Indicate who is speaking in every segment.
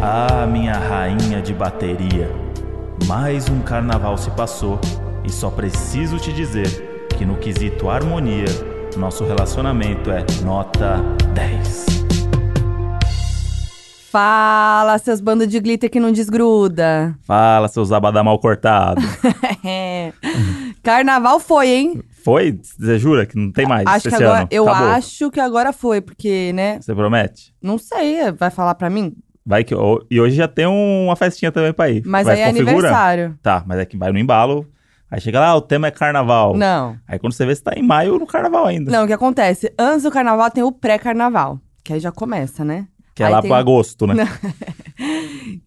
Speaker 1: Ah, minha rainha de bateria. Mais um carnaval se passou e só preciso te dizer que no quesito harmonia, nosso relacionamento é nota 10.
Speaker 2: Fala, seus bandos de glitter que não desgruda. É.
Speaker 1: Fala, seus abadá mal cortado.
Speaker 2: Carnaval foi, hein?
Speaker 1: Foi? Você jura que não tem mais
Speaker 2: acho que
Speaker 1: esse
Speaker 2: agora,
Speaker 1: ano?
Speaker 2: eu
Speaker 1: Acabou.
Speaker 2: acho que agora foi, porque, né?
Speaker 1: Você promete?
Speaker 2: Não sei, é, vai falar pra mim.
Speaker 1: Vai que ho- e hoje já tem um- uma festinha também pra ir.
Speaker 2: Mas
Speaker 1: vai
Speaker 2: aí é
Speaker 1: configura?
Speaker 2: aniversário.
Speaker 1: Tá, mas é que vai no embalo. Aí chega lá, o tema é carnaval.
Speaker 2: Não.
Speaker 1: Aí quando você vê, você tá em maio no carnaval ainda.
Speaker 2: Não, o que acontece? Antes do carnaval tem o pré-carnaval, que aí já começa, né?
Speaker 1: que é
Speaker 2: aí
Speaker 1: lá
Speaker 2: tem-
Speaker 1: pro agosto, né?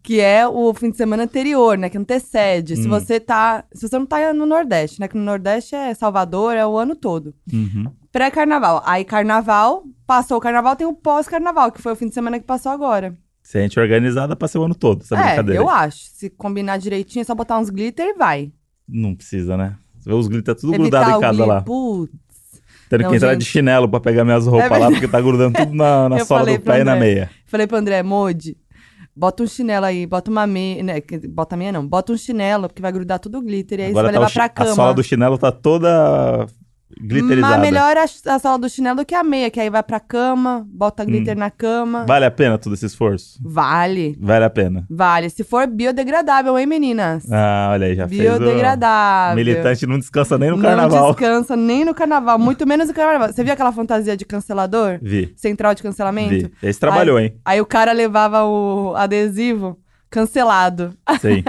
Speaker 2: Que é o fim de semana anterior, né? Que antecede. Se
Speaker 1: Hum.
Speaker 2: você tá. Se você não tá no Nordeste, né? Que no Nordeste é Salvador, é o ano todo.
Speaker 1: Uhum.
Speaker 2: Pré-carnaval. Aí carnaval, passou o carnaval, tem o pós-carnaval, que foi o fim de semana que passou agora.
Speaker 1: Você é gente organizada pra ser o ano todo, essa
Speaker 2: é,
Speaker 1: brincadeira.
Speaker 2: eu acho. Se combinar direitinho, é só botar uns glitter e vai.
Speaker 1: Não precisa, né? Você vê os gritos, tá tudo
Speaker 2: Evitar
Speaker 1: grudado
Speaker 2: o
Speaker 1: em casa
Speaker 2: glitter.
Speaker 1: lá.
Speaker 2: Putz,
Speaker 1: Tendo
Speaker 2: Não,
Speaker 1: que entrar
Speaker 2: gente. É
Speaker 1: de chinelo pra pegar minhas roupas lá,
Speaker 2: verdade.
Speaker 1: porque tá grudando tudo na, na
Speaker 2: Eu
Speaker 1: sola
Speaker 2: falei
Speaker 1: do
Speaker 2: pro
Speaker 1: pé e na
Speaker 2: André.
Speaker 1: meia.
Speaker 2: Falei pro André, Modi, bota um chinelo aí, bota uma meia. Né, que- bota a minha não, bota um chinelo, porque vai grudar tudo o glitter. E aí
Speaker 1: Agora
Speaker 2: você vai
Speaker 1: tá o
Speaker 2: levar
Speaker 1: chi-
Speaker 2: pra cama.
Speaker 1: a sola do chinelo tá toda glitterizada.
Speaker 2: Mas melhor a, a sala do chinelo do que a meia, que aí vai pra cama, bota
Speaker 1: Hum.
Speaker 2: glitter na cama.
Speaker 1: Vale a pena todo esse esforço?
Speaker 2: Vale.
Speaker 1: Vale a pena.
Speaker 2: Vale. Se for biodegradável, hein, meninas?
Speaker 1: Ah, olha aí, já fez o...
Speaker 2: biodegradável.
Speaker 1: Militante não descansa nem no
Speaker 2: Não
Speaker 1: carnaval.
Speaker 2: descansa nem no carnaval, muito menos no carnaval. Você viu aquela fantasia de cancelador?
Speaker 1: Vi,
Speaker 2: Central de cancelamento?
Speaker 1: vi. Esse trabalhou, hein?
Speaker 2: Aí o cara levava o adesivo cancelado.
Speaker 1: Sim.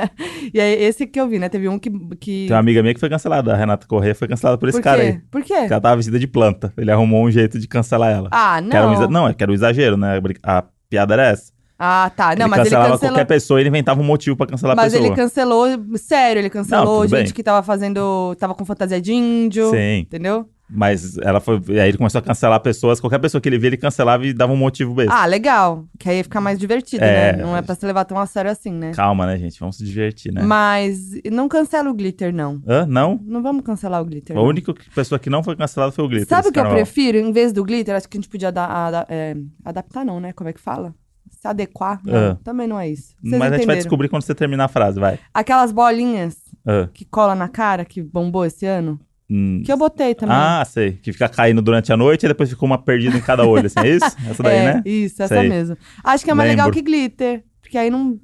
Speaker 2: E aí, esse que eu vi, né? Teve um que. que...
Speaker 1: Tem uma amiga minha que foi cancelada, a Renata Corrêa foi cancelada por esse
Speaker 2: Por
Speaker 1: cara
Speaker 2: quê?
Speaker 1: aí.
Speaker 2: Por quê?
Speaker 1: Porque ela tava vestida de planta. Ele arrumou um jeito de cancelar ela.
Speaker 2: Ah, não.
Speaker 1: Que era um exa- Não, é que era um exagero, né? A brin- A piada era essa.
Speaker 2: Ah, tá. Não,
Speaker 1: ele
Speaker 2: mas ele
Speaker 1: cancelava
Speaker 2: cancelou.
Speaker 1: qualquer pessoa e ele inventava um motivo pra cancelar
Speaker 2: Mas
Speaker 1: a pessoa.
Speaker 2: ele cancelou, sério, ele cancelou
Speaker 1: Não, tudo
Speaker 2: gente
Speaker 1: bem.
Speaker 2: que tava fazendo. tava com fantasia de índio.
Speaker 1: Sim.
Speaker 2: Entendeu?
Speaker 1: Mas ela foi. e Aí ele começou a cancelar pessoas. Qualquer pessoa que ele via, ele cancelava e dava um motivo besta.
Speaker 2: Ah, legal. Que aí fica mais divertido,
Speaker 1: É.
Speaker 2: né? Não é pra se levar tão a sério assim, né?
Speaker 1: Calma, né, gente? Vamos se divertir, né?
Speaker 2: Mas não cancela o glitter, não.
Speaker 1: Hã? Não?
Speaker 2: Não vamos cancelar o glitter.
Speaker 1: A
Speaker 2: não.
Speaker 1: única que- pessoa que não foi cancelada foi o Glitter.
Speaker 2: Sabe
Speaker 1: esse
Speaker 2: o que eu
Speaker 1: carnaval.
Speaker 2: prefiro? Em vez do glitter, acho que a gente podia ada- ada- é, adaptar, não, né? Como é que fala? Se adequar. Não,
Speaker 1: Ah.
Speaker 2: Também não é isso.
Speaker 1: Mas
Speaker 2: Vocês
Speaker 1: a gente vai
Speaker 2: entenderam.
Speaker 1: descobrir quando você terminar a frase, vai.
Speaker 2: Aquelas bolinhas
Speaker 1: Hã?
Speaker 2: que cola na cara, que bombou esse ano,
Speaker 1: Hum.
Speaker 2: que eu botei também.
Speaker 1: Ah, sei. Que fica caindo durante a noite e depois fica uma perdida em cada olho, assim, é isso? Essa daí,
Speaker 2: é,
Speaker 1: né?
Speaker 2: Isso, essa
Speaker 1: Sei.
Speaker 2: mesmo. Acho que é mais legal
Speaker 1: Lembro.
Speaker 2: que glitter, porque aí não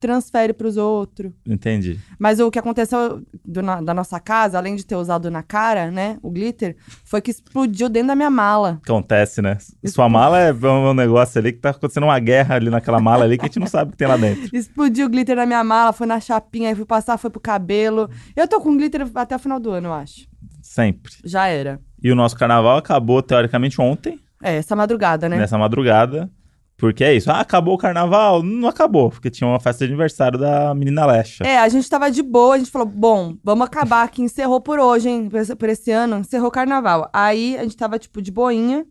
Speaker 2: transfere pros outros.
Speaker 1: Entendi.
Speaker 2: Mas o que aconteceu do na- da nossa casa, além de ter usado na cara, né, o glitter, foi que explodiu dentro da minha mala.
Speaker 1: Acontece, né? Sua mala é um negócio ali que tá acontecendo uma guerra ali naquela mala ali que a gente não sabe o que tem lá dentro.
Speaker 2: Explodiu o glitter na minha mala, foi na chapinha, aí fui passar, foi pro cabelo. Eu tô com glitter até o final do ano, eu acho.
Speaker 1: Sempre.
Speaker 2: Já era.
Speaker 1: E o nosso carnaval acabou, teoricamente, ontem,
Speaker 2: É, essa madrugada, né?
Speaker 1: nessa madrugada. Porque é isso. Ah, acabou o carnaval? Não acabou, porque tinha uma festa de aniversário da menina Lecha.
Speaker 2: É, a gente tava de boa, a gente falou, bom, vamos acabar aqui, encerrou por hoje, hein, por esse, por esse ano, encerrou o carnaval. Aí a gente tava, tipo, de boinha,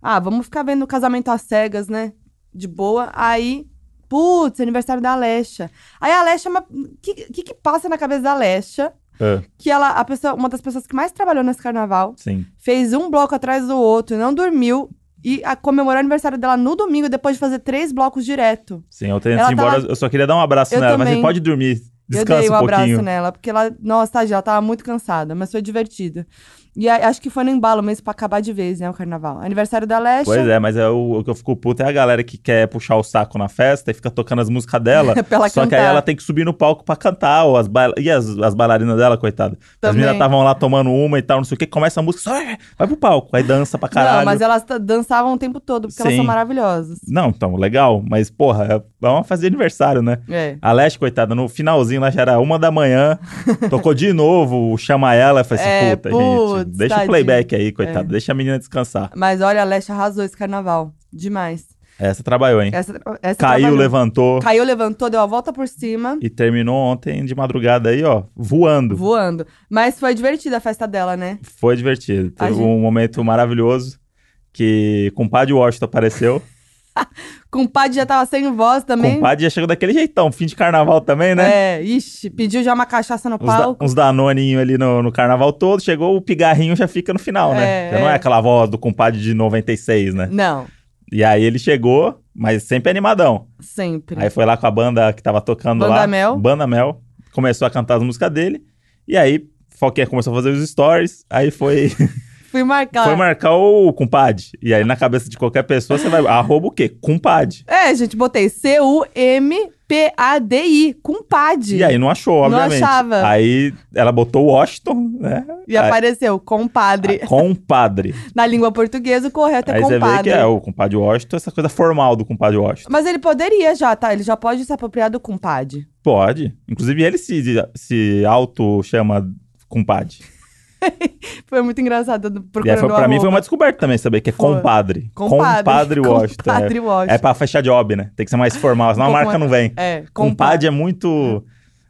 Speaker 2: ah, vamos ficar vendo o casamento às cegas, né, de boa, aí, putz, aniversário da Alexa. Aí a Alexa, o que, que que passa na cabeça da Alexa,
Speaker 1: Ah,
Speaker 2: que ela, a pessoa, uma das pessoas que mais trabalhou nesse carnaval,
Speaker 1: sim.
Speaker 2: fez um bloco atrás do outro, não dormiu, e a, comemorou o aniversário dela no domingo, depois de fazer três blocos direto.
Speaker 1: Sim, eu tentei
Speaker 2: Ela
Speaker 1: ir embora.
Speaker 2: tava-
Speaker 1: Eu só queria dar um abraço
Speaker 2: Eu
Speaker 1: nela, mas
Speaker 2: também.
Speaker 1: você pode dormir.
Speaker 2: eu dei
Speaker 1: Descansa
Speaker 2: um
Speaker 1: um
Speaker 2: abraço
Speaker 1: pouquinho.
Speaker 2: nela, porque ela, nossa, tadinha, ela tava muito cansada, mas foi divertida. E aí, acho que foi no embalo mesmo pra acabar de vez, né, o carnaval. Aniversário da Leste.
Speaker 1: Pois é, mas é o, o que eu fico puto é a galera que quer puxar o saco na festa e fica tocando as músicas dela.
Speaker 2: É Pra ela
Speaker 1: só que aí
Speaker 2: cantar.
Speaker 1: ela tem que subir no palco pra cantar. Ou as baila- E as, as bailarinas dela, coitada. As
Speaker 2: Também.
Speaker 1: meninas estavam lá tomando uma e tal, não sei o que. Começa a música, só "Ah", vai pro palco. Aí dança pra caralho.
Speaker 2: Não, mas é- elas t- dançavam o tempo todo, porque elas são
Speaker 1: Sim.
Speaker 2: maravilhosas.
Speaker 1: Não, então, legal. Mas, porra, é é uma festa de aniversário, né?
Speaker 2: É.
Speaker 1: A Leste, coitada, no finalzinho lá já era uma da manhã, tocou de novo, o chama ela, eu falei assim,
Speaker 2: É,
Speaker 1: puta, gente,
Speaker 2: putz,
Speaker 1: deixa o
Speaker 2: tadinho. É.
Speaker 1: playback aí, coitada, deixa a menina descansar.
Speaker 2: Mas olha, a Leste arrasou esse carnaval. Demais.
Speaker 1: Essa trabalhou, hein?
Speaker 2: Essa, essa
Speaker 1: Caiu,
Speaker 2: trabalhou.
Speaker 1: levantou
Speaker 2: Caiu, levantou, deu a volta por cima,
Speaker 1: e terminou ontem de madrugada aí, ó, voando.
Speaker 2: voando. Mas foi divertida a festa dela, né?
Speaker 1: Foi divertido.
Speaker 2: A
Speaker 1: Teve
Speaker 2: gente-
Speaker 1: um momento maravilhoso que com o Padre Washington apareceu.
Speaker 2: Com o Padre já tava sem voz
Speaker 1: Com
Speaker 2: também.
Speaker 1: o Padre já chegou daquele jeitão, fim de carnaval também, né?
Speaker 2: É, ixi, pediu já uma cachaça no
Speaker 1: Uns, da,
Speaker 2: palco.
Speaker 1: uns danoninho ali no, no carnaval todo, chegou o pigarrinho já fica no final, né?
Speaker 2: É,
Speaker 1: já não é
Speaker 2: é.
Speaker 1: aquela voz do compadre de 96, né?
Speaker 2: Não.
Speaker 1: E aí ele chegou, mas sempre animadão.
Speaker 2: Sempre.
Speaker 1: Aí foi lá com a banda que tava tocando
Speaker 2: Banda
Speaker 1: lá.
Speaker 2: Mel.
Speaker 1: Banda Mel. Começou a cantar as músicas dele. E aí, Foquinha começou a fazer os stories. Aí foi,
Speaker 2: Fui marcar.
Speaker 1: foi marcar o compadre. E aí, na cabeça de qualquer pessoa, você vai. Arroba o quê? Compadre.
Speaker 2: É, gente, botei C-U-M-P-A-D-I, compadre.
Speaker 1: E aí, não achou, obviamente.
Speaker 2: achava.
Speaker 1: Aí, ela botou Washington, né?
Speaker 2: E apareceu, compadre.
Speaker 1: Ah, Compadre.
Speaker 2: Na língua portuguesa, o correto é
Speaker 1: aí você vê
Speaker 2: compadre.
Speaker 1: que é o compadre Washington, essa coisa formal do compadre Washington.
Speaker 2: Mas ele poderia já, tá? Ele já pode se apropriar do compadre.
Speaker 1: Pode. Inclusive, ele se, se auto-chama compadre.
Speaker 2: Foi muito engraçado eu
Speaker 1: E aí
Speaker 2: procurando
Speaker 1: foi,
Speaker 2: o
Speaker 1: pra mim
Speaker 2: arroba.
Speaker 1: foi uma descoberta também saber que é
Speaker 2: Foi.
Speaker 1: compadre.
Speaker 2: Compadre.
Speaker 1: Washington. é.
Speaker 2: Compadre
Speaker 1: É
Speaker 2: Washington.
Speaker 1: pra fechar job, né? Tem que ser mais formal, senão
Speaker 2: Um
Speaker 1: a
Speaker 2: pouco
Speaker 1: marca não vem.
Speaker 2: É,
Speaker 1: Compadre é muito.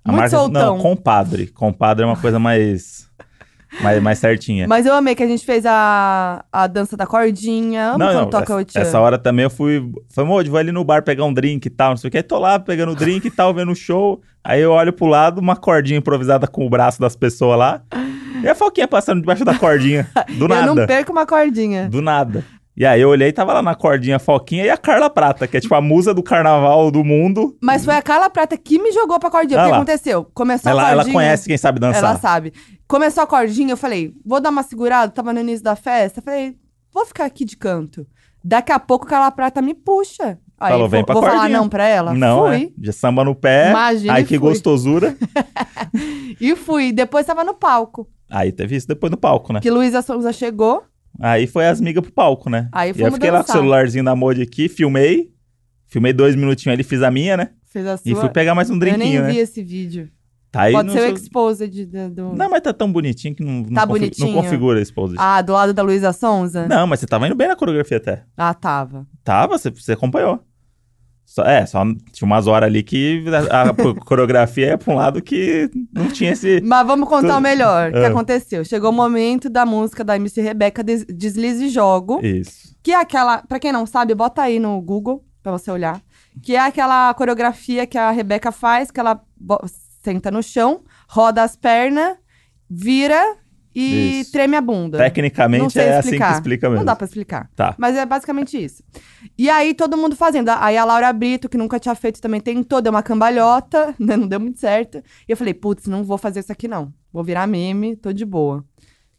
Speaker 1: A
Speaker 2: Muito
Speaker 1: marca.
Speaker 2: soltão.
Speaker 1: Não, compadre. Compadre é uma coisa mais. mais, mais certinha.
Speaker 2: Mas eu amei que a gente fez a, a dança da cordinha. Amo quando toca o
Speaker 1: essa,
Speaker 2: tchan.
Speaker 1: essa hora também eu fui. Falei, "Mô, vou ali no bar pegar um drink e tal, não sei o que. Aí tô lá pegando o drink e tal, vendo o show. Aí eu olho pro lado, uma cordinha improvisada com o braço das pessoas lá. E a Foquinha passando debaixo da cordinha. Do nada.
Speaker 2: Eu não perco uma cordinha.
Speaker 1: Do nada. E aí eu olhei e tava lá na cordinha a Foquinha e a Carla Prata, que é tipo a musa do carnaval do mundo.
Speaker 2: Mas foi a Carla Prata que me jogou pra cordinha.
Speaker 1: Ah
Speaker 2: o que
Speaker 1: lá.
Speaker 2: aconteceu? Começou a
Speaker 1: Ela,
Speaker 2: cordinha.
Speaker 1: ela conhece quem sabe dançar.
Speaker 2: Ela sabe. Começou a cordinha, eu falei, vou dar uma segurada, tava no início da festa. Falei, vou ficar aqui de canto. Daqui a pouco Carla Prata me puxa. Aí,
Speaker 1: Falou,
Speaker 2: vou,
Speaker 1: "Vem pra
Speaker 2: vou falar
Speaker 1: cordinha."
Speaker 2: não pra ela?
Speaker 1: Não, é.
Speaker 2: fui.
Speaker 1: De samba no pé.
Speaker 2: Imagina,
Speaker 1: aí
Speaker 2: e
Speaker 1: que
Speaker 2: fui.
Speaker 1: gostosura.
Speaker 2: E fui. Depois tava no palco.
Speaker 1: Aí teve isso depois no palco, né?
Speaker 2: Que Luísa Souza chegou.
Speaker 1: Aí foi as migas pro palco, né? e
Speaker 2: Aí
Speaker 1: eu
Speaker 2: fomos
Speaker 1: fiquei lá com o
Speaker 2: dançar.
Speaker 1: celularzinho da Modi aqui, filmei. Filmei dois minutinhos ali, fiz a minha, né?
Speaker 2: Fez a sua.
Speaker 1: E fui pegar mais um
Speaker 2: eu nem
Speaker 1: drinquinho, né?
Speaker 2: vi esse vídeo.
Speaker 1: Tá aí
Speaker 2: Pode
Speaker 1: no
Speaker 2: ser o
Speaker 1: seu-
Speaker 2: exposed do- do...
Speaker 1: Não, mas tá tão bonitinho que não, não,
Speaker 2: Tá
Speaker 1: confi-
Speaker 2: bonitinho?
Speaker 1: não configura esse pose.
Speaker 2: Ah, do lado da Luísa Sonza?
Speaker 1: Não, mas você tava indo bem na coreografia até.
Speaker 2: Ah, tava.
Speaker 1: Tava, você, você acompanhou. Só- é, só tinha umas horas ali que a, a co- coreografia é pra um lado que não tinha esse.
Speaker 2: Mas vamos contar
Speaker 1: Tudo-
Speaker 2: o melhor que
Speaker 1: Ah.
Speaker 2: aconteceu. Chegou o momento da música da MC Rebeca, Des- Deslize e Jogo.
Speaker 1: Isso.
Speaker 2: Que é aquela, pra quem não sabe, bota aí no Google pra você olhar. Que é aquela coreografia que a Rebeca faz, que ela bo- senta no chão, roda as pernas, vira e
Speaker 1: Isso.
Speaker 2: treme a bunda. Não
Speaker 1: Tecnicamente
Speaker 2: sei
Speaker 1: é assim
Speaker 2: explicar.
Speaker 1: que explica mesmo.
Speaker 2: Não dá pra explicar.
Speaker 1: Tá.
Speaker 2: Mas é basicamente isso. E aí todo mundo fazendo. Aí a Laura Brito, que nunca tinha feito, também tentou, deu uma cambalhota, né? Não deu muito certo. E eu falei, putz, não vou fazer isso aqui não. Vou virar meme, tô de boa. O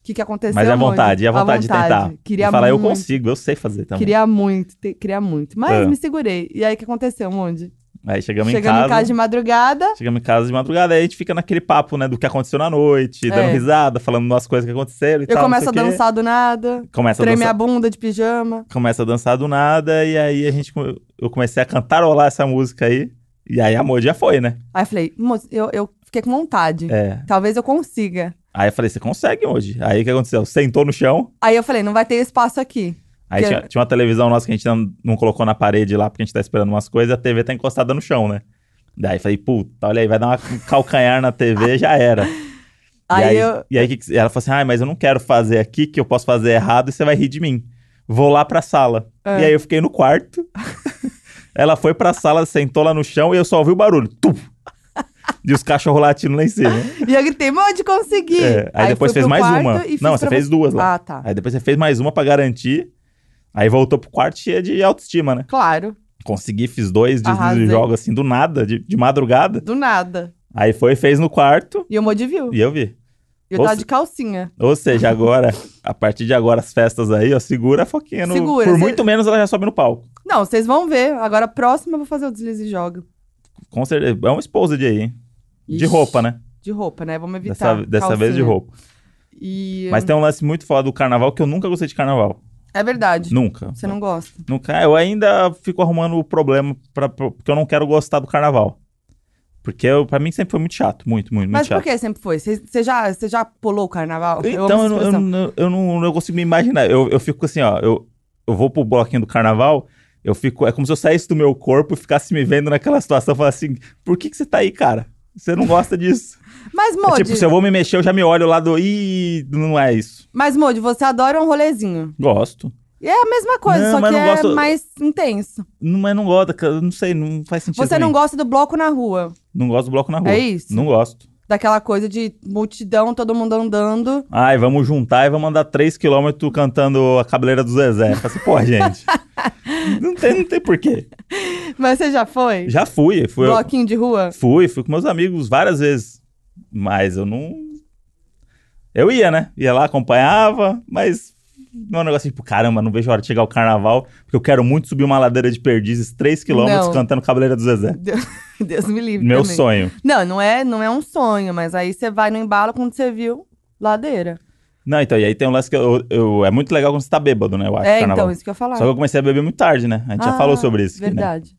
Speaker 2: que, que aconteceu?
Speaker 1: Mas é a
Speaker 2: amor?
Speaker 1: vontade, é a vontade, de tentar.
Speaker 2: Queria
Speaker 1: E falar, eu
Speaker 2: muito.
Speaker 1: consigo, eu sei fazer também.
Speaker 2: Queria muito, te- queria muito. Mas
Speaker 1: Ah.
Speaker 2: me segurei. E aí o que aconteceu, Monde?
Speaker 1: Aí chegamos em
Speaker 2: Chegando
Speaker 1: casa.
Speaker 2: em casa de madrugada,
Speaker 1: Chegamos em casa de madrugada, aí a gente fica naquele papo, né, do que aconteceu na noite,
Speaker 2: É.
Speaker 1: dando risada, falando das coisas que aconteceram e
Speaker 2: eu
Speaker 1: tal. não
Speaker 2: começo
Speaker 1: sei
Speaker 2: a
Speaker 1: o quê.
Speaker 2: dançar do nada,
Speaker 1: Começa a
Speaker 2: treme
Speaker 1: dançar.
Speaker 2: a bunda de pijama.
Speaker 1: começa a dançar do nada, e aí a gente, come- eu comecei a cantarolar essa música aí, e aí a Moji já foi, né?
Speaker 2: Aí eu falei, moço, eu, eu fiquei com vontade.
Speaker 1: É.
Speaker 2: Talvez eu consiga.
Speaker 1: Aí eu falei, você consegue hoje. Aí o que aconteceu? Sentou no chão,
Speaker 2: Aí eu falei, não vai ter espaço aqui.
Speaker 1: aí
Speaker 2: Que- é
Speaker 1: tinha, tinha uma televisão nossa que a gente não, não colocou na parede lá, porque a gente tá esperando umas coisas, a TV tá encostada no chão, né? Daí eu falei, puta, olha aí, vai dar uma- um calcanhar na TV, já era. e
Speaker 2: Aí,
Speaker 1: aí,
Speaker 2: eu.
Speaker 1: e aí que que- ela falou assim, ah, mas eu não quero fazer aqui, que eu posso fazer errado e você vai rir de mim. Vou lá pra sala.
Speaker 2: É.
Speaker 1: E aí eu fiquei no quarto. ela foi pra sala, sentou lá no chão e eu só ouvi o barulho. Tum! E os cachorros latindo lá em cima.
Speaker 2: E eu gritei, Monde, consegui!
Speaker 1: É, aí, depois
Speaker 2: fui
Speaker 1: fez
Speaker 2: pro
Speaker 1: mais
Speaker 2: quarto
Speaker 1: uma.
Speaker 2: e fiz
Speaker 1: Não, você
Speaker 2: pra
Speaker 1: fez duas lá.
Speaker 2: Ah, tá.
Speaker 1: Aí depois você fez mais uma pra garantir. Aí voltou pro quarto cheia de autoestima, né?
Speaker 2: Claro,
Speaker 1: Consegui, fiz dois
Speaker 2: Arrasei.
Speaker 1: de jogos assim do nada, de, de madrugada.
Speaker 2: do nada.
Speaker 1: Aí foi, fez no quarto
Speaker 2: E o Monde viu.
Speaker 1: e eu vi.
Speaker 2: E eu tava
Speaker 1: Ou se-
Speaker 2: de calcinha.
Speaker 1: Ou seja, agora, a partir de agora, as festas aí, ó, segura a foquinha. No,
Speaker 2: Segura,
Speaker 1: por
Speaker 2: cê-
Speaker 1: muito menos ela já sobe no palco.
Speaker 2: Não, vocês vão ver. Agora, próxima, eu vou fazer o deslize e jogo.
Speaker 1: Com certeza. É um esposo de aí, hein? De
Speaker 2: Ixi,
Speaker 1: roupa, né?
Speaker 2: De roupa, né? Vamos evitar.
Speaker 1: Dessa, dessa
Speaker 2: calcinha.
Speaker 1: vez de roupa.
Speaker 2: E.
Speaker 1: Mas tem um lance muito foda do carnaval que eu nunca gostei de carnaval.
Speaker 2: É verdade.
Speaker 1: Nunca.
Speaker 2: Você não gosta.
Speaker 1: Nunca, eu ainda fico arrumando o problema pra, pra- porque eu não quero gostar do carnaval. Porque eu, pra mim sempre foi muito chato, muito, muito,
Speaker 2: Mas
Speaker 1: muito chato.
Speaker 2: por que sempre foi? Você você já, você já pulou o carnaval? eu
Speaker 1: Então
Speaker 2: amo
Speaker 1: eu, não-
Speaker 2: essa
Speaker 1: eu,
Speaker 2: expressão.
Speaker 1: não, eu não, não consigo me imaginar. Eu, eu fico assim, ó, eu, eu vou pro bloquinho do carnaval, eu fico. É como se eu saísse do meu corpo e ficasse me vendo naquela situação e falasse assim, por que, que você tá aí, cara? Você não gosta disso.
Speaker 2: Mas,
Speaker 1: É
Speaker 2: Modi,
Speaker 1: tipo, se eu vou me mexer, eu já me olho lá do. Ih, não é isso.
Speaker 2: mas, Modi, você adora um rolezinho.
Speaker 1: Gosto.
Speaker 2: E é a mesma coisa,
Speaker 1: Não,
Speaker 2: só
Speaker 1: mas
Speaker 2: que
Speaker 1: não
Speaker 2: é
Speaker 1: gosto-
Speaker 2: mais intenso.
Speaker 1: Não, mas não gosto, cara, não sei, não faz sentido.
Speaker 2: Você
Speaker 1: pra
Speaker 2: não
Speaker 1: mim.
Speaker 2: gosta do bloco na rua.
Speaker 1: Não gosto do bloco na rua.
Speaker 2: É isso?
Speaker 1: Não gosto.
Speaker 2: Daquela coisa de multidão, todo mundo andando.
Speaker 1: Ai, vamos juntar e vamos andar 3km cantando a cabeleira do Zezé. Falei assim, pô, gente. Não tem, não tem porquê.
Speaker 2: Mas você já foi?
Speaker 1: Já fui, fui,
Speaker 2: Bloquinho de rua?
Speaker 1: fui, fui com meus amigos várias vezes. Mas eu não. Eu ia, né? Ia lá, acompanhava, mas não é um negócio tipo, caramba, não vejo a hora de chegar o carnaval, porque eu quero muito subir uma ladeira de perdizes 3km
Speaker 2: Não.
Speaker 1: cantando Cabeleira do Zezé.
Speaker 2: Deus me livre.
Speaker 1: Meu
Speaker 2: também.
Speaker 1: sonho.
Speaker 2: Não, não é, não é um sonho, mas aí você vai no embalo quando você viu ladeira.
Speaker 1: Não, então, e aí tem um lance que eu, eu- é muito legal quando você tá bêbado, né? Eu acho,
Speaker 2: é,
Speaker 1: carnaval.
Speaker 2: então, isso que eu ia falar.
Speaker 1: Só que eu comecei a beber muito tarde, né? A gente já
Speaker 2: Ah,
Speaker 1: falou sobre isso. aqui, né?
Speaker 2: Verdade.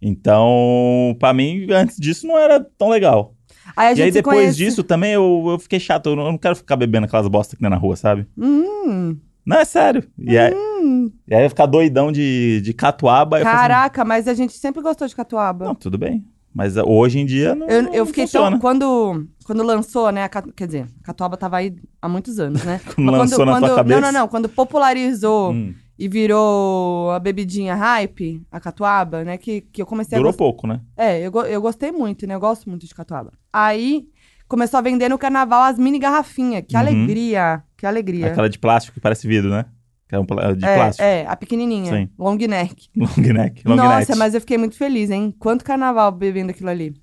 Speaker 1: Então, pra mim, antes disso não era tão legal.
Speaker 2: Aí a gente
Speaker 1: E aí
Speaker 2: se
Speaker 1: depois
Speaker 2: conhece.
Speaker 1: disso também eu, eu fiquei chato. Eu não, eu não quero ficar bebendo aquelas bostas que tem na rua, sabe?
Speaker 2: Hum,
Speaker 1: Não, é sério. E aí, e aí eu ficar doidão de, de catuaba. eu falei assim,
Speaker 2: caraca, mas a gente sempre gostou de catuaba.
Speaker 1: não, tudo bem. Mas ah, hoje em dia não.
Speaker 2: Eu, eu
Speaker 1: não
Speaker 2: fiquei
Speaker 1: funciona.
Speaker 2: tão. Quando, quando lançou, né? a Catu- quer dizer, a Catuaba tava aí há muitos anos, né?
Speaker 1: Quando lançou na tua cabeça.
Speaker 2: Não, não, não. Quando popularizou
Speaker 1: Hum,
Speaker 2: e virou a bebidinha hype, a Catuaba, né? Que, que eu comecei
Speaker 1: durou
Speaker 2: a. gostar.
Speaker 1: pouco, né?
Speaker 2: É, eu, go- eu gostei muito, né? Eu gosto muito de Catuaba. Aí começou a vender no carnaval as mini garrafinhas. Que
Speaker 1: Uhum.
Speaker 2: alegria! Que alegria.
Speaker 1: Aquela de plástico que parece vidro, né? Que é um pla- de
Speaker 2: é,
Speaker 1: plástico.
Speaker 2: é, a pequenininha.
Speaker 1: Sim.
Speaker 2: Long neck.
Speaker 1: Long neck. Long
Speaker 2: Nossa,
Speaker 1: neck.
Speaker 2: mas eu fiquei muito feliz, hein? Quanto carnaval bebendo aquilo ali.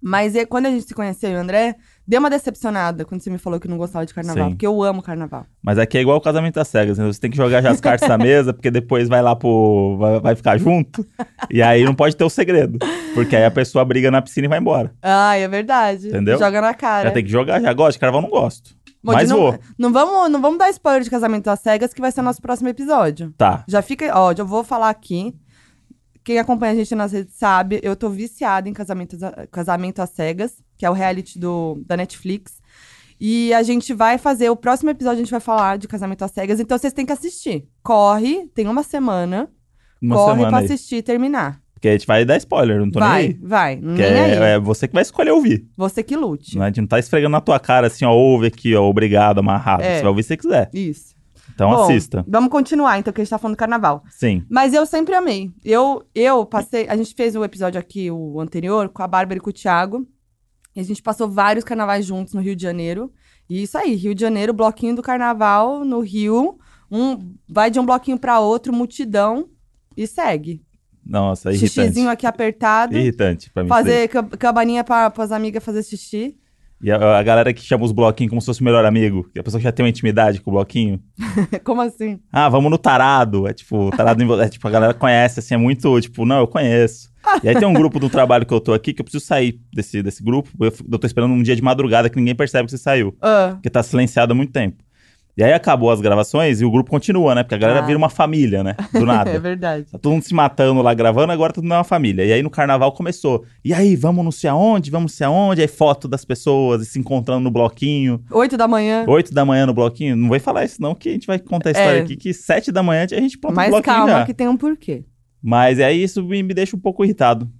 Speaker 2: Mas e- quando a gente se conheceu, e o André, deu uma decepcionada quando você me falou que não gostava de carnaval,
Speaker 1: Sim.
Speaker 2: porque eu amo carnaval.
Speaker 1: Mas aqui é igual o casamento às cegas, né? Você tem que jogar já as cartas na mesa, porque depois vai lá pro. Vai, vai ficar junto. E aí não pode ter o segredo. Porque aí a pessoa briga na piscina e vai embora.
Speaker 2: Ah, é verdade.
Speaker 1: Entendeu?
Speaker 2: Joga na cara.
Speaker 1: Já tem que jogar, já gosto. de Carnaval não gosto.
Speaker 2: Bom, de
Speaker 1: mas
Speaker 2: Ah, né? não,
Speaker 1: vou.
Speaker 2: Não vamos, não vamos dar spoiler de Casamento às Cegas, que vai ser o nosso próximo episódio.
Speaker 1: Tá.
Speaker 2: Já fica, ó, já vou falar aqui. Quem acompanha a gente nas redes sabe, eu tô viciada em Casamento, Casamento às Cegas, que é o reality do, da Netflix. E a gente vai fazer, o próximo episódio a gente vai falar de Casamento às Cegas, então vocês têm que assistir. Corre, tem uma semana,
Speaker 1: Uma
Speaker 2: corre pra
Speaker 1: semana aí.
Speaker 2: assistir e terminar.
Speaker 1: Porque a gente vai dar spoiler, não tô
Speaker 2: vai,
Speaker 1: nem aí.
Speaker 2: vai, nem
Speaker 1: Que
Speaker 2: aí.
Speaker 1: é, é você que vai escolher ouvir.
Speaker 2: Você que lute.
Speaker 1: né? A gente não tá esfregando na tua cara assim, ó, ouve aqui, ó, obrigado, amarrado.
Speaker 2: É.
Speaker 1: Você vai ouvir se você quiser.
Speaker 2: Isso.
Speaker 1: Então
Speaker 2: Bom,
Speaker 1: assista.
Speaker 2: Vamos continuar, então, que a gente tá falando do carnaval.
Speaker 1: Sim.
Speaker 2: Mas eu sempre amei. Eu, eu passei. A gente fez o episódio aqui, o anterior, com a Bárbara e com o Thiago. E a gente passou vários carnavais juntos no Rio de Janeiro. E isso aí, Rio de Janeiro, bloquinho do carnaval no Rio. Um, vai de um bloquinho pra outro, multidão. E segue.
Speaker 1: Nossa, é irritante.
Speaker 2: um
Speaker 1: tá
Speaker 2: Xixizinho aqui apertado.
Speaker 1: Irritante pra mim. isso daí.
Speaker 2: fazer cab- cabaninha pra, pras amigas fazer xixi.
Speaker 1: E a, a galera que chama os bloquinhos como se fosse o melhor amigo. Que a pessoa que já tem uma intimidade com o bloquinho.
Speaker 2: Como assim?
Speaker 1: Ah, vamos no tarado. É tipo, tarado em vo- é tipo, a galera conhece, assim, é muito, tipo, não, eu conheço. E aí tem um grupo do trabalho que eu tô aqui que eu preciso sair desse, desse grupo. Eu, f- eu tô esperando um dia de madrugada que ninguém percebe que você saiu.
Speaker 2: Ah,
Speaker 1: Porque tá silenciado há muito tempo. E aí acabou as gravações e o grupo continua, né? Porque a galera
Speaker 2: Ah.
Speaker 1: vira uma família, né? Do
Speaker 2: é
Speaker 1: nada.
Speaker 2: verdade.
Speaker 1: Tá todo mundo se matando lá gravando, agora todo mundo é uma família. E aí no carnaval começou. E aí, vamos não sei aonde, vamos não sei aonde. Aí foto das pessoas e se encontrando no bloquinho.
Speaker 2: Oito da manhã.
Speaker 1: Oito da manhã no bloquinho. Não vai falar isso, não, que a gente vai contar a história
Speaker 2: É.
Speaker 1: aqui, que sete da manhã a gente planta o
Speaker 2: Mas
Speaker 1: bloquinho
Speaker 2: calma,
Speaker 1: já.
Speaker 2: que tem um porquê.
Speaker 1: Mas aí isso me, me deixa um pouco irritado.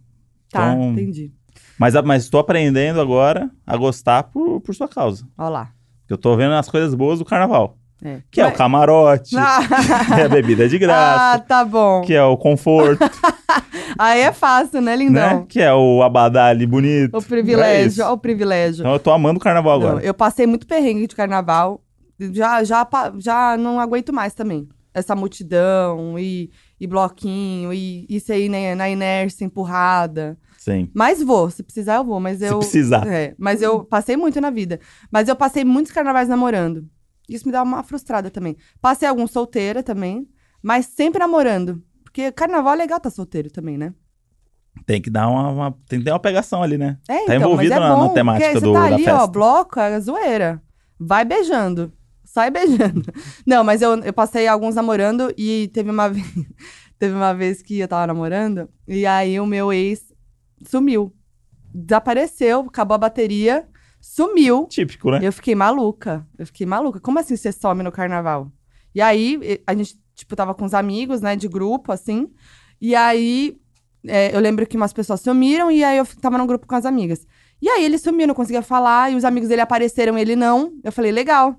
Speaker 2: Tá,
Speaker 1: Então-
Speaker 2: entendi.
Speaker 1: Mas, ah, mas tô aprendendo agora a gostar por, por sua causa.
Speaker 2: Ó lá.
Speaker 1: Porque eu tô vendo as coisas boas do carnaval.
Speaker 2: É.
Speaker 1: Que é o camarote, que é a bebida de
Speaker 2: Ah,
Speaker 1: graça,
Speaker 2: tá bom.
Speaker 1: que é o conforto,
Speaker 2: Aí é fácil, né, lindão?
Speaker 1: né? Que é o abadá ali bonito. É
Speaker 2: O privilégio,
Speaker 1: isso.
Speaker 2: ó, o privilégio.
Speaker 1: Então eu tô amando o carnaval
Speaker 2: Não,
Speaker 1: agora.
Speaker 2: eu passei muito perrengue de carnaval. Já, já, pa- já não aguento mais também. Essa multidão e, e bloquinho e isso aí né, na inércia empurrada.
Speaker 1: Sim.
Speaker 2: Mas vou, se precisar eu vou, mas eu.
Speaker 1: precisar.
Speaker 2: É, mas eu passei muito na vida. Mas eu passei muitos carnavais namorando. Isso me dá uma frustrada também. Passei alguns solteira também, mas sempre namorando. Porque carnaval é legal tá solteiro também, né?
Speaker 1: Tem que dar uma, uma- tem que dar uma pegação ali, né?
Speaker 2: É,
Speaker 1: Tá
Speaker 2: então,
Speaker 1: envolvido
Speaker 2: mas é
Speaker 1: na- na
Speaker 2: bom,
Speaker 1: temática
Speaker 2: porque
Speaker 1: do-
Speaker 2: você tá
Speaker 1: da
Speaker 2: ali, ó,
Speaker 1: festa.
Speaker 2: bloco, é zoeira. Vai beijando. Sai beijando. Não, mas eu, eu passei alguns namorando e teve uma vez, teve uma vez que eu tava namorando e aí o meu ex sumiu. Desapareceu, acabou a bateria, sumiu.
Speaker 1: Típico, né?
Speaker 2: Eu fiquei maluca. Eu fiquei maluca. Como assim você some no carnaval? E aí, e- a gente, tipo, tava com os amigos, né, de grupo, assim. E aí, é, eu lembro que umas pessoas sumiram e aí eu fi- tava num grupo com as amigas. E aí ele sumiu, não conseguia falar, e os amigos dele apareceram, ele não. Eu falei, legal,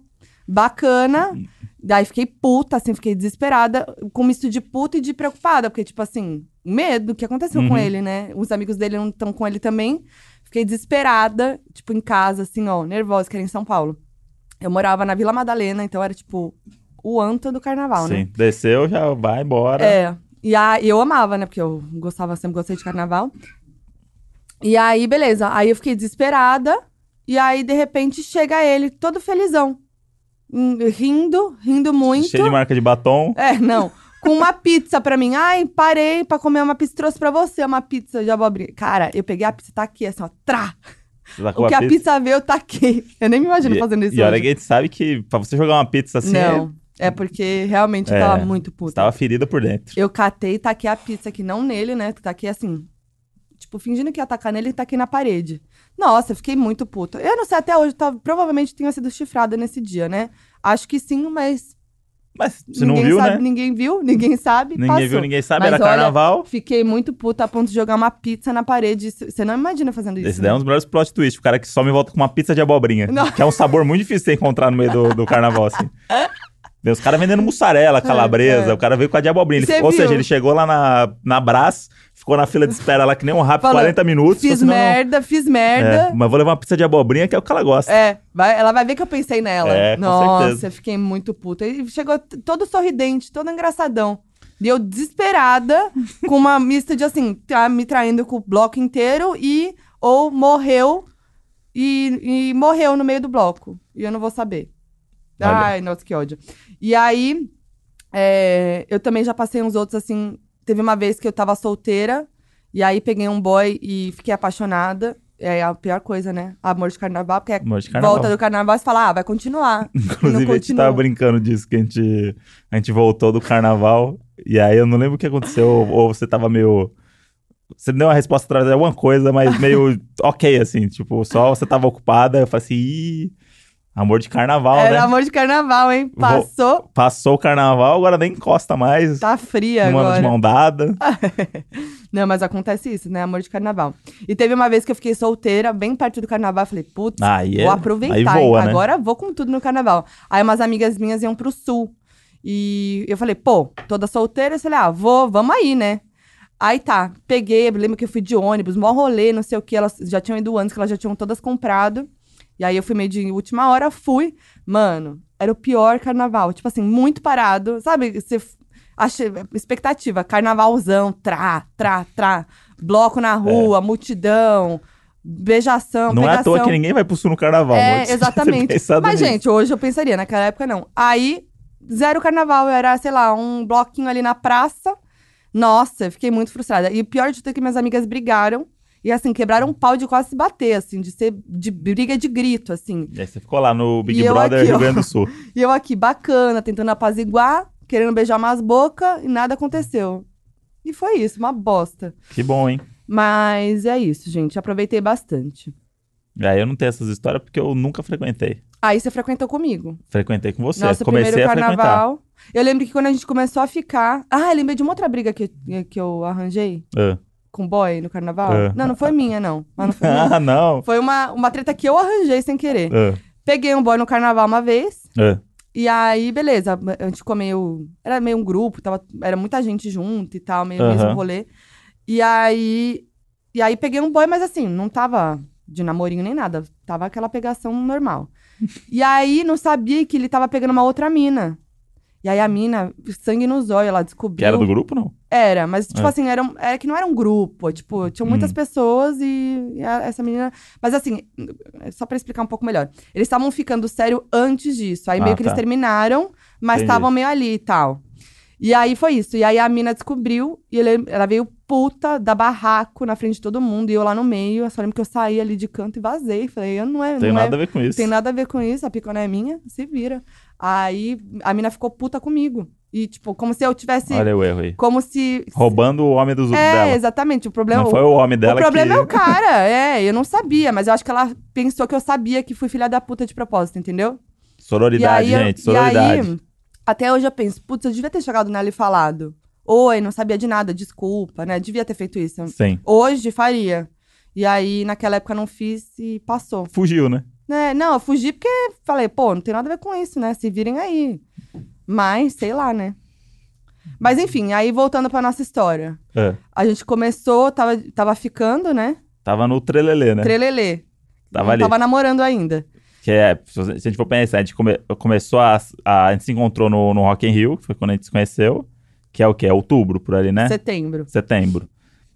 Speaker 2: bacana. Daí fiquei puta, assim, fiquei desesperada, com um misto de puta e de preocupada, porque, tipo assim, medo do que aconteceu com
Speaker 1: Uhum.
Speaker 2: ele, né? Os amigos dele não estão com ele também. Fiquei desesperada, tipo, em casa, assim, ó, nervosa, que era em São Paulo. Eu morava na Vila Madalena, então era, tipo, o anto do carnaval, né?
Speaker 1: Sim. Desceu, já vai embora.
Speaker 2: É. E a, e eu amava, né? Porque eu gostava, sempre gostei de carnaval. E aí, beleza. Aí eu fiquei desesperada. E aí, de repente, chega ele todo felizão. Hum, Rindo, rindo muito.
Speaker 1: Cheio de marca de batom.
Speaker 2: É, não. Com uma pizza pra mim. Ai, parei pra comer uma pizza. Trouxe pra você uma pizza de abobrinha. Cara, eu peguei a pizza, tá aqui, assim, ó. Trá!
Speaker 1: Você tá com
Speaker 2: O que
Speaker 1: a
Speaker 2: a pizza veio, eu taquei. Eu nem me imagino
Speaker 1: E-
Speaker 2: fazendo isso
Speaker 1: E olha
Speaker 2: hoje.
Speaker 1: que a gente sabe que pra você jogar uma pizza assim,
Speaker 2: Não, é porque realmente eu
Speaker 1: É,
Speaker 2: tava muito
Speaker 1: você
Speaker 2: puta.
Speaker 1: tava ferida por dentro.
Speaker 2: Eu catei e taquei a pizza aqui, não nele, né? Taquei assim, tipo, fingindo que ia atacar nele e taquei na parede. Nossa, eu fiquei muito puta. Eu não sei até hoje, tá, provavelmente tenha sido chifrada nesse dia, né? Acho que sim, mas
Speaker 1: Mas você não
Speaker 2: ninguém
Speaker 1: viu,
Speaker 2: sabe,
Speaker 1: né?
Speaker 2: ninguém viu, ninguém sabe,
Speaker 1: Ninguém
Speaker 2: passou.
Speaker 1: viu, ninguém sabe.
Speaker 2: Mas
Speaker 1: era
Speaker 2: olha,
Speaker 1: carnaval.
Speaker 2: Fiquei muito puta a ponto de jogar uma pizza na parede. Isso- Você não imagina fazendo isso. né?
Speaker 1: Esse daí é um dos melhores plot twists. O cara que some e volta com uma pizza de abobrinha.
Speaker 2: Não.
Speaker 1: Que é um sabor muito difícil de você encontrar no meio do, do carnaval, assim. Tem os caras vendendo mussarela, calabresa.
Speaker 2: é.
Speaker 1: O cara veio com a de abobrinha. Ele
Speaker 2: Você
Speaker 1: ficou- ou seja,
Speaker 2: viu?
Speaker 1: ele chegou lá na, na Brás, ficou na fila de espera lá que nem um rápido,
Speaker 2: Falou,
Speaker 1: 40 minutos.
Speaker 2: Fiz
Speaker 1: falou assim, "Não, não,
Speaker 2: merda, fiz merda.
Speaker 1: É, mas vou levar uma pizza de abobrinha que é o que ela gosta.
Speaker 2: É, vai- ela vai ver que eu pensei nela.
Speaker 1: É, com
Speaker 2: Nossa,
Speaker 1: certeza.
Speaker 2: eu fiquei muito puta. E chegou t- todo sorridente, todo engraçadão. E eu desesperada, com uma mista de assim, tá me traindo com o bloco inteiro e ou morreu e, e morreu no meio do bloco. E eu não vou saber.
Speaker 1: Olha.
Speaker 2: Ai, nossa, que ódio. E aí, é, eu também já passei uns outros assim. Teve uma vez que eu tava solteira, e aí peguei um boy e fiquei apaixonada. É a pior coisa, né? Amor de carnaval, porque é
Speaker 1: Amor de carnaval.
Speaker 2: volta do carnaval e você fala, ah, vai continuar.
Speaker 1: Inclusive,
Speaker 2: não
Speaker 1: a gente
Speaker 2: continua.
Speaker 1: tava brincando disso, que a gente, a gente voltou do carnaval. E aí eu não lembro o que aconteceu, ou, ou você tava meio. Você deu uma resposta atrás de alguma coisa, mas meio ok, assim, tipo, só você tava ocupada. Eu falei assim, Ih, amor de carnaval,
Speaker 2: Era
Speaker 1: né?
Speaker 2: É amor de carnaval, hein? Passou,
Speaker 1: Passou o carnaval, agora nem encosta mais.
Speaker 2: tá fria
Speaker 1: um ano de
Speaker 2: agora.
Speaker 1: mão dada.
Speaker 2: Não, mas acontece isso, né? Amor de carnaval. E teve uma vez que eu fiquei solteira, bem perto do carnaval, eu falei, putz,
Speaker 1: Aí é-
Speaker 2: vou aproveitar.
Speaker 1: aí
Speaker 2: hein?
Speaker 1: voa, né?
Speaker 2: Agora vou com tudo no carnaval. Aí umas amigas minhas iam pro sul. E eu falei, pô, toda solteira, eu falei, ah, vou, vamos aí, né? Aí tá, peguei, eu lembro que eu fui de ônibus, mó rolê, não sei o que, elas já tinham ido antes, que elas já tinham todas comprado. E aí eu fui meio de última hora, fui. Mano, era o pior carnaval. Tipo assim, muito parado. Sabe, você f- achei expectativa, carnavalzão, trá, trá, trá, bloco na rua, multidão, beijação,
Speaker 1: É. não é à toa
Speaker 2: pegação.
Speaker 1: que ninguém vai pro sul no carnaval. amor.
Speaker 2: É,
Speaker 1: Você
Speaker 2: exatamente.
Speaker 1: pensado
Speaker 2: Mas,
Speaker 1: nisso.
Speaker 2: gente, hoje eu pensaria, naquela época não. Aí, zero carnaval, era, sei lá, um bloquinho ali na praça. Nossa, eu fiquei muito frustrada. E o pior de tudo é que minhas amigas brigaram. E assim, quebraram um pau de quase se bater, assim, de ser de briga de grito, assim.
Speaker 1: E aí você ficou lá no Big
Speaker 2: E eu
Speaker 1: Brother
Speaker 2: aqui,
Speaker 1: Rio
Speaker 2: ó.
Speaker 1: Grande do Sul.
Speaker 2: E eu aqui, bacana, tentando apaziguar, querendo beijar umas bocas, e nada aconteceu. E foi isso, uma bosta.
Speaker 1: Que bom, hein?
Speaker 2: Mas é isso, gente. Aproveitei bastante.
Speaker 1: Aí eu não tenho essas histórias porque eu nunca frequentei.
Speaker 2: Aí você frequentou comigo.
Speaker 1: Frequentei com você.
Speaker 2: Nosso
Speaker 1: Comecei
Speaker 2: primeiro
Speaker 1: a frequentar.
Speaker 2: carnaval. Eu lembro que quando a gente começou a ficar. Ah, eu lembrei de uma outra briga que, que eu arranjei
Speaker 1: Ah.
Speaker 2: com um boy no carnaval.
Speaker 1: É.
Speaker 2: Não, não foi minha, não. Mas não foi minha.
Speaker 1: Ah, não.
Speaker 2: Foi uma, uma treta que eu arranjei sem querer.
Speaker 1: Ah,
Speaker 2: Peguei um boy no carnaval uma vez.
Speaker 1: ah.
Speaker 2: E aí, beleza. A gente ficou meio. Era meio um grupo, tava, era muita gente junto e tal, meio mesmo
Speaker 1: Aham.
Speaker 2: rolê. E aí. E aí peguei um boy, mas assim, não tava de namorinho nem nada. Tava aquela pegação normal. e aí não sabia que ele tava pegando uma outra mina. E aí a mina, sangue nos olhos, ela
Speaker 1: Que
Speaker 2: descobriu.
Speaker 1: era do grupo, não?
Speaker 2: Era, mas, tipo
Speaker 1: É.
Speaker 2: assim, era, um- era que não era um grupo. Tipo, tinham
Speaker 1: Hum.
Speaker 2: muitas pessoas e, e a- essa menina. Mas assim, só pra explicar um pouco melhor. Eles estavam ficando sério antes disso. Aí
Speaker 1: Ah,
Speaker 2: meio que
Speaker 1: tá.
Speaker 2: eles terminaram, mas
Speaker 1: Entendi.
Speaker 2: estavam meio ali e tal. E aí foi isso. E aí a mina descobriu e ele- ela veio puta da barraco na frente de todo mundo e eu lá no meio. Eu só lembro que eu saí ali de canto e vazei. Falei, eu não é.
Speaker 1: Não tem
Speaker 2: não é-
Speaker 1: nada a ver com isso.
Speaker 2: tem nada a ver com isso, a picona é minha, se vira. Aí a mina ficou puta comigo. E, tipo, como se eu tivesse.
Speaker 1: Olha o erro aí.
Speaker 2: Como se.
Speaker 1: Roubando o homem dos
Speaker 2: É,
Speaker 1: dela.
Speaker 2: exatamente. O problema,
Speaker 1: Não foi o homem
Speaker 2: o
Speaker 1: dela
Speaker 2: problema
Speaker 1: que...
Speaker 2: é o cara. É, eu não sabia, mas eu acho que ela pensou que eu sabia que fui filha da puta de propósito, entendeu?
Speaker 1: Sororidade,
Speaker 2: e aí, eu-
Speaker 1: gente. Sororidade.
Speaker 2: E aí, até hoje eu penso, putz, eu devia ter chegado nela e falado. Oi, não sabia de nada, desculpa, né? Devia ter feito isso.
Speaker 1: Sim.
Speaker 2: Hoje faria. E aí, naquela época, eu não fiz e passou.
Speaker 1: Fugiu, né?
Speaker 2: Né? Não, eu fugi porque falei, pô, não tem nada a ver com isso, né? Se virem aí. Mas, sei lá, né? Mas enfim, aí voltando pra nossa história.
Speaker 1: É.
Speaker 2: A gente começou, tava, tava ficando, né?
Speaker 1: Tava no trelelê, né?
Speaker 2: Trelelê.
Speaker 1: Tava
Speaker 2: Não
Speaker 1: ali.
Speaker 2: Tava namorando ainda.
Speaker 1: Que é, se a gente for pensar, a gente come- começou a, a- a gente se encontrou no, no Rock in Rio, que foi quando a gente se conheceu. que é o quê? É outubro, por ali, né?
Speaker 2: Setembro.
Speaker 1: Setembro.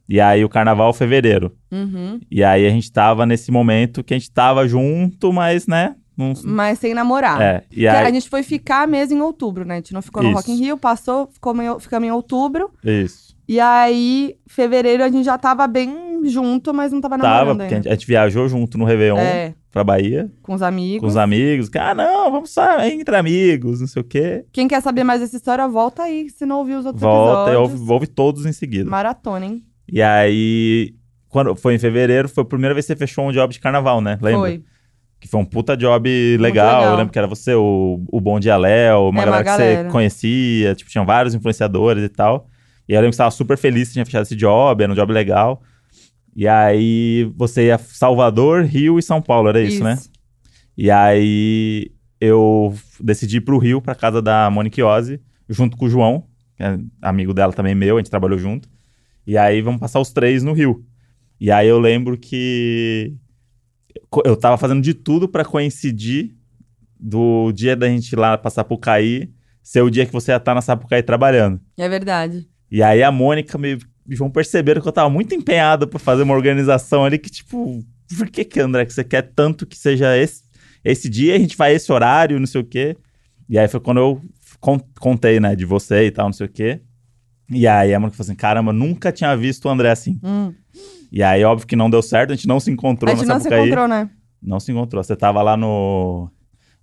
Speaker 1: E aí o carnaval, fevereiro.
Speaker 2: Uhum.
Speaker 1: E aí a gente tava nesse momento que a gente tava junto, mas, né? Não...
Speaker 2: Mas sem namorar.
Speaker 1: É. E
Speaker 2: Que
Speaker 1: aí...
Speaker 2: Hum. A gente foi ficar mesmo em outubro, né? A gente não ficou no
Speaker 1: Isso.
Speaker 2: Rock in Rio, passou, ficou em- ficamos em outubro.
Speaker 1: Isso.
Speaker 2: E aí, fevereiro, a gente já tava bem junto, mas não tava
Speaker 1: Tava,
Speaker 2: namorando
Speaker 1: porque a
Speaker 2: ainda.
Speaker 1: gente, a gente viajou junto no Réveillon
Speaker 2: É,
Speaker 1: pra Bahia,
Speaker 2: com os
Speaker 1: com
Speaker 2: amigos.
Speaker 1: os amigos. Ah, não, vamos sair entre amigos, não sei o quê.
Speaker 2: Quem quer saber mais dessa história, volta aí, se não ouviu os outros
Speaker 1: Volta e
Speaker 2: episódios.
Speaker 1: ouve, ouve todos em seguida.
Speaker 2: Maratona, hein?
Speaker 1: E aí, quando foi em fevereiro, foi a primeira vez que você fechou um job de carnaval, né? Lembra?
Speaker 2: Foi.
Speaker 1: Que foi um puta job legal.
Speaker 2: legal.
Speaker 1: Eu lembro que era você, o, o Bom Dia Léo, uma
Speaker 2: É, uma
Speaker 1: galera que
Speaker 2: galera.
Speaker 1: você conhecia. Tipo, tinham vários influenciadores e tal. E eu lembro que você tava super feliz que tinha fechado esse job, era um job legal. E aí, você ia Salvador, Rio e São Paulo, era isso, né? E aí, eu decidi ir pro Rio, pra casa da Monique Ozzy, junto com o João, que é amigo dela também meu, a gente trabalhou junto. E aí, vamos passar os três no Rio. E aí, eu lembro que co- eu tava fazendo de tudo pra coincidir do dia da gente ir lá pra Sapucaí ser o dia que você ia estar na Sapucaí trabalhando.
Speaker 2: É verdade.
Speaker 1: E aí a Mônica me, e o João perceberam que eu tava muito empenhado pra fazer uma organização ali que, tipo, por que que, André, que você quer tanto que seja esse, esse dia, a gente vai esse horário, não sei o quê. E aí foi quando eu con- contei, né, de você e tal, não sei o quê. E aí a Mônica falou assim, caramba, nunca tinha visto o André assim.
Speaker 2: Hum.
Speaker 1: E aí, óbvio que não deu certo, a gente não se encontrou
Speaker 2: A gente
Speaker 1: na
Speaker 2: não se
Speaker 1: Sapucaí.
Speaker 2: encontrou, né?
Speaker 1: Não se encontrou. Você tava lá no...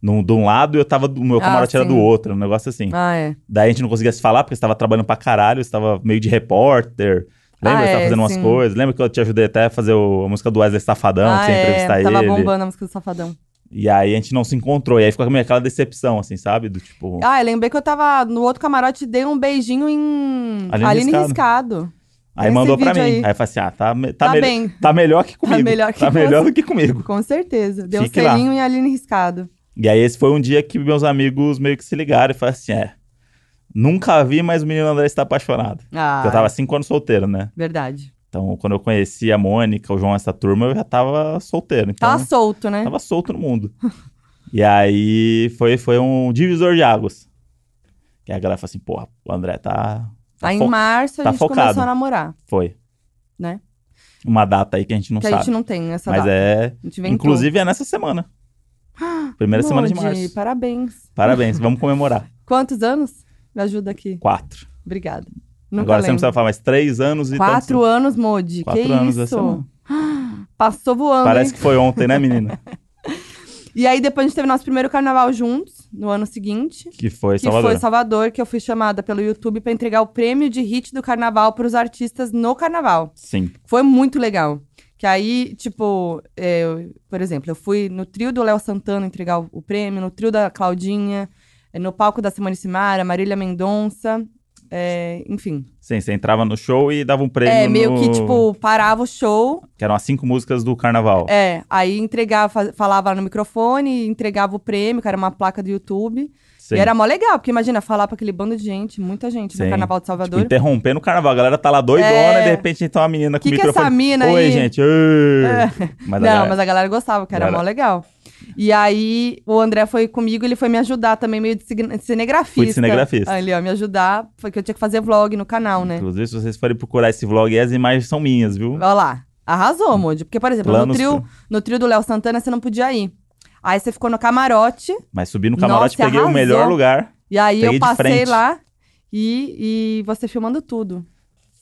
Speaker 1: no de um lado e eu tava... do meu
Speaker 2: Ah,
Speaker 1: camarote era
Speaker 2: sim.
Speaker 1: do outro, um negócio assim.
Speaker 2: Ah, é.
Speaker 1: Daí a gente não conseguia se falar, porque você tava trabalhando pra caralho, você tava meio de repórter. Lembra?
Speaker 2: Ah,
Speaker 1: você tava
Speaker 2: é,
Speaker 1: fazendo umas
Speaker 2: sim.
Speaker 1: coisas. Lembra que eu te ajudei até a fazer o- a música do Wesley Safadão,
Speaker 2: ah,
Speaker 1: que você ia entrevistar
Speaker 2: é. Tava
Speaker 1: ele.
Speaker 2: bombando a música do Safadão.
Speaker 1: E aí a gente não se encontrou. E aí ficou meio aquela decepção, assim, sabe? Do tipo.
Speaker 2: Ah, eu lembrei que eu tava no outro camarote e dei um beijinho em
Speaker 1: Aline
Speaker 2: Aline
Speaker 1: Riscado.
Speaker 2: Riscado.
Speaker 1: aí
Speaker 2: esse
Speaker 1: mandou pra mim.
Speaker 2: vídeo
Speaker 1: Aí,
Speaker 2: aí.
Speaker 1: eu falei assim: ah, tá, me- tá,
Speaker 2: Tá,
Speaker 1: mel-
Speaker 2: bem,
Speaker 1: tá melhor que comigo.
Speaker 2: melhor que
Speaker 1: Tá melhor
Speaker 2: você.
Speaker 1: do que comigo.
Speaker 2: com certeza. Deu um
Speaker 1: Fique lá.
Speaker 2: selinho em Aline Riscado.
Speaker 1: E aí esse foi um dia que meus amigos meio que se ligaram e falaram assim: é. Nunca vi, mas o menino André está apaixonado.
Speaker 2: Ah,
Speaker 1: Porque eu tava cinco anos solteiro, né?
Speaker 2: verdade.
Speaker 1: Então, quando eu conheci a Mônica, o João, essa turma, eu já tava solteiro. Então,
Speaker 2: Tava solto, né?
Speaker 1: Tava solto no mundo. e aí foi, foi um divisor de águas. Que a galera fala assim, porra, o André tá. tá
Speaker 2: Aí
Speaker 1: fo-
Speaker 2: em março a
Speaker 1: tá
Speaker 2: gente
Speaker 1: focado.
Speaker 2: começou a namorar.
Speaker 1: Foi.
Speaker 2: Né?
Speaker 1: Uma data aí que a gente não
Speaker 2: que
Speaker 1: sabe.
Speaker 2: a gente não tem essa
Speaker 1: mas
Speaker 2: data.
Speaker 1: é.
Speaker 2: A gente inventou.
Speaker 1: Inclusive é nessa semana. Primeira semana de
Speaker 2: Lodi,
Speaker 1: março.
Speaker 2: Parabéns.
Speaker 1: Parabéns, vamos comemorar.
Speaker 2: Quantos anos? Me ajuda aqui.
Speaker 1: Quatro.
Speaker 2: Obrigada. Nunca
Speaker 1: Agora você não
Speaker 2: lembro.
Speaker 1: precisa falar mais três anos e
Speaker 2: Quatro
Speaker 1: tantos...
Speaker 2: anos, Modi.
Speaker 1: Quatro
Speaker 2: que
Speaker 1: anos essa
Speaker 2: isso?
Speaker 1: semana.
Speaker 2: Passou voando.
Speaker 1: Parece
Speaker 2: hein?
Speaker 1: que foi ontem, né, menina?
Speaker 2: E aí depois a gente teve nosso primeiro carnaval juntos, no ano seguinte.
Speaker 1: Que foi
Speaker 2: Que
Speaker 1: Salvador.
Speaker 2: foi Salvador, que eu fui chamada pelo YouTube pra entregar o prêmio de hit do carnaval pros artistas no carnaval.
Speaker 1: Sim.
Speaker 2: Foi muito legal. Que aí, tipo, eu- por exemplo, eu fui no trio do Léo Santana entregar o, o prêmio, no trio da Claudinha, eh, no palco da Simone Simara, Marília Mendonça, eh, enfim.
Speaker 1: Sim, você entrava no show e dava um prêmio.
Speaker 2: É, meio
Speaker 1: no-
Speaker 2: que, tipo, parava o show,
Speaker 1: Que eram as cinco músicas do carnaval.
Speaker 2: é, aí entregava, fa- falava no microfone, entregava o prêmio, que era uma placa do YouTube.
Speaker 1: Sim.
Speaker 2: E era mó legal, porque imagina, falar pra aquele bando de gente, muita gente
Speaker 1: Sim.
Speaker 2: no Carnaval de
Speaker 1: Tipo,
Speaker 2: Salvador.
Speaker 1: interrompendo o carnaval. A galera tá lá doidona e
Speaker 2: É.
Speaker 1: de repente então a menina com
Speaker 2: que
Speaker 1: o
Speaker 2: que é
Speaker 1: microfone.
Speaker 2: essa mina
Speaker 1: Oi,
Speaker 2: aí?" É.
Speaker 1: gente. ê. Mas, a
Speaker 2: Não,
Speaker 1: galera-
Speaker 2: mas a galera gostava, que era
Speaker 1: Galera-
Speaker 2: mó legal. E aí, o André foi comigo, ele foi me ajudar também, meio de cine- cinegrafista.
Speaker 1: Fui de cinegrafista.
Speaker 2: Ali, ó, me ajudar, foi que eu tinha que fazer vlog no canal, né?
Speaker 1: Inclusive, se vocês forem procurar esse vlog, as imagens são minhas, viu?
Speaker 2: Olha lá, arrasou, Moody. Porque, por exemplo, no
Speaker 1: Hum. Planos
Speaker 2: trio, no trio do Léo Santana, você não podia ir. Aí você ficou no camarote,
Speaker 1: Mas subi no camarote,
Speaker 2: Nossa,
Speaker 1: peguei o
Speaker 2: arrasou.
Speaker 1: melhor lugar.
Speaker 2: e aí
Speaker 1: Peguei
Speaker 2: eu
Speaker 1: de
Speaker 2: passei
Speaker 1: frente.
Speaker 2: lá e, e você filmando tudo.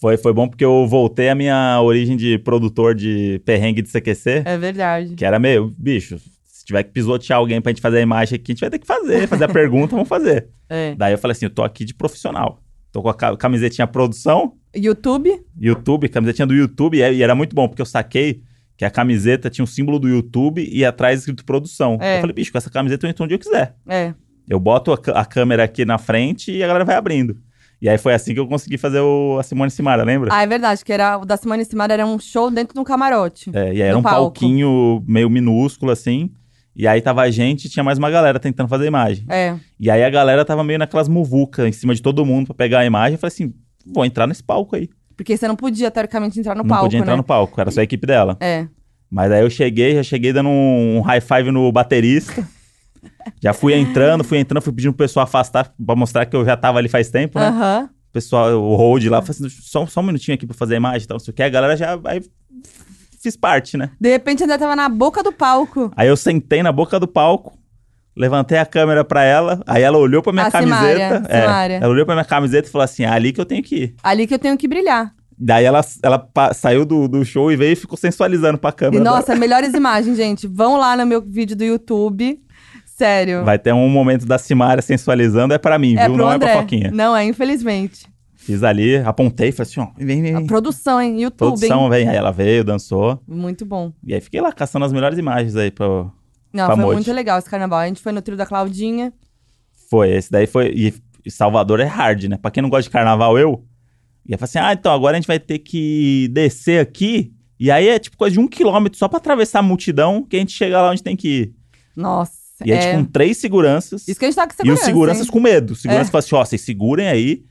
Speaker 1: Foi, foi bom porque eu voltei à minha origem de produtor de perrengue de CQC,
Speaker 2: É verdade.
Speaker 1: que era meio, bicho, se tiver que pisotear alguém pra gente fazer a imagem aqui, a gente vai ter que fazer, fazer a pergunta, vamos fazer.
Speaker 2: É.
Speaker 1: Daí eu falei assim, eu tô aqui de profissional. Tô com a ca- camisetinha produção,
Speaker 2: YouTube?
Speaker 1: YouTube, camisetinha do YouTube, e era muito bom, porque eu saquei que a camiseta tinha o símbolo do YouTube e atrás escrito produção.
Speaker 2: É.
Speaker 1: Eu falei, bicho, com essa camiseta eu entro onde eu quiser.
Speaker 2: É.
Speaker 1: Eu boto a, ca- a câmera aqui na frente e a galera vai abrindo. E aí foi assim que eu consegui fazer o, a Simone Simara, lembra?
Speaker 2: Ah, é verdade, que era o da Simone Simara era um show dentro de um camarote.
Speaker 1: É, e aí
Speaker 2: do
Speaker 1: era um
Speaker 2: palco.
Speaker 1: palquinho meio minúsculo, assim. E aí tava a gente e tinha mais uma galera tentando fazer a imagem.
Speaker 2: É.
Speaker 1: E aí a galera tava meio naquelas muvucas em cima de todo mundo pra pegar a imagem. Eu falei assim, vou entrar nesse palco aí.
Speaker 2: Porque você não podia, teoricamente, entrar no
Speaker 1: Não
Speaker 2: palco,
Speaker 1: podia entrar
Speaker 2: né?
Speaker 1: no palco, era só a equipe dela.
Speaker 2: É.
Speaker 1: Mas aí eu cheguei, já cheguei dando um high five no baterista. já fui entrando, fui entrando, fui pedindo pro pessoal afastar pra mostrar que eu já tava ali faz tempo, né?
Speaker 2: Aham.
Speaker 1: pessoal, o hold lá, fazendo só, só um minutinho aqui pra fazer a imagem e tal, não sei o que. A galera já aí, fiz parte, né?
Speaker 2: De repente a André tava na boca do palco.
Speaker 1: Aí eu sentei na boca do palco, levantei a câmera pra ela, aí ela olhou pra minha
Speaker 2: A Ah, Simária,
Speaker 1: camiseta. É,
Speaker 2: Simária.
Speaker 1: ela olhou pra minha camiseta e falou assim: "É ali que eu tenho que ir.
Speaker 2: Ali que eu tenho que brilhar.
Speaker 1: Daí ela, ela pa- saiu do, do show e veio e ficou sensualizando pra
Speaker 2: E
Speaker 1: câmera.
Speaker 2: nossa, melhores imagens, gente. Vão lá no meu vídeo do YouTube. Sério.
Speaker 1: Vai ter um momento da Simária sensualizando, é pra mim,
Speaker 2: Então- é
Speaker 1: viu?
Speaker 2: pro
Speaker 1: Não
Speaker 2: André.
Speaker 1: é pra Foquinha.
Speaker 2: Não é, infelizmente.
Speaker 1: Fiz ali, apontei, falei assim, ó, vem, vem,
Speaker 2: A
Speaker 1: vem.
Speaker 2: produção, hein? YouTube, hein?
Speaker 1: Produção, vem. Aí ela veio, dançou.
Speaker 2: Muito bom.
Speaker 1: E aí fiquei lá caçando as melhores imagens aí pro.
Speaker 2: Não,
Speaker 1: Famoso.
Speaker 2: foi muito legal esse carnaval. A gente foi no trio da Claudinha.
Speaker 1: Foi, esse daí foi. E e Salvador é hard, né? Pra quem não gosta de carnaval, eu. Ia falar assim, ah, então agora a gente vai ter que descer aqui. E aí é tipo coisa de um quilômetro só pra atravessar a multidão que a gente chega lá onde tem que ir.
Speaker 2: Nossa.
Speaker 1: E é, tipo com três seguranças.
Speaker 2: Isso que a gente tá com
Speaker 1: E
Speaker 2: segurança.
Speaker 1: os seguranças
Speaker 2: hein?
Speaker 1: com medo. Os seguranças
Speaker 2: É.
Speaker 1: falam assim, ó, vocês segurem aí,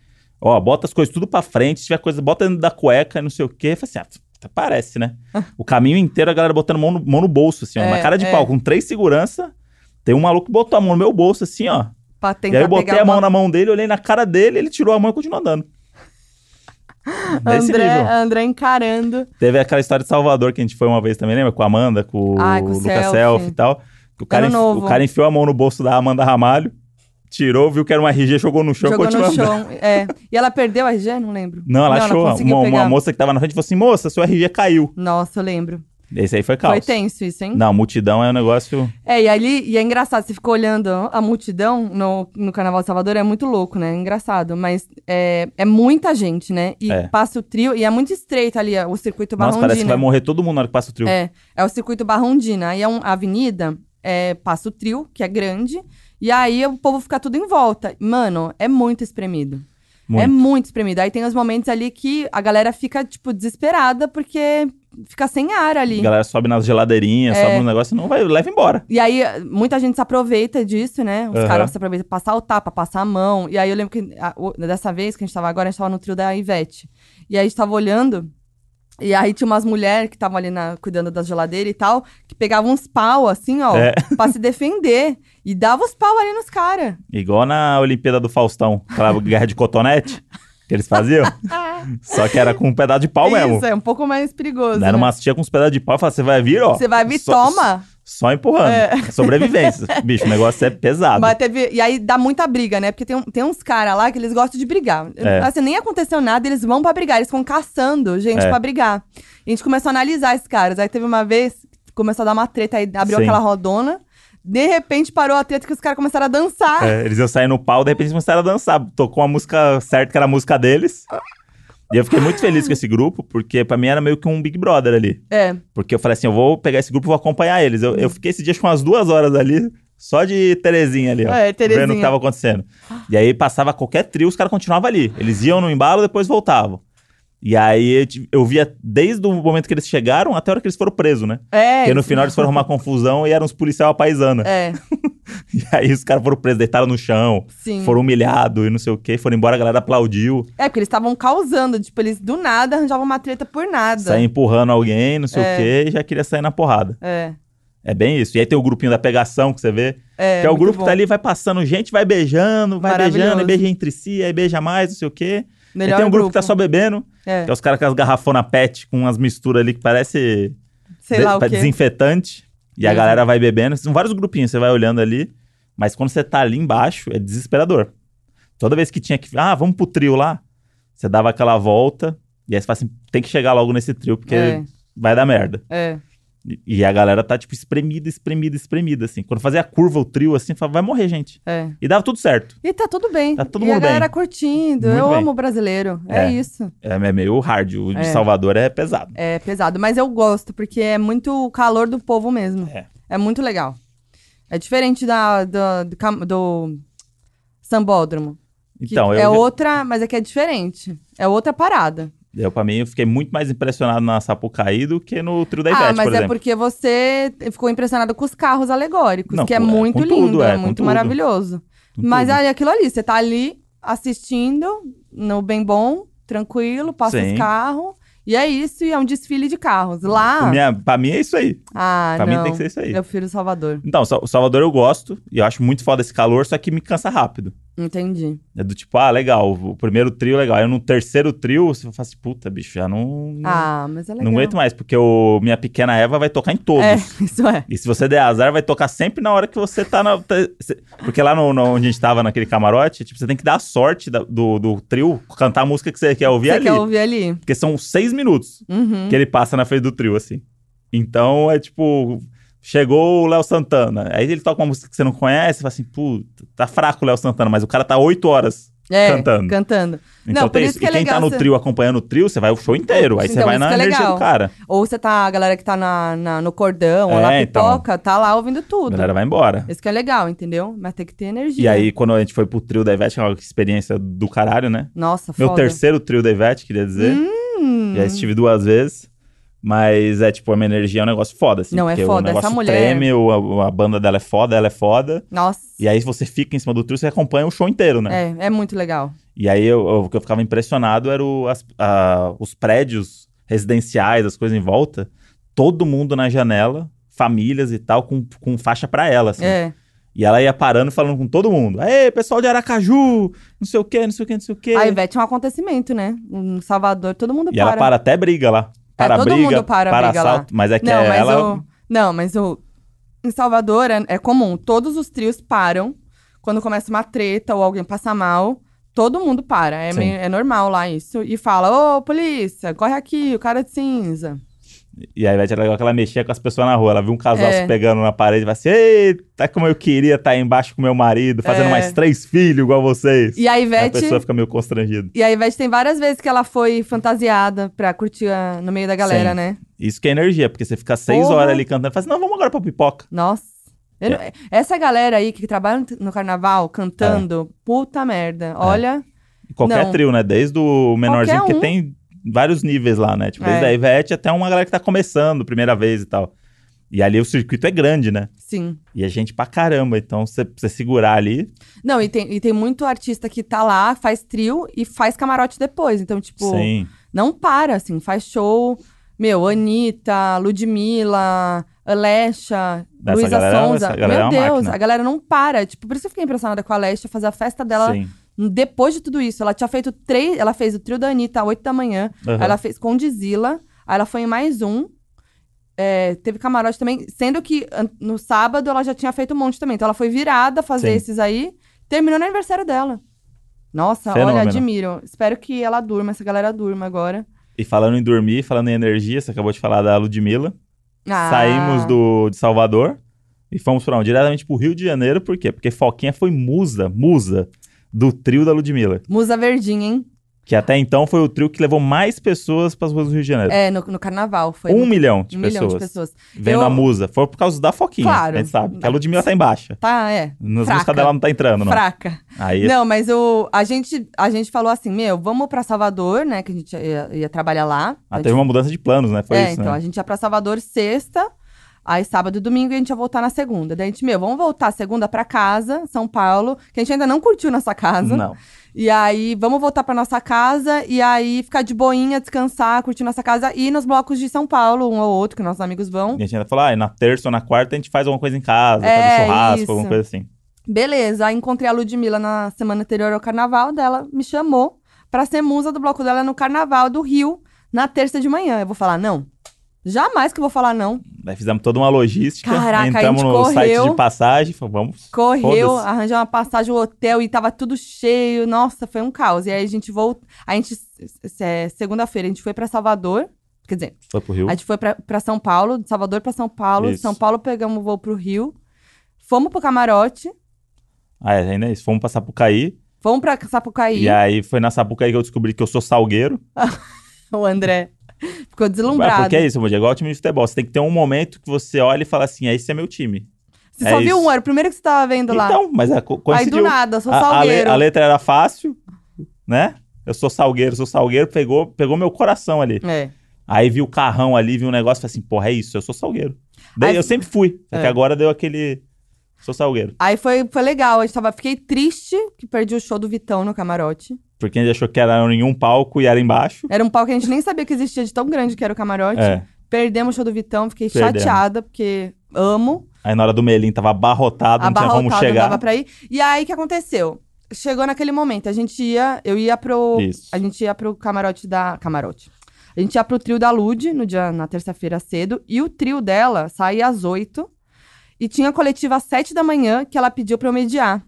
Speaker 1: ó, bota as coisas tudo pra frente, se tiver coisa, bota dentro da cueca, não sei o quê. Fala assim, ah, até parece, né? o caminho inteiro a galera botando mão no, mão no bolso, assim, ó,
Speaker 2: Ah. É,
Speaker 1: na cara de
Speaker 2: é.
Speaker 1: pau, com três segurança. Tem um maluco que botou a mão no meu bolso, assim, ó.
Speaker 2: Pra
Speaker 1: e
Speaker 2: tentar
Speaker 1: aí eu botei
Speaker 2: pegar
Speaker 1: a mão
Speaker 2: uma-
Speaker 1: na mão dele, olhei na cara dele, ele tirou a mão e continuou andando. Desse
Speaker 2: André,
Speaker 1: nível.
Speaker 2: André encarando.
Speaker 1: Teve aquela história de Salvador que a gente foi uma vez também, lembra? Com a Amanda, com
Speaker 2: Ai,
Speaker 1: o
Speaker 2: com o
Speaker 1: Lucas
Speaker 2: selfie.
Speaker 1: Self e tal. Que o, cara
Speaker 2: Ano
Speaker 1: enfi-
Speaker 2: novo.
Speaker 1: o cara enfiou a mão no bolso da Amanda Ramalho, tirou, viu que era um RG, jogou no chão e
Speaker 2: jogou
Speaker 1: continuou
Speaker 2: no
Speaker 1: andando.
Speaker 2: chão. É. E ela perdeu a RG? Não lembro.
Speaker 1: Não, ela achou.
Speaker 2: conseguiu
Speaker 1: uma, uma
Speaker 2: pegar.
Speaker 1: moça que tava na frente falou assim: moça, seu RG caiu.
Speaker 2: Nossa, eu lembro.
Speaker 1: Esse aí foi caos.
Speaker 2: Foi tenso isso, hein?
Speaker 1: Não, multidão é um negócio.
Speaker 2: É, e ali, e é engraçado, você ficou olhando a multidão no, no Carnaval de Salvador, é muito louco, né? É engraçado, mas é, é muita gente, né? E
Speaker 1: É.
Speaker 2: passa o trio, e é muito estreito ali, ó, o circuito
Speaker 1: Nossa, parece que vai
Speaker 2: Barrondina.
Speaker 1: morrer todo mundo na hora que passa o trio.
Speaker 2: É, é o circuito Barrondina. Aí é uma avenida, é, passa o trio, que é grande, e aí o povo fica tudo em volta. Mano, é muito espremido.
Speaker 1: Muito.
Speaker 2: É muito espremido. Aí tem os momentos ali que a galera fica, tipo, desesperada, porque fica sem ar ali.
Speaker 1: A galera sobe nas geladeirinhas,
Speaker 2: É.
Speaker 1: sobe no negócio e não vai, leva embora.
Speaker 2: E aí, muita gente se aproveita disso, né? Os
Speaker 1: Aham.
Speaker 2: caras se aproveitam pra saltar, pra passar a mão. E aí eu lembro que a- o- dessa vez que a gente tava agora, a gente tava no trio da Ivete. E aí a gente tava olhando. E aí tinha umas mulheres que estavam ali na- cuidando da geladeira e tal, que pegavam uns pau, assim, ó,
Speaker 1: É.
Speaker 2: pra se defender. E dava os pau ali nos caras.
Speaker 1: Igual na Olimpíada do Faustão, aquela guerra de cotonete que eles faziam. Só que era com um pedaço de pau
Speaker 2: Isso,
Speaker 1: mesmo.
Speaker 2: é um pouco mais perigoso.
Speaker 1: Era
Speaker 2: né?
Speaker 1: umas tia com uns pedaços de pau e falava: você vai vir, ó.
Speaker 2: Você vai me
Speaker 1: só-
Speaker 2: toma.
Speaker 1: Só empurrando.
Speaker 2: É.
Speaker 1: Sobrevivência. Bicho, o negócio é pesado.
Speaker 2: Mas teve- e aí dá muita briga, né? Porque tem, um- tem uns caras lá que eles gostam de brigar.
Speaker 1: É.
Speaker 2: Assim, nem aconteceu nada, eles vão pra brigar, eles ficam caçando gente
Speaker 1: É.
Speaker 2: pra brigar. E a gente começou a analisar esses caras. Aí teve uma vez, começou a dar uma treta, aí abriu
Speaker 1: Sim.
Speaker 2: aquela rodona. De repente parou a treta que os caras começaram a dançar.
Speaker 1: É, eles iam sair no pau, de repente eles começaram a dançar. Tocou a música certa, que era a música deles. E eu fiquei muito feliz com esse grupo, porque pra mim era meio que um Big Brother ali.
Speaker 2: É.
Speaker 1: Porque eu falei assim, eu vou pegar esse grupo e vou acompanhar eles. Eu, eu fiquei esse dia com umas duas horas ali, só de Terezinha ali, ó.
Speaker 2: É, Terezinha.
Speaker 1: Vendo o que tava acontecendo. E aí passava qualquer trio, os caras continuavam ali. Eles iam no embalo, depois voltavam. E aí eu tive- eu via desde o momento que eles chegaram até a hora que eles foram presos, né?
Speaker 2: É.
Speaker 1: Porque no final eles foram arrumar confusão e eram uns policial à paisana.
Speaker 2: É,
Speaker 1: E aí os caras foram presos, deitaram no chão
Speaker 2: sim.
Speaker 1: foram humilhados e não sei o que, foram embora, a galera aplaudiu,
Speaker 2: É, porque eles estavam causando, tipo, eles do nada arranjavam uma treta por nada.
Speaker 1: saíram empurrando alguém, não sei o que, e já queria sair na porrada.
Speaker 2: É.
Speaker 1: É bem isso. E aí tem o grupinho da pegação que você vê,
Speaker 2: É,
Speaker 1: que é o
Speaker 2: muito
Speaker 1: grupo que
Speaker 2: bom.
Speaker 1: tá ali, vai passando gente, vai beijando, vai
Speaker 2: Maravilhoso.
Speaker 1: beijando, e beija entre si, aí beija mais, não sei o que. E
Speaker 2: Melhor
Speaker 1: tem um grupo, que tá só bebendo,
Speaker 2: É,
Speaker 1: que é os caras com as garrafonas pet, com umas misturas ali que parece
Speaker 2: sei
Speaker 1: de-
Speaker 2: lá o
Speaker 1: pa-
Speaker 2: quê.
Speaker 1: desinfetante. E a
Speaker 2: Uhum.
Speaker 1: galera vai bebendo. São vários grupinhos, você vai olhando ali. Mas quando você tá ali embaixo, é desesperador. Toda vez que tinha que. Ah, vamos pro trio lá. Você dava aquela volta. E aí você fala assim: tem que chegar logo nesse trio, porque
Speaker 2: É,
Speaker 1: vai dar merda.
Speaker 2: é.
Speaker 1: E- E a galera tá, tipo, espremida, espremida, espremida, assim. Quando fazia a curva, o trio, assim, falava, vai morrer, gente.
Speaker 2: é.
Speaker 1: E dava tudo certo.
Speaker 2: E tá tudo bem.
Speaker 1: Tá todo
Speaker 2: e
Speaker 1: mundo
Speaker 2: a galera
Speaker 1: bem.
Speaker 2: curtindo.
Speaker 1: Muito
Speaker 2: eu
Speaker 1: bem.
Speaker 2: amo o brasileiro. É.
Speaker 1: É.
Speaker 2: isso.
Speaker 1: É, é meio hard. O de
Speaker 2: É.
Speaker 1: Salvador é pesado.
Speaker 2: É pesado. Mas eu gosto, porque é muito o calor do povo mesmo.
Speaker 1: É.
Speaker 2: É muito legal. É diferente da, da- do, cam- do sambódromo. que
Speaker 1: Então,
Speaker 2: é
Speaker 1: eu, já-
Speaker 2: outra, mas é que é diferente. É outra parada.
Speaker 1: eu, pra mim, eu fiquei muito mais impressionado na Sapucaí do que no trio da Ivete,
Speaker 2: ah, mas
Speaker 1: por
Speaker 2: é
Speaker 1: exemplo.
Speaker 2: porque você ficou impressionado com os carros alegóricos,
Speaker 1: Não,
Speaker 2: que é
Speaker 1: com- é,
Speaker 2: muito
Speaker 1: com tudo,
Speaker 2: lindo,
Speaker 1: é,
Speaker 2: é,
Speaker 1: com
Speaker 2: muito
Speaker 1: tudo.
Speaker 2: maravilhoso.
Speaker 1: Com
Speaker 2: Mas
Speaker 1: tudo.
Speaker 2: aí aquilo ali, você tá ali assistindo no bem bom, tranquilo, passa
Speaker 1: Sim.
Speaker 2: os carros E é isso, e é um desfile de carros. Lá.
Speaker 1: Minha, pra mim é isso aí.
Speaker 2: Ah,
Speaker 1: pra
Speaker 2: não.
Speaker 1: mim tem que ser isso aí.
Speaker 2: Eu prefiro Salvador.
Speaker 1: Então, Sa- Salvador eu gosto e eu acho muito foda esse calor, só que me cansa rápido.
Speaker 2: Entendi.
Speaker 1: É do tipo, ah, legal, o primeiro trio é legal. Aí no terceiro trio você fala assim, puta, bicho, já não.
Speaker 2: Ah, mas é legal.
Speaker 1: não aguento mais, porque o Minha Pequena Eva vai tocar em todos. né?
Speaker 2: É, isso é.
Speaker 1: E se você der azar, vai tocar sempre na hora que você tá na. tá- cê- Porque lá no, no- onde a gente tava naquele camarote, tipo, você tem que dar a sorte da- do, do trio, cantar a música que você quer ouvir
Speaker 2: Você
Speaker 1: ali.
Speaker 2: quer ouvir ali?
Speaker 1: Porque são seis minutos
Speaker 2: Uhum.
Speaker 1: que ele passa na frente do trio, assim. Então é tipo. Chegou o Léo Santana. Aí ele toca uma música que você não conhece, você fala assim, puta, tá fraco o Léo Santana, mas o cara tá oito horas.
Speaker 2: É,
Speaker 1: cantando.
Speaker 2: cantando.
Speaker 1: Então
Speaker 2: Não, por
Speaker 1: tem
Speaker 2: isso
Speaker 1: isso.
Speaker 2: que
Speaker 1: E
Speaker 2: é
Speaker 1: quem tá
Speaker 2: legal
Speaker 1: no
Speaker 2: você-
Speaker 1: trio acompanhando o trio, você vai o show inteiro. Aí você
Speaker 2: Então,
Speaker 1: vai
Speaker 2: isso
Speaker 1: na
Speaker 2: que é
Speaker 1: energia
Speaker 2: legal.
Speaker 1: do cara.
Speaker 2: Ou você tá, a galera que tá na, na- no cordão, ou
Speaker 1: É,
Speaker 2: na
Speaker 1: então.
Speaker 2: pipoca, tá lá ouvindo
Speaker 1: A
Speaker 2: tudo.
Speaker 1: galera vai embora.
Speaker 2: Isso que é legal, entendeu? Mas tem que ter energia.
Speaker 1: E aí, quando a gente foi pro trio da Ivete, que é uma experiência do caralho, né?
Speaker 2: Nossa,
Speaker 1: Meu
Speaker 2: foda.
Speaker 1: terceiro trio da Ivete, queria dizer.
Speaker 2: Hum.
Speaker 1: Já estive duas vezes. Mas é tipo, a minha energia é um negócio foda, assim.
Speaker 2: Não, é
Speaker 1: porque
Speaker 2: foda,
Speaker 1: O
Speaker 2: essa
Speaker 1: negócio
Speaker 2: mulher-
Speaker 1: treme, o- a, a banda dela é foda, ela é foda.
Speaker 2: Nossa.
Speaker 1: E aí você fica em cima do trio, você acompanha o show inteiro, né?
Speaker 2: É, é muito legal.
Speaker 1: E aí eu- eu- o que eu ficava impressionado era o- as- a- os prédios residenciais, as coisas em volta. Todo mundo na janela, famílias e tal, com, com faixa pra ela, assim.
Speaker 2: É.
Speaker 1: E ela ia parando falando com todo mundo. Aê, pessoal de Aracaju! Não sei o quê, não sei o quê, não sei o quê.
Speaker 2: A Ivete é um acontecimento, né? No Salvador, todo mundo
Speaker 1: E
Speaker 2: para. É,
Speaker 1: ela para até briga lá. Para
Speaker 2: todo
Speaker 1: briga,
Speaker 2: mundo para briga lá.
Speaker 1: assalto, mas é que
Speaker 2: Não,
Speaker 1: é
Speaker 2: mas
Speaker 1: ela
Speaker 2: o... Não, mas o... Em Salvador é, é comum. Todos os trios param. Quando começa uma treta ou alguém passa mal, todo mundo para. É,
Speaker 1: Sim.
Speaker 2: meio- é normal lá isso. E fala, ô, polícia, corre aqui, o cara é de cinza.
Speaker 1: E a Ivete era legal que ela mexia com as pessoas na rua. Ela viu um casal
Speaker 2: É.
Speaker 1: se pegando na parede e vai assim: Eita, como eu queria estar aí embaixo com meu marido, fazendo
Speaker 2: É.
Speaker 1: mais três filhos igual vocês.
Speaker 2: E a
Speaker 1: Aí É, a
Speaker 2: Ivete...
Speaker 1: pessoa fica meio constrangida.
Speaker 2: E a Ivete tem várias vezes que ela foi fantasiada pra curtir a- no meio da galera,
Speaker 1: Sim.
Speaker 2: né?
Speaker 1: Isso que é energia, porque você fica seis
Speaker 2: Porra.
Speaker 1: horas ali cantando. Fala assim: Não, vamos agora pra pipoca.
Speaker 2: Nossa. Eu
Speaker 1: É.
Speaker 2: não- Essa galera aí que trabalha no carnaval cantando,
Speaker 1: É.
Speaker 2: puta merda. Olha,
Speaker 1: E Qualquer
Speaker 2: Não.
Speaker 1: trio, né? Desde o menorzinho,
Speaker 2: Qualquer
Speaker 1: porque
Speaker 2: um.
Speaker 1: tem vários níveis lá, né? Tipo, desde
Speaker 2: É.
Speaker 1: a Ivete até uma galera que tá começando, primeira vez e tal. E ali o circuito é grande, né?
Speaker 2: sim.
Speaker 1: E a gente pra caramba. Então, você você segurar ali,
Speaker 2: Não, e tem, e tem muito artista que tá lá, faz trio e faz camarote depois. Então, tipo,
Speaker 1: sim.
Speaker 2: não para, assim, faz show. Meu, Anitta, Ludmilla, Alexa,
Speaker 1: Essa
Speaker 2: Luísa
Speaker 1: galera-
Speaker 2: Sonza.
Speaker 1: essa galera é
Speaker 2: Meu
Speaker 1: uma
Speaker 2: Deus,
Speaker 1: máquina.
Speaker 2: a galera não para. Tipo, por isso que eu fiquei impressionada com a Alexa, fazer a festa dela
Speaker 1: sim.
Speaker 2: Depois de tudo isso, ela tinha feito três. Ela fez o trio da Anitta, 8 da manhã.
Speaker 1: Aham.
Speaker 2: Aí Ela fez Condizila. Aí ela foi em mais um. É, teve camarote também. Sendo que an- no sábado ela já tinha feito um monte também. Então ela foi virada a fazer
Speaker 1: Sim.
Speaker 2: esses aí. Terminou no aniversário dela. Nossa, olha,
Speaker 1: Fenômeno.
Speaker 2: admiro. Espero que ela durma, essa galera durma agora.
Speaker 1: E falando em dormir, falando em energia, você acabou de falar da Ludmilla.
Speaker 2: Ah,
Speaker 1: Saímos do, de Salvador e fomos pra onde? Diretamente pro Rio de Janeiro, por quê? Porque Foquinha foi musa, musa do trio da Ludmilla.
Speaker 2: Musa Verdinha, hein?
Speaker 1: Que até então foi o trio que levou mais pessoas pras ruas do Rio de Janeiro.
Speaker 2: É, no, no carnaval. Foi
Speaker 1: um milhão de
Speaker 2: um milhão
Speaker 1: pessoas.
Speaker 2: de pessoas.
Speaker 1: Vendo
Speaker 2: Eu-
Speaker 1: a musa. Foi por causa da Foquinha.
Speaker 2: Claro.
Speaker 1: A gente sabe. Que a Ludmilla tá em baixa.
Speaker 2: Tá, é.
Speaker 1: Nas
Speaker 2: Fraca.
Speaker 1: músicas dela não tá entrando, não.
Speaker 2: Fraca.
Speaker 1: Aí
Speaker 2: Não, mas o, a, gente, a gente falou assim, meu, vamos pra Salvador, né? Que a gente ia, ia trabalhar lá.
Speaker 1: ah,
Speaker 2: A
Speaker 1: teve
Speaker 2: gente-
Speaker 1: uma mudança de planos, né? Foi
Speaker 2: é,
Speaker 1: isso,
Speaker 2: então,
Speaker 1: né?
Speaker 2: a gente ia pra Salvador sexta, aí sábado e domingo e a gente ia voltar na segunda. Daí a gente, meu, vamos voltar segunda pra casa, São Paulo, que a gente ainda não curtiu nossa casa.
Speaker 1: Não.
Speaker 2: E aí, vamos voltar pra nossa casa e aí ficar de boinha, descansar, curtir nossa casa e ir nos blocos de São Paulo, um ou outro, que nossos amigos vão.
Speaker 1: E a gente ainda falou, ah, na terça ou na quarta a gente faz alguma coisa em casa,
Speaker 2: É,
Speaker 1: faz um churrasco,
Speaker 2: isso.
Speaker 1: alguma coisa assim.
Speaker 2: Beleza, aí encontrei a Ludmilla na semana anterior ao carnaval dela, me chamou pra ser musa do bloco dela no carnaval do Rio, na terça de manhã. Eu vou falar não. Jamais que eu vou falar não.
Speaker 1: Daí fizemos toda uma logística.
Speaker 2: Caraca, a gente
Speaker 1: entramos no
Speaker 2: correu.
Speaker 1: site de passagem, falamos, vamos.
Speaker 2: Correu,
Speaker 1: Foda-se.
Speaker 2: arranjou uma passagem, o hotel e tava tudo cheio. Nossa, foi um caos. E aí a gente voltou. A gente. se- é, Segunda-feira, a gente foi pra Salvador. Quer dizer,
Speaker 1: Foi pro Rio.
Speaker 2: a gente foi pra, pra São Paulo, de Salvador pra São Paulo. De
Speaker 1: Isso.
Speaker 2: São Paulo pegamos o voo pro Rio. Fomos pro camarote.
Speaker 1: Ah, é, ainda é isso. Fomos pra Sapucaí.
Speaker 2: Fomos pra Sapucaí.
Speaker 1: E aí foi na Sapucaí que eu descobri que eu sou salgueiro.
Speaker 2: O André ficou
Speaker 1: Ah,
Speaker 2: deslumbrado.
Speaker 1: porque é isso, Mogi, é igual o time de futebol. Você tem que ter um momento que você olha e fala assim: esse é meu time.
Speaker 2: Você
Speaker 1: É
Speaker 2: só viu
Speaker 1: isso.
Speaker 2: um, era o primeiro que você tava vendo lá.
Speaker 1: Então, mas é, co-
Speaker 2: Aí do
Speaker 1: coincidiu.
Speaker 2: nada, sou
Speaker 1: A- a, le-
Speaker 2: salgueiro.
Speaker 1: a letra era fácil, né? Eu sou salgueiro, sou salgueiro, pegou, pegou meu coração ali.
Speaker 2: É.
Speaker 1: Aí vi o carrão ali, vi um negócio, falei assim, porra, é isso, eu sou salgueiro. Daí
Speaker 2: Aí-
Speaker 1: eu sempre fui, só que
Speaker 2: É.
Speaker 1: agora deu aquele. Sou salgueiro.
Speaker 2: Aí foi, foi legal, a gente tava, fiquei triste que perdi o show do Vitão no camarote.
Speaker 1: Porque a gente achou que era em um palco e era embaixo.
Speaker 2: Era um pau que a gente nem sabia que existia de tão grande que era o camarote.
Speaker 1: É.
Speaker 2: Perdemos o show do Vitão, fiquei
Speaker 1: Perdemos.
Speaker 2: chateada, porque amo.
Speaker 1: Aí na hora do Melim tava abarrotado, não tinha
Speaker 2: Abarrotado,
Speaker 1: como
Speaker 2: não
Speaker 1: chegar.
Speaker 2: dava pra ir. E aí, o que aconteceu? Chegou naquele momento, a gente ia... Eu ia pro...
Speaker 1: Isso.
Speaker 2: A gente ia pro camarote da... Camarote. A gente ia pro trio da Lud, no dia, na terça-feira cedo. E o trio dela saía às oito. E tinha coletiva às sete da manhã, que ela pediu pra eu mediar.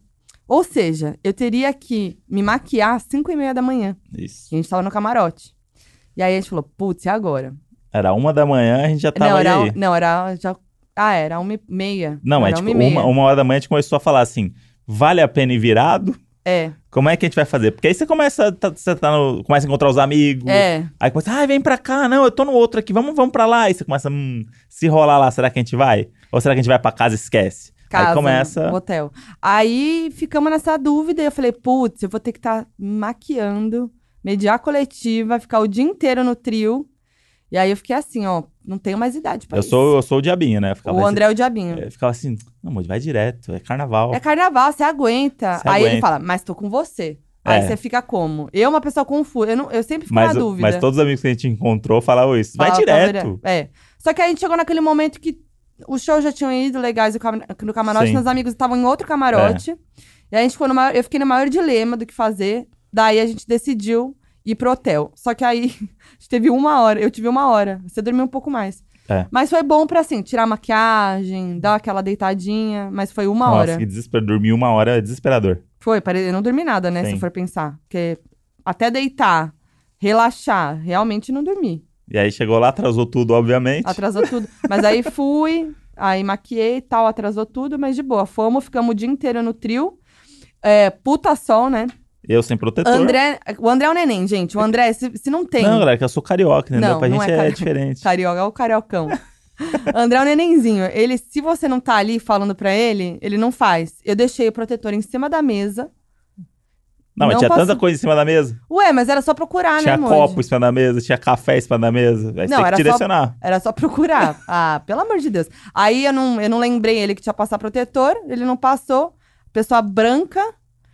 Speaker 2: Ou seja, eu teria que me maquiar às cinco e meia da manhã.
Speaker 1: Isso.
Speaker 2: E a gente tava no camarote. E aí a gente falou, putz, e agora?
Speaker 1: Era uma da manhã, a gente já tava
Speaker 2: não,
Speaker 1: e
Speaker 2: era, um,
Speaker 1: aí.
Speaker 2: não, era já. Ah, era uma e meia.
Speaker 1: Não, é
Speaker 2: era
Speaker 1: tipo,
Speaker 2: e meia.
Speaker 1: uma, uma hora da manhã a gente começou a falar assim: vale a pena ir virado?
Speaker 2: É,
Speaker 1: Como é que a gente vai fazer? Porque aí você começa, a tá- você tá no- começa a encontrar os amigos.
Speaker 2: é.
Speaker 1: Aí começa, ai, vem pra cá, não, eu tô no outro aqui, vamos, vamos pra lá. Aí você começa, hum, se rolar lá, será que a gente vai? Ou será que a gente vai pra casa e esquece?
Speaker 2: Casa,
Speaker 1: aí começa.
Speaker 2: um hotel. Aí ficamos nessa dúvida e eu falei, putz, eu vou ter que estar maquiando, mediar a coletiva, ficar o dia inteiro no trio. E aí eu fiquei assim, ó, não tenho mais idade pra
Speaker 1: Eu
Speaker 2: isso.
Speaker 1: sou, eu sou o diabinho, né? Eu Ficava
Speaker 2: O
Speaker 1: assim-
Speaker 2: André é o diabinho.
Speaker 1: eu ficava assim, não, amor, vai direto, é carnaval.
Speaker 2: É carnaval, você aguenta.
Speaker 1: Você
Speaker 2: aí ele
Speaker 1: aguenta.
Speaker 2: fala, mas tô com você. Aí
Speaker 1: É.
Speaker 2: você fica como? Eu, uma pessoa confusa, eu, não- eu sempre fico
Speaker 1: mas,
Speaker 2: na
Speaker 1: o-
Speaker 2: dúvida.
Speaker 1: mas todos os amigos que a gente encontrou falaram isso. Vai
Speaker 2: Fala,
Speaker 1: direto.
Speaker 2: tá, É. Só que a gente chegou naquele momento que os shows já tinham ido legais no cam- no camarote,
Speaker 1: Sim. É.
Speaker 2: meus amigos estavam em outro camarote. E a gente ficou no maior, eu fiquei no maior dilema do que fazer. Daí a gente decidiu ir pro hotel. Só que aí a gente teve uma hora, eu tive uma hora. Você dormiu um pouco mais.
Speaker 1: É.
Speaker 2: Mas foi bom pra, assim, tirar a maquiagem, dar aquela deitadinha. Mas foi uma
Speaker 1: Nossa,
Speaker 2: hora.
Speaker 1: que desespero. Dormir uma hora é desesperador.
Speaker 2: Foi, pare- eu não dormi nada, né?
Speaker 1: Sim.
Speaker 2: Se for pensar. Porque até deitar, relaxar, realmente não dormi.
Speaker 1: E aí chegou lá, atrasou tudo, obviamente.
Speaker 2: Atrasou tudo. Mas aí fui, aí maquiei e tal, atrasou tudo, mas de boa. Fomos, ficamos o dia inteiro no trio. É, puta sol, né?
Speaker 1: Eu sem protetor.
Speaker 2: André, o André é o neném, gente. O André, se, se não tem
Speaker 1: Não, galera, que eu sou carioca, entendeu?
Speaker 2: Não,
Speaker 1: pra
Speaker 2: não
Speaker 1: gente
Speaker 2: é
Speaker 1: é,
Speaker 2: cari-
Speaker 1: diferente.
Speaker 2: carioca, é o cariocão. André é o nenenzinho. Ele, se você não tá ali falando pra ele, ele não faz. Eu deixei o protetor em cima da mesa.
Speaker 1: Não, mas
Speaker 2: não
Speaker 1: tinha
Speaker 2: posso-
Speaker 1: tanta coisa em cima da mesa.
Speaker 2: Ué, mas era só procurar,
Speaker 1: tinha
Speaker 2: né, Moji?
Speaker 1: copo em cima da mesa, tinha café em cima da mesa. Aí você tem
Speaker 2: Não,
Speaker 1: que
Speaker 2: era só-
Speaker 1: direcionar.
Speaker 2: Era só procurar. Ah, pelo amor de Deus. Aí eu não, eu não lembrei ele que tinha passar protetor, ele não passou. Pessoa branca,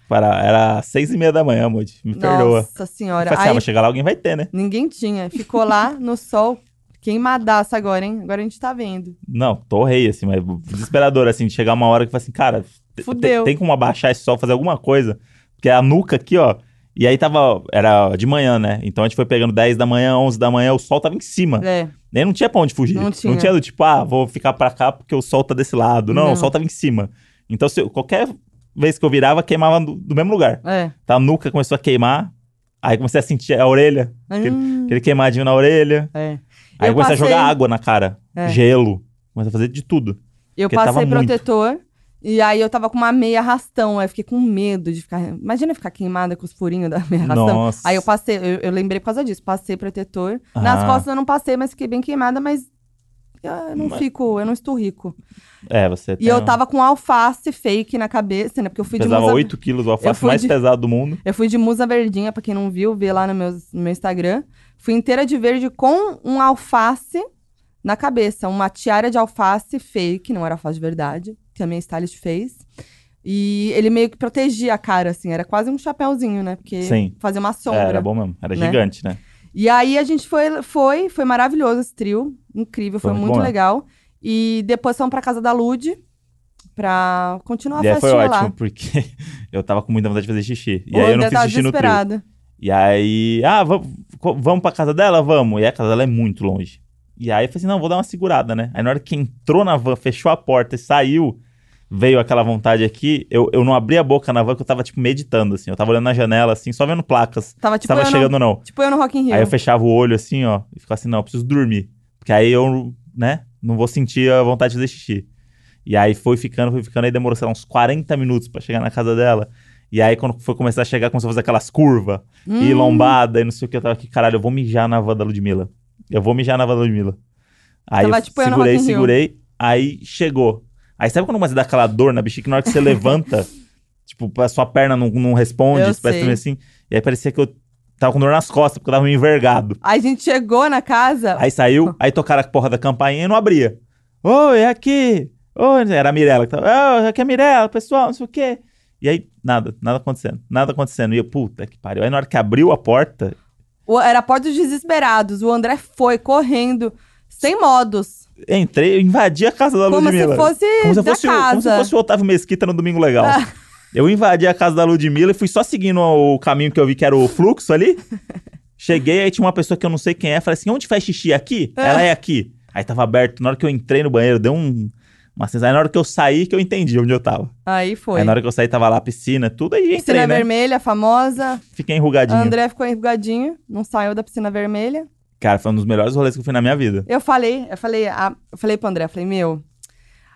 Speaker 1: Para, era seis e meia da manhã, Moody. Me perdoa.
Speaker 2: Nossa senhora.
Speaker 1: Falei assim, ah,
Speaker 2: Aí
Speaker 1: mas chegar lá alguém vai ter, né?
Speaker 2: ninguém tinha. Ficou lá no sol. Queimadaça agora, hein? Agora a gente tá vendo.
Speaker 1: Não, tô rei, assim, mas desesperador, assim, de chegar uma hora que fala assim, cara, te-
Speaker 2: Fudeu.
Speaker 1: te- tem como abaixar esse sol, fazer alguma coisa. Porque a nuca aqui, ó. E aí tava. Era de manhã, né? Então a gente foi pegando 10 da manhã, 11 da manhã, o sol tava em cima.
Speaker 2: É.
Speaker 1: Nem não tinha pra onde fugir.
Speaker 2: Não tinha.
Speaker 1: do tipo, ah, vou ficar pra cá porque o sol tá desse lado. Não,
Speaker 2: Não.
Speaker 1: o sol tava em cima. Então, se eu- qualquer vez que eu virava, queimava do, do mesmo lugar.
Speaker 2: É.
Speaker 1: Então, a nuca começou a queimar. Aí comecei a sentir a orelha,
Speaker 2: Hum,
Speaker 1: aquele queimadinho na orelha.
Speaker 2: é.
Speaker 1: Aí
Speaker 2: Eu
Speaker 1: comecei a jogar
Speaker 2: passei-
Speaker 1: água na cara,
Speaker 2: É.
Speaker 1: gelo. Comecei a fazer de tudo.
Speaker 2: Eu
Speaker 1: porque tava
Speaker 2: passei
Speaker 1: muito.
Speaker 2: protetor. E aí eu tava com uma meia rastão. Aí eu fiquei com medo de ficar. Imagina eu ficar queimada com os furinhos da meia rastão.
Speaker 1: Nossa.
Speaker 2: Aí eu passei, eu, eu lembrei por causa disso, passei protetor.
Speaker 1: Ah.
Speaker 2: Nas costas eu não passei, mas fiquei bem queimada, mas eu não
Speaker 1: Mas-
Speaker 2: fico, eu não estou rico.
Speaker 1: É, você
Speaker 2: E
Speaker 1: tem
Speaker 2: eu
Speaker 1: um-
Speaker 2: tava com alface fake na cabeça, né? Porque eu fui de
Speaker 1: Pesava
Speaker 2: musa
Speaker 1: 8 quilos, o alface
Speaker 2: fui
Speaker 1: mais
Speaker 2: de-
Speaker 1: pesado do mundo.
Speaker 2: Eu fui de musa verdinha, pra quem não viu, vê lá no meu, no meu Instagram. Fui inteira de verde com um alface na cabeça. Uma tiara de alface fake, não era alface de verdade, que a minha stylist fez. E ele meio que protegia a cara, assim. Era quase um chapéuzinho, né? Porque
Speaker 1: Sim.
Speaker 2: fazia uma
Speaker 1: É,
Speaker 2: sombra.
Speaker 1: era bom mesmo. Era
Speaker 2: né?
Speaker 1: gigante, né?
Speaker 2: E aí a gente foi, foi, foi maravilhoso esse trio, incrível,
Speaker 1: Foi
Speaker 2: foi,
Speaker 1: muito
Speaker 2: muito,
Speaker 1: bom, né?
Speaker 2: legal. E depois fomos pra casa da Lud pra continuar
Speaker 1: e
Speaker 2: a
Speaker 1: aí foi
Speaker 2: festinha
Speaker 1: ótimo,
Speaker 2: lá.
Speaker 1: porque eu tava com muita vontade de fazer xixi. E
Speaker 2: o
Speaker 1: aí eu
Speaker 2: André
Speaker 1: não fiz
Speaker 2: tava
Speaker 1: xixi no trio.
Speaker 2: desesperado.
Speaker 1: E aí, ah, vamos, co- vamos pra casa dela? Vamos. E a casa dela é muito longe. E aí eu falei assim, não, vou dar uma segurada, né? Aí na hora que entrou na van, fechou a porta e saiu, veio aquela vontade aqui, eu, eu não abri a boca na van que eu tava, tipo, meditando, assim. Eu tava olhando na janela, assim, só vendo placas.
Speaker 2: Tava
Speaker 1: se
Speaker 2: tipo,
Speaker 1: tava
Speaker 2: eu
Speaker 1: chegando ou não.
Speaker 2: no, tipo eu no Rock in Rio.
Speaker 1: Aí eu fechava o olho assim, ó, e ficava assim, não, eu preciso dormir. Porque aí eu, né, não vou sentir a vontade de fazer xixi. E aí foi ficando, foi ficando, aí demorou, sei lá, uns 40 minutos pra chegar na casa dela. E aí quando foi começar a chegar, começou a fazer aquelas curvas, e
Speaker 2: Hum.
Speaker 1: lombada, e não sei o que, eu tava aqui, caralho, eu vou mijar na van da Ludmilla. Eu vou mijar na van da Ludmilla. Aí
Speaker 2: Tava
Speaker 1: eu
Speaker 2: tipo eu no
Speaker 1: segurei,
Speaker 2: Rock in Rio.
Speaker 1: segurei, aí chegou. Aí sabe quando começa a dar aquela dor na bexiga, que na hora que você levanta, tipo, a sua perna não, não responde,
Speaker 2: Eu
Speaker 1: você parece
Speaker 2: sei.
Speaker 1: meio assim. E aí parecia que eu tava com dor nas costas, porque eu tava meio envergado.
Speaker 2: A gente chegou na casa.
Speaker 1: Aí saiu, aí tocaram a porra da campainha e não abria. "Ah, Oi, é aqui! Oi, era a Mirella que tava. "Ô, aqui é a Mirella, pessoal, não sei o quê. E aí, nada, nada acontecendo, nada acontecendo. E eu, puta que pariu. Aí na hora que abriu a porta,
Speaker 2: O- Era a porta dos desesperados. O André foi correndo, sem modos.
Speaker 1: entrei, eu invadi a casa da
Speaker 2: Como se
Speaker 1: Ludmilla.
Speaker 2: fosse
Speaker 1: como se
Speaker 2: da
Speaker 1: fosse, o-
Speaker 2: casa.
Speaker 1: como se fosse o Otávio Mesquita no Domingo Legal.
Speaker 2: Ah.
Speaker 1: Eu invadi a casa da Ludmilla e fui só seguindo o caminho que eu vi que era o fluxo ali. Cheguei, aí tinha uma pessoa que eu não sei quem é. Falei assim, onde faz xixi? Aqui?
Speaker 2: Ah.
Speaker 1: Ela é aqui. Aí tava aberto. Na hora que eu entrei no banheiro, deu um... Uma sensação. Aí na hora que eu saí, que eu entendi onde eu tava.
Speaker 2: Aí foi.
Speaker 1: Aí na hora que eu saí, tava lá a piscina, tudo. Aí entrei, né?
Speaker 2: Piscina vermelha, famosa.
Speaker 1: Fiquei enrugadinho.
Speaker 2: André ficou enrugadinho, não saiu da piscina vermelha.
Speaker 1: Cara, foi um dos melhores rolês que eu fui na minha vida.
Speaker 2: Eu falei, eu falei, a, eu falei pro André, eu falei, meu,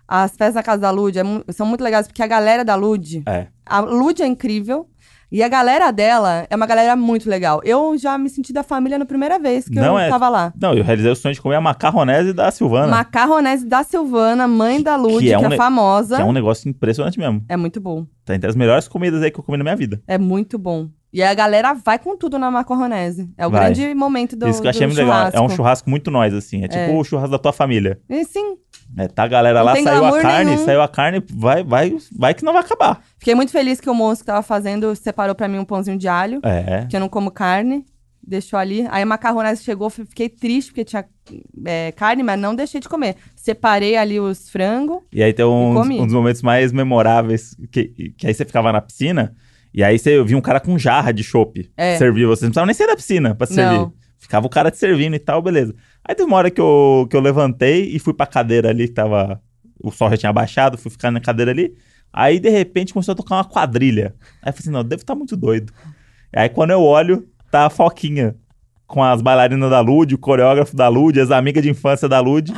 Speaker 2: as festas na casa da Lud é mu- são muito legais, porque a galera da Lud,
Speaker 1: É.
Speaker 2: a Lud é incrível. E a galera dela é uma galera muito legal. Eu já me senti da família na primeira vez que eu
Speaker 1: Não é-
Speaker 2: tava lá.
Speaker 1: Não, eu realizei o sonho de comer a macarronese da Silvana.
Speaker 2: Macarronese da Silvana, mãe da Lud, que
Speaker 1: que
Speaker 2: é,
Speaker 1: é um ne-
Speaker 2: famosa.
Speaker 1: Que
Speaker 2: É,
Speaker 1: é um negócio impressionante mesmo.
Speaker 2: muito bom.
Speaker 1: Tá entre as melhores comidas aí que eu comi na minha vida.
Speaker 2: É muito bom. E a galera vai com tudo na macarronese. É o
Speaker 1: Vai.
Speaker 2: grande momento do,
Speaker 1: Isso que eu achei
Speaker 2: do
Speaker 1: muito legal. É um
Speaker 2: churrasco.
Speaker 1: churrasco muito nós, assim. É tipo
Speaker 2: É.
Speaker 1: o churrasco da tua família.
Speaker 2: E sim,
Speaker 1: É, tá a galera
Speaker 2: Não
Speaker 1: lá,
Speaker 2: tem
Speaker 1: saiu
Speaker 2: glamour
Speaker 1: a carne,
Speaker 2: nenhum.
Speaker 1: saiu a carne, vai, vai, vai que não vai acabar.
Speaker 2: Fiquei muito feliz que o moço que tava fazendo separou pra mim um pãozinho de alho,
Speaker 1: É.
Speaker 2: que eu não como carne, deixou ali. Aí a macarronese chegou, fi- fiquei triste porque tinha é, carne, mas não deixei de comer. Separei ali os frangos.
Speaker 1: E aí tem um,
Speaker 2: comi.
Speaker 1: um dos momentos mais memoráveis, que, que aí você ficava na piscina, e aí você via um cara com jarra de chopp
Speaker 2: É.
Speaker 1: servir você. Não precisava nem sair da piscina pra servir.
Speaker 2: Não.
Speaker 1: Ficava o cara te servindo e tal, beleza. Aí teve uma hora que eu, que eu levantei e fui pra cadeira ali, que tava. O sol já tinha baixado, fui ficar na cadeira ali. Aí, de repente, começou a tocar uma quadrilha. Aí eu falei assim, não, deve estar muito doido. Aí quando eu olho, tá a Foquinha. Com as bailarinas da Lud, o coreógrafo da Lud, as amigas de infância da Lud,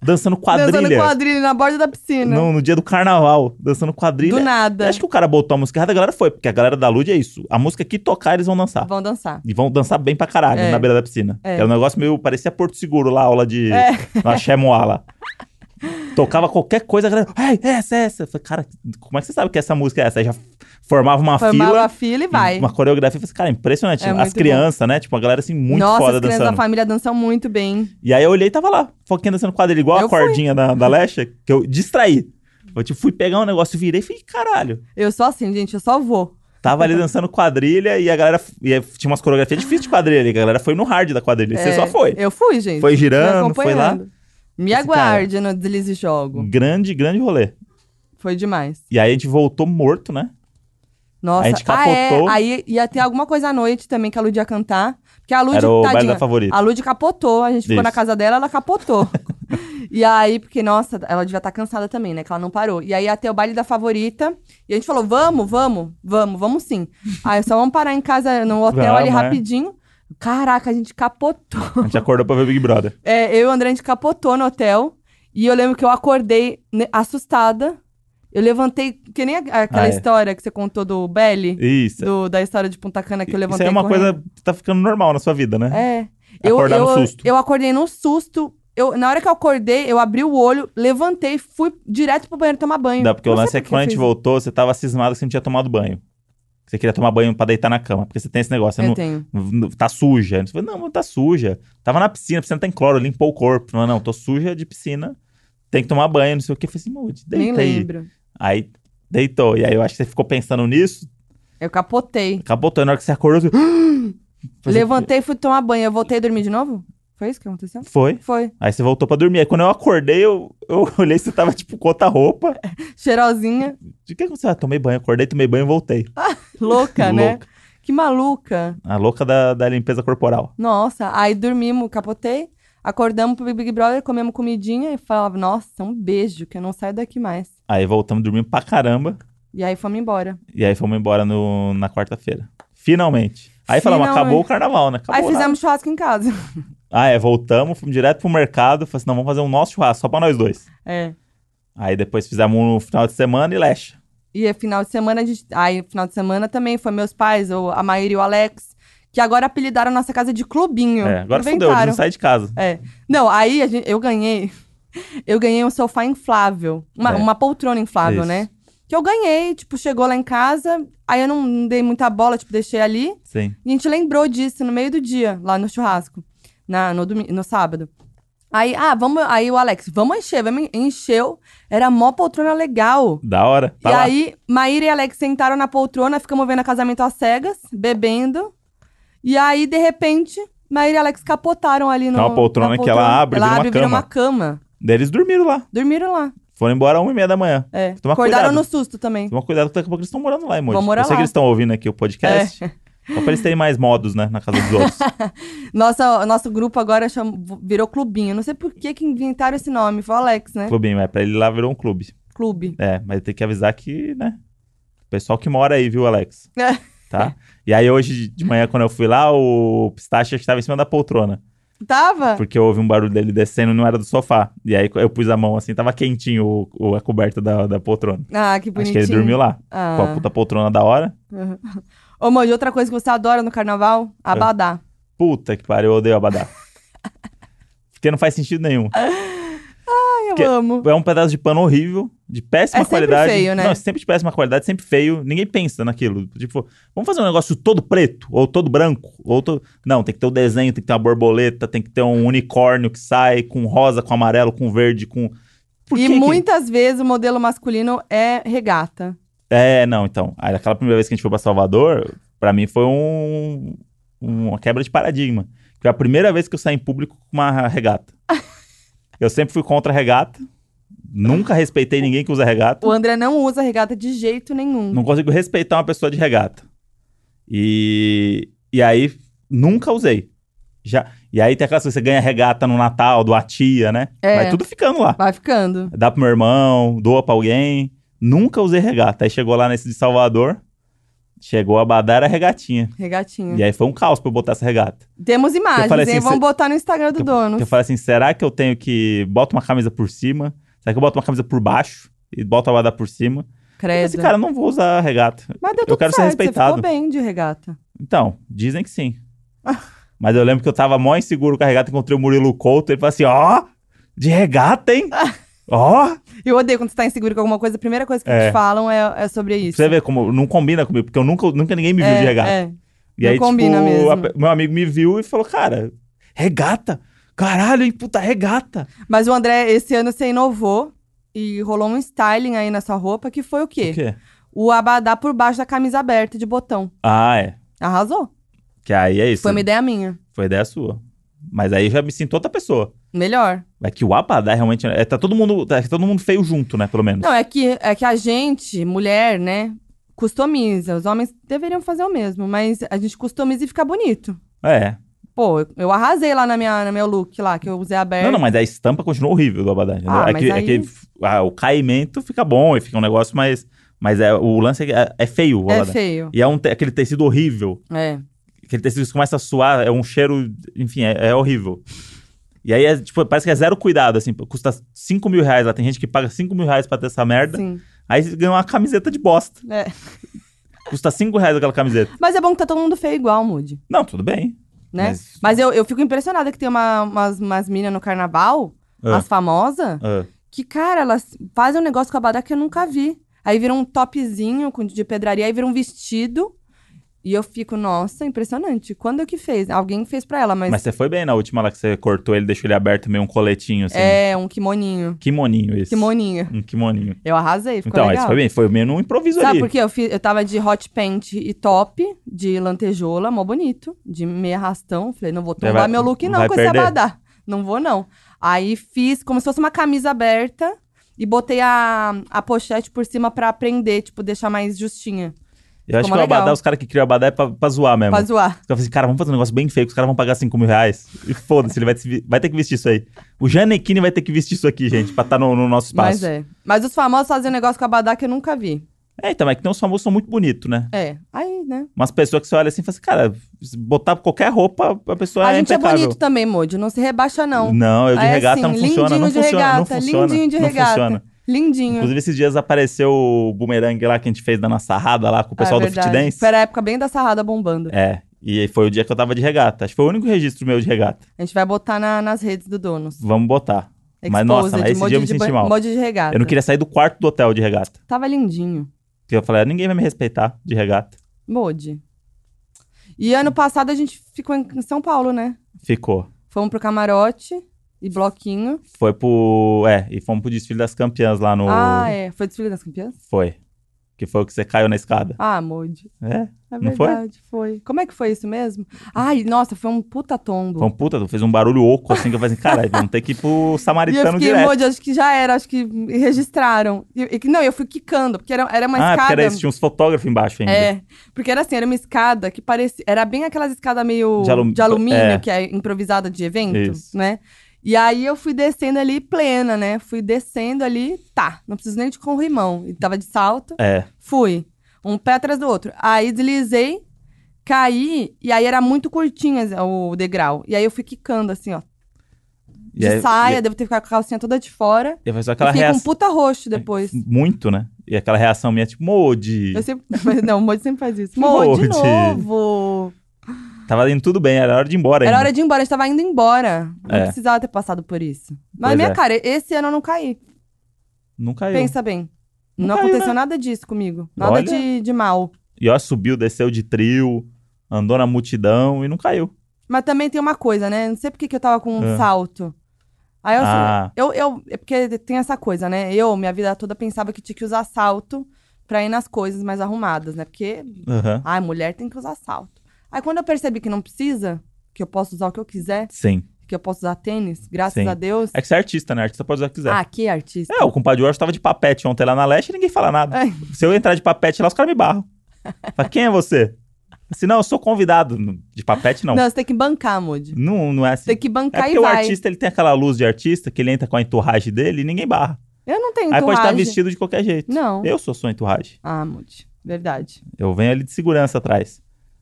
Speaker 1: dançando
Speaker 2: Dançando
Speaker 1: quadrilha.
Speaker 2: quadrilha na borda da piscina.
Speaker 1: No, no dia do carnaval, dançando quadrilha.
Speaker 2: né? Do nada.
Speaker 1: Acho que o cara botou a música errada, a galera foi, porque a galera da Lud é isso. A música que tocar, eles vão dançar.
Speaker 2: Vão dançar.
Speaker 1: E vão dançar bem pra caralho
Speaker 2: É.
Speaker 1: na beira da piscina.
Speaker 2: É.
Speaker 1: Era um negócio meio. Parecia Porto Seguro lá, aula de.
Speaker 2: É.
Speaker 1: No Axé Moá lá. Tocava qualquer coisa, a galera. Ai, essa, essa. Eu falei, cara, como é que você sabe que essa música é essa? Aí já formava uma
Speaker 2: Formava
Speaker 1: fila.
Speaker 2: a fila e vai.
Speaker 1: Uma coreografia. Eu falei, cara, impressionante.
Speaker 2: É
Speaker 1: As
Speaker 2: muito
Speaker 1: crianças, né? Tipo, a galera assim, muito
Speaker 2: Nossa,
Speaker 1: foda
Speaker 2: as crianças
Speaker 1: dançando.
Speaker 2: da família dançam muito bem.
Speaker 1: E aí eu olhei e tava lá, foquinha dançando quadrilha, igual
Speaker 2: Eu
Speaker 1: a
Speaker 2: fui.
Speaker 1: cordinha da, da Lesha, que eu distraí. Eu tipo, fui pegar um negócio, virei e falei, caralho.
Speaker 2: Eu sou assim, gente, eu só vou.
Speaker 1: Tava ali dançando quadrilha e a galera. E aí tinha umas coreografias difíceis de quadrilha ali, que a galera foi no hard da quadrilha. e Você
Speaker 2: É,
Speaker 1: só foi.
Speaker 2: Eu fui, gente.
Speaker 1: Foi
Speaker 2: Me
Speaker 1: girando, foi lá.
Speaker 2: acompanhando. Me
Speaker 1: Esse cara-
Speaker 2: aguarde no Deslize Jogo.
Speaker 1: Grande, grande rolê.
Speaker 2: Foi demais.
Speaker 1: E aí a gente voltou morto, né?
Speaker 2: Nossa,
Speaker 1: A gente capotou.
Speaker 2: Ah, é. Aí ia ter alguma coisa à noite também que a Lud ia cantar. Porque a Lud,
Speaker 1: Era o baile
Speaker 2: tadinha,
Speaker 1: da favorita.
Speaker 2: a Lud capotou. A gente ficou
Speaker 1: Isso.
Speaker 2: na casa dela, ela capotou. e aí, porque, nossa, ela devia estar cansada também, né? Que ela não parou. E aí ia ter o baile da favorita. E a gente falou, vamos, vamos, vamos, vamos sim. aí só vamos parar em casa, no hotel ali
Speaker 1: Vamos, é.
Speaker 2: rapidinho. Caraca, a gente capotou.
Speaker 1: A gente acordou pra ver o Big Brother.
Speaker 2: É, eu e o André, a gente capotou no hotel. E eu lembro que eu acordei né, assustada. Eu levantei, que nem a- aquela
Speaker 1: Ah, é.
Speaker 2: história que você contou do Belly
Speaker 1: Isso.
Speaker 2: do- da história de Punta Cana que eu
Speaker 1: Isso
Speaker 2: levantei.
Speaker 1: aí é uma
Speaker 2: correndo.
Speaker 1: coisa que tá ficando normal na sua vida, né?
Speaker 2: É. Eu,
Speaker 1: Acordar
Speaker 2: eu,
Speaker 1: no susto.
Speaker 2: eu acordei no susto. Eu, na hora que eu acordei, eu abri o olho, levantei, fui direto pro banheiro tomar banho.
Speaker 1: Dá, porque
Speaker 2: Não
Speaker 1: o
Speaker 2: sei
Speaker 1: lance é
Speaker 2: por
Speaker 1: que quando a
Speaker 2: eu
Speaker 1: gente
Speaker 2: fiz.
Speaker 1: voltou, você tava cismado que você não tinha tomado banho. Você queria tomar banho pra deitar na cama. Porque você tem esse negócio. Você
Speaker 2: Eu
Speaker 1: não,
Speaker 2: tenho.
Speaker 1: não- tá suja. Você falou, não, não tá suja. Tava na piscina, a piscina tem cloro, limpou o corpo. Não, não, tô suja de piscina. Tem que tomar banho, não sei o que. Eu falei assim, "Mude,
Speaker 2: Nem
Speaker 1: deita aí.
Speaker 2: lembro.
Speaker 1: Aí deitou. E aí eu acho que você ficou pensando nisso.
Speaker 2: Eu capotei.
Speaker 1: Acabou, na hora que você assim, acordou. você- Fazer-
Speaker 2: Levantei, fui tomar banho. Eu voltei a dormir de novo? Foi isso que aconteceu?
Speaker 1: Foi.
Speaker 2: Foi.
Speaker 1: Aí você voltou pra dormir. Aí quando eu acordei, eu, eu olhei, você tava tipo com outra roupa.
Speaker 2: Cheirosinha,
Speaker 1: De que aconteceu? Ah, tomei banho, acordei, tomei banho e voltei.
Speaker 2: louca, né?
Speaker 1: Louca.
Speaker 2: Que maluca.
Speaker 1: A louca da, da limpeza corporal.
Speaker 2: Nossa, aí dormimos, capotei, acordamos pro Big Brother, comemos comidinha e falava, nossa, um beijo, que eu não saio daqui mais.
Speaker 1: Aí voltamos dormindo pra caramba.
Speaker 2: E aí fomos embora.
Speaker 1: E aí fomos embora no, na quarta-feira. Finalmente. Aí falamos,
Speaker 2: Finalmente.
Speaker 1: acabou o carnaval, né? Acabou
Speaker 2: aí
Speaker 1: lá.
Speaker 2: fizemos churrasco em casa.
Speaker 1: Ah, é, voltamos, fomos direto pro mercado. Falei assim, não, vamos fazer um nosso churrasco, só pra nós dois.
Speaker 2: É.
Speaker 1: Aí depois fizemos um no final de semana e lecha.
Speaker 2: E aí, final de semana, a gente... aí final de semana também foi meus pais, o- a Maíra e o Alex, que agora apelidaram a nossa casa de clubinho.
Speaker 1: É, agora fudeu, eles
Speaker 2: Inventaram.
Speaker 1: não saem de casa.
Speaker 2: É. Não, aí a gente- eu ganhei. Eu ganhei um sofá inflável. Uma,
Speaker 1: É.
Speaker 2: uma poltrona inflável,
Speaker 1: Isso.
Speaker 2: né? Que eu ganhei, tipo, chegou lá em casa, aí eu não- não dei muita bola, tipo, deixei ali.
Speaker 1: Sim.
Speaker 2: E a gente lembrou disso no meio do dia, lá no churrasco, na, no, domi- no sábado. Aí, ah, vamos. Aí o Alex, vamos encher, vamos encheu. Era mó poltrona legal.
Speaker 1: Da hora. Tá
Speaker 2: e
Speaker 1: lá.
Speaker 2: aí, Maíra e Alex sentaram na poltrona, ficamos vendo casamento às cegas, bebendo. E aí, de repente, Maíra e Alex capotaram ali no.
Speaker 1: Tem Tá uma poltrona
Speaker 2: na
Speaker 1: que ela abre e
Speaker 2: ela
Speaker 1: vira uma
Speaker 2: abre e vira
Speaker 1: cama.
Speaker 2: uma cama.
Speaker 1: Daí eles dormiram lá.
Speaker 2: Dormiram lá.
Speaker 1: Foram embora às 1h30 da manhã.
Speaker 2: É.
Speaker 1: Toma
Speaker 2: Acordaram
Speaker 1: cuidado.
Speaker 2: no susto também.
Speaker 1: Toma cuidado, que daqui a pouco eles estão morando lá, emoji.
Speaker 2: Vão morar
Speaker 1: Eu sei
Speaker 2: lá. É.
Speaker 1: que eles estão ouvindo aqui o podcast. Só pra eles terem mais modos, né? Na casa dos outros.
Speaker 2: Nossa, nosso grupo agora chama- virou clubinho. Não sei por que, que inventaram esse nome. Foi o Alex, né?
Speaker 1: Clubinho, é. Pra ele lá virou um clube.
Speaker 2: Clube.
Speaker 1: É, mas tem que avisar que, né? O pessoal que mora aí, viu, Alex?
Speaker 2: É.
Speaker 1: Tá? E aí hoje de manhã, quando eu fui lá, o Pistache estava em cima da poltrona.
Speaker 2: Tava?
Speaker 1: Porque eu ouvi um barulho dele descendo não era do sofá. E aí eu pus a mão assim, tava quentinho o, o- a coberta da, da poltrona.
Speaker 2: Ah, que bonitinho.
Speaker 1: Acho que ele dormiu lá.
Speaker 2: Ah.
Speaker 1: Com a puta poltrona da hora.
Speaker 2: Uhum. Ô, Moji, outra coisa que você adora no
Speaker 1: É.
Speaker 2: carnaval? Abadá.
Speaker 1: Puta que pariu, eu odeio abadá. Porque não faz sentido nenhum.
Speaker 2: Ai, eu
Speaker 1: Que-
Speaker 2: amo.
Speaker 1: É um pedaço de pano horrível, de péssima
Speaker 2: É sempre
Speaker 1: qualidade.
Speaker 2: feio, né?
Speaker 1: Não, é sempre de péssima qualidade, sempre feio. Ninguém pensa naquilo. Tipo, vamos fazer um negócio todo preto, ou todo branco, ou todo... Não, tem que ter o desenho, tem que ter uma borboleta, tem que ter um unicórnio que sai com rosa, com amarelo, com verde, com... Por
Speaker 2: E
Speaker 1: que que-
Speaker 2: muitas vezes o modelo masculino é regata.
Speaker 1: É, não, então. Aí, aquela primeira vez que a gente foi pra Salvador, pra mim foi um, um- uma quebra de paradigma. Foi a primeira vez que eu saí em público com uma regata. eu sempre fui contra a regata. Nunca respeitei ninguém que usa regata.
Speaker 2: O André não usa regata de jeito nenhum.
Speaker 1: Não consigo respeitar uma pessoa de regata. E, e aí, nunca usei. Já, e aí tem aquelas coisas, você ganha regata no Natal, do a tia, né?
Speaker 2: É.
Speaker 1: Vai tudo ficando lá.
Speaker 2: Vai ficando.
Speaker 1: Dá pro meu irmão, doa pra alguém. Nunca usei regata. Aí chegou lá nesse de Salvador, chegou a badara regatinha.
Speaker 2: Regatinha.
Speaker 1: E aí foi um caos pra eu botar essa regata.
Speaker 2: Temos imagens,
Speaker 1: Eu falei
Speaker 2: hein?
Speaker 1: assim,
Speaker 2: Vamos
Speaker 1: cê-
Speaker 2: botar no Instagram do dono.
Speaker 1: Porque eu falei assim, será que eu tenho que... Boto uma camisa por cima? Será que eu boto uma camisa por baixo? E boto a badara por cima?
Speaker 2: Credo.
Speaker 1: Esse cara, eu não vou usar regata.
Speaker 2: Mas deu
Speaker 1: eu
Speaker 2: tudo
Speaker 1: quero ser
Speaker 2: certo,
Speaker 1: respeitado.
Speaker 2: Você ficou bem de regata.
Speaker 1: Então, dizem que sim.
Speaker 2: Ah.
Speaker 1: Mas eu lembro que eu tava mó inseguro com a regata, encontrei o Murilo Couto, ele falou assim, ó, de regata, hein?
Speaker 2: Ah.
Speaker 1: Ó, pra
Speaker 2: Eu odeio quando você tá inseguro com alguma coisa. A primeira coisa que
Speaker 1: É.
Speaker 2: te falam é, é sobre isso.
Speaker 1: você ver como não combina comigo, porque eu nunca, nunca ninguém me viu
Speaker 2: é,
Speaker 1: de regata.
Speaker 2: é.
Speaker 1: e
Speaker 2: não
Speaker 1: aí,
Speaker 2: combina
Speaker 1: tipo,
Speaker 2: mesmo.
Speaker 1: a pe- meu amigo me viu e falou, cara, regata? Caralho, hein, puta regata.
Speaker 2: Mas o André, esse ano você inovou e rolou um styling aí na sua roupa, que foi o quê?
Speaker 1: O quê?
Speaker 2: O abadá por baixo da camisa aberta de botão.
Speaker 1: Ah, é.
Speaker 2: Arrasou.
Speaker 1: Que aí é isso.
Speaker 2: Foi uma ideia minha.
Speaker 1: Foi ideia sua. Mas aí eu já me sinto outra pessoa.
Speaker 2: Melhor.
Speaker 1: É que o abadá realmente... É, tá, todo mundo, tá todo mundo feio junto, né, pelo menos.
Speaker 2: Não, é que, é que a gente, mulher, né, customiza. Os homens deveriam fazer o mesmo, mas a gente customiza e fica bonito.
Speaker 1: É.
Speaker 2: Pô, eu- eu arrasei lá na minha, no meu look lá, que eu usei aberto.
Speaker 1: Não, não, mas a estampa continua horrível do Abadá. entendeu?
Speaker 2: É. Ah,
Speaker 1: é
Speaker 2: mas
Speaker 1: que, é
Speaker 2: aí-
Speaker 1: que, ah, o caimento fica bom e fica um negócio mais. Mas é, o lance é, que é- é feio o
Speaker 2: É
Speaker 1: Abadá.
Speaker 2: feio.
Speaker 1: e é um te- aquele tecido horrível.
Speaker 2: É.
Speaker 1: Aquele tecido que começa a suar, é um cheiro. Enfim, é, é horrível. E aí, é, tipo, parece que é zero cuidado, assim. Custa 5 mil reais lá. Tem gente que paga 5 mil reais pra ter essa merda.
Speaker 2: Sim.
Speaker 1: Aí você ganha uma camiseta de bosta.
Speaker 2: É.
Speaker 1: Custa 5 reais aquela camiseta.
Speaker 2: Mas é bom que tá todo mundo feio igual, Moody.
Speaker 1: Não, tudo bem.
Speaker 2: né?
Speaker 1: Mas-
Speaker 2: Mas, eu, eu fico impressionada que tem uma, umas, umas minas no carnaval,
Speaker 1: Ah.
Speaker 2: as famosas,
Speaker 1: Ah,
Speaker 2: que, cara, elas fazem um negócio com a badá que eu nunca vi. Aí vira um topzinho com- de pedraria, aí vira um vestido. E eu fico, nossa, impressionante. Quando é que fez? Alguém fez pra ela, mas,
Speaker 1: mas você foi bem na última lá que você cortou ele, deixou ele aberto, meio um coletinho, assim.
Speaker 2: é um kimoninho.
Speaker 1: Kimoninho esse.
Speaker 2: Kimoninho.
Speaker 1: Um kimoninho.
Speaker 2: Eu arrasei, ficou
Speaker 1: Então,
Speaker 2: legal.
Speaker 1: isso foi bem, foi meio num improviso
Speaker 2: Sabe
Speaker 1: ali.
Speaker 2: por quê? Eu, fiz, eu tava de hot pant e top, de lantejola, mó bonito, de meia rastão. Falei, não vou
Speaker 1: Vai-
Speaker 2: tombar meu look não
Speaker 1: vai
Speaker 2: com
Speaker 1: perder.
Speaker 2: esse abadá. Não vou, não. Aí fiz como se fosse uma camisa aberta e botei a, a pochete por cima pra prender, tipo, deixar mais justinha,
Speaker 1: Eu acho que o
Speaker 2: Ficou mó
Speaker 1: Abadá,
Speaker 2: legal.
Speaker 1: os caras que criam o Abadá é pra, pra zoar mesmo.
Speaker 2: pra
Speaker 1: Os
Speaker 2: zoar.
Speaker 1: caras falam assim, cara, vamos fazer um negócio bem feio, que os caras vão pagar 5 mil reais. E foda-se, ele vai, se vi- vai ter que vestir isso aí. O Janequine vai ter que vestir isso aqui, gente, pra estar no, no nosso espaço.
Speaker 2: Mas é. Mas os famosos fazem um negócio com abadá que eu nunca vi.
Speaker 1: É, então, é que tem uns famosos que são muito bonitos, né?
Speaker 2: É. Aí, né?
Speaker 1: Umas pessoas que você olha assim e fala assim, cara, se botar qualquer roupa, a pessoa
Speaker 2: a
Speaker 1: é
Speaker 2: gente
Speaker 1: impecável.
Speaker 2: é bonito também, Moody. Não se rebaixa, não.
Speaker 1: Não, eu de
Speaker 2: É
Speaker 1: regata
Speaker 2: assim,
Speaker 1: não funciona, não
Speaker 2: lindinho de
Speaker 1: funciona, não
Speaker 2: regata,
Speaker 1: funciona.
Speaker 2: lindinho de
Speaker 1: não
Speaker 2: regata.
Speaker 1: funciona.
Speaker 2: Lindinho.
Speaker 1: Inclusive, esses dias apareceu o bumerangue lá que a gente fez da nossa sarrada lá com o pessoal
Speaker 2: é
Speaker 1: do Fit
Speaker 2: verdade.
Speaker 1: Dance.
Speaker 2: Foi a época bem da sarrada bombando.
Speaker 1: É, e aí foi o dia que eu tava de regata. Acho que foi o único registro meu de regata.
Speaker 2: A gente vai botar na- nas redes do dono.
Speaker 1: Vamos botar. Mas,
Speaker 2: Exposed,
Speaker 1: nossa, mas esse
Speaker 2: mod
Speaker 1: dia eu me
Speaker 2: de
Speaker 1: senti
Speaker 2: ba-
Speaker 1: mal.
Speaker 2: mod de regata.
Speaker 1: Eu não queria sair do quarto do hotel de regata.
Speaker 2: Tava lindinho.
Speaker 1: Porque eu falei, ah, ninguém vai me respeitar de regata.
Speaker 2: Mode. E ano passado a gente ficou em em São Paulo, né?
Speaker 1: Ficou.
Speaker 2: Fomos pro camarote. E bloquinho.
Speaker 1: Foi pro. É, e fomos pro desfile das campeãs lá no.
Speaker 2: Ah, é. Foi desfile das campeãs?
Speaker 1: Foi. Que foi o que você caiu na escada.
Speaker 2: Ah, Moody.
Speaker 1: É.
Speaker 2: É
Speaker 1: Não foi?
Speaker 2: verdade, foi? Como é que foi isso mesmo? Ai, nossa, foi um puta tombo.
Speaker 1: Foi um puta, fez um barulho oco assim que eu falei assim, caralho, vamos ter que ir pro
Speaker 2: E eu
Speaker 1: samaritano
Speaker 2: fiquei,
Speaker 1: direto.
Speaker 2: Moody, acho que já era, acho que registraram. E, e que- não, eu fui quicando, porque era, era uma
Speaker 1: ah, porque
Speaker 2: escada.
Speaker 1: era isso, tinha uns fotógrafos embaixo ainda.
Speaker 2: É, porque era assim, era uma escada que parecia. Era bem aquelas escadas meio
Speaker 1: De
Speaker 2: de,
Speaker 1: alu-
Speaker 2: alumínio,
Speaker 1: é.
Speaker 2: que é improvisada de evento,
Speaker 1: Isso.
Speaker 2: né? E aí eu fui descendo ali plena, né? Fui descendo ali, tá, não preciso nem de corrimão. E tava de salto,
Speaker 1: É.
Speaker 2: fui. Um pé atrás do outro. Aí deslizei, caí, e aí era muito curtinho as- o degrau. E aí eu fui quicando, assim, ó.
Speaker 1: E
Speaker 2: De
Speaker 1: aí-
Speaker 2: saia,
Speaker 1: E,
Speaker 2: devo ter ficado com a calcinha toda de fora.
Speaker 1: e foi só
Speaker 2: E
Speaker 1: aquela
Speaker 2: fiquei com um
Speaker 1: reação.
Speaker 2: puta roxo depois.
Speaker 1: Muito, né? E aquela reação minha, tipo, Modi.
Speaker 2: Eu sempre. Não, o Moji sempre faz isso. Moji, de
Speaker 1: Moji.
Speaker 2: novo!
Speaker 1: Tava indo tudo bem, era hora de ir embora ainda.
Speaker 2: Era hora de ir embora, a gente tava indo embora. Não
Speaker 1: É.
Speaker 2: precisava ter passado por isso. Mas,
Speaker 1: Pois
Speaker 2: minha
Speaker 1: é.
Speaker 2: cara, esse ano eu não caí.
Speaker 1: Não caiu.
Speaker 2: Pensa bem.
Speaker 1: Não
Speaker 2: Não,
Speaker 1: caiu, né?
Speaker 2: aconteceu nada disso comigo. Nada
Speaker 1: Olha.
Speaker 2: de, de mal.
Speaker 1: E ó, subiu, desceu de trio, andou na multidão e não caiu.
Speaker 2: Mas também tem uma coisa, né? Não sei por que que eu tava com um
Speaker 1: Ah.
Speaker 2: salto. Aí É, eu,
Speaker 1: Ah.
Speaker 2: eu, eu. É porque tem essa coisa, né? Eu, minha vida toda, pensava que tinha que usar salto pra ir nas coisas mais arrumadas, né? Porque
Speaker 1: Aham.
Speaker 2: Ai, mulher tem que usar salto. Aí quando eu percebi que não precisa, que eu posso usar o que eu quiser,
Speaker 1: Sim.
Speaker 2: que eu posso usar tênis, graças
Speaker 1: Sim.
Speaker 2: a Deus.
Speaker 1: É que você é artista, né? Artista pode usar o que quiser.
Speaker 2: Ah, que artista.
Speaker 1: É, o compadre hoje tava de papete ontem lá na leste e ninguém fala nada.
Speaker 2: É.
Speaker 1: Se eu entrar de papete lá, os caras me barram. Fala, quem é você? Se não, eu sou convidado. De papete, não.
Speaker 2: Não, você tem que bancar, Moody.
Speaker 1: Não, não é assim.
Speaker 2: Tem que
Speaker 1: É
Speaker 2: bancar
Speaker 1: porque
Speaker 2: e
Speaker 1: o
Speaker 2: vai.
Speaker 1: artista ele tem aquela luz de artista que ele entra com a enturragem dele e ninguém barra.
Speaker 2: Eu não tenho
Speaker 1: Aí pode estar
Speaker 2: enturragem.
Speaker 1: vestido de qualquer jeito.
Speaker 2: Não.
Speaker 1: Eu sou sua enturragem.
Speaker 2: Ah, Moody. Verdade.
Speaker 1: Eu venho ali de segurança atrás.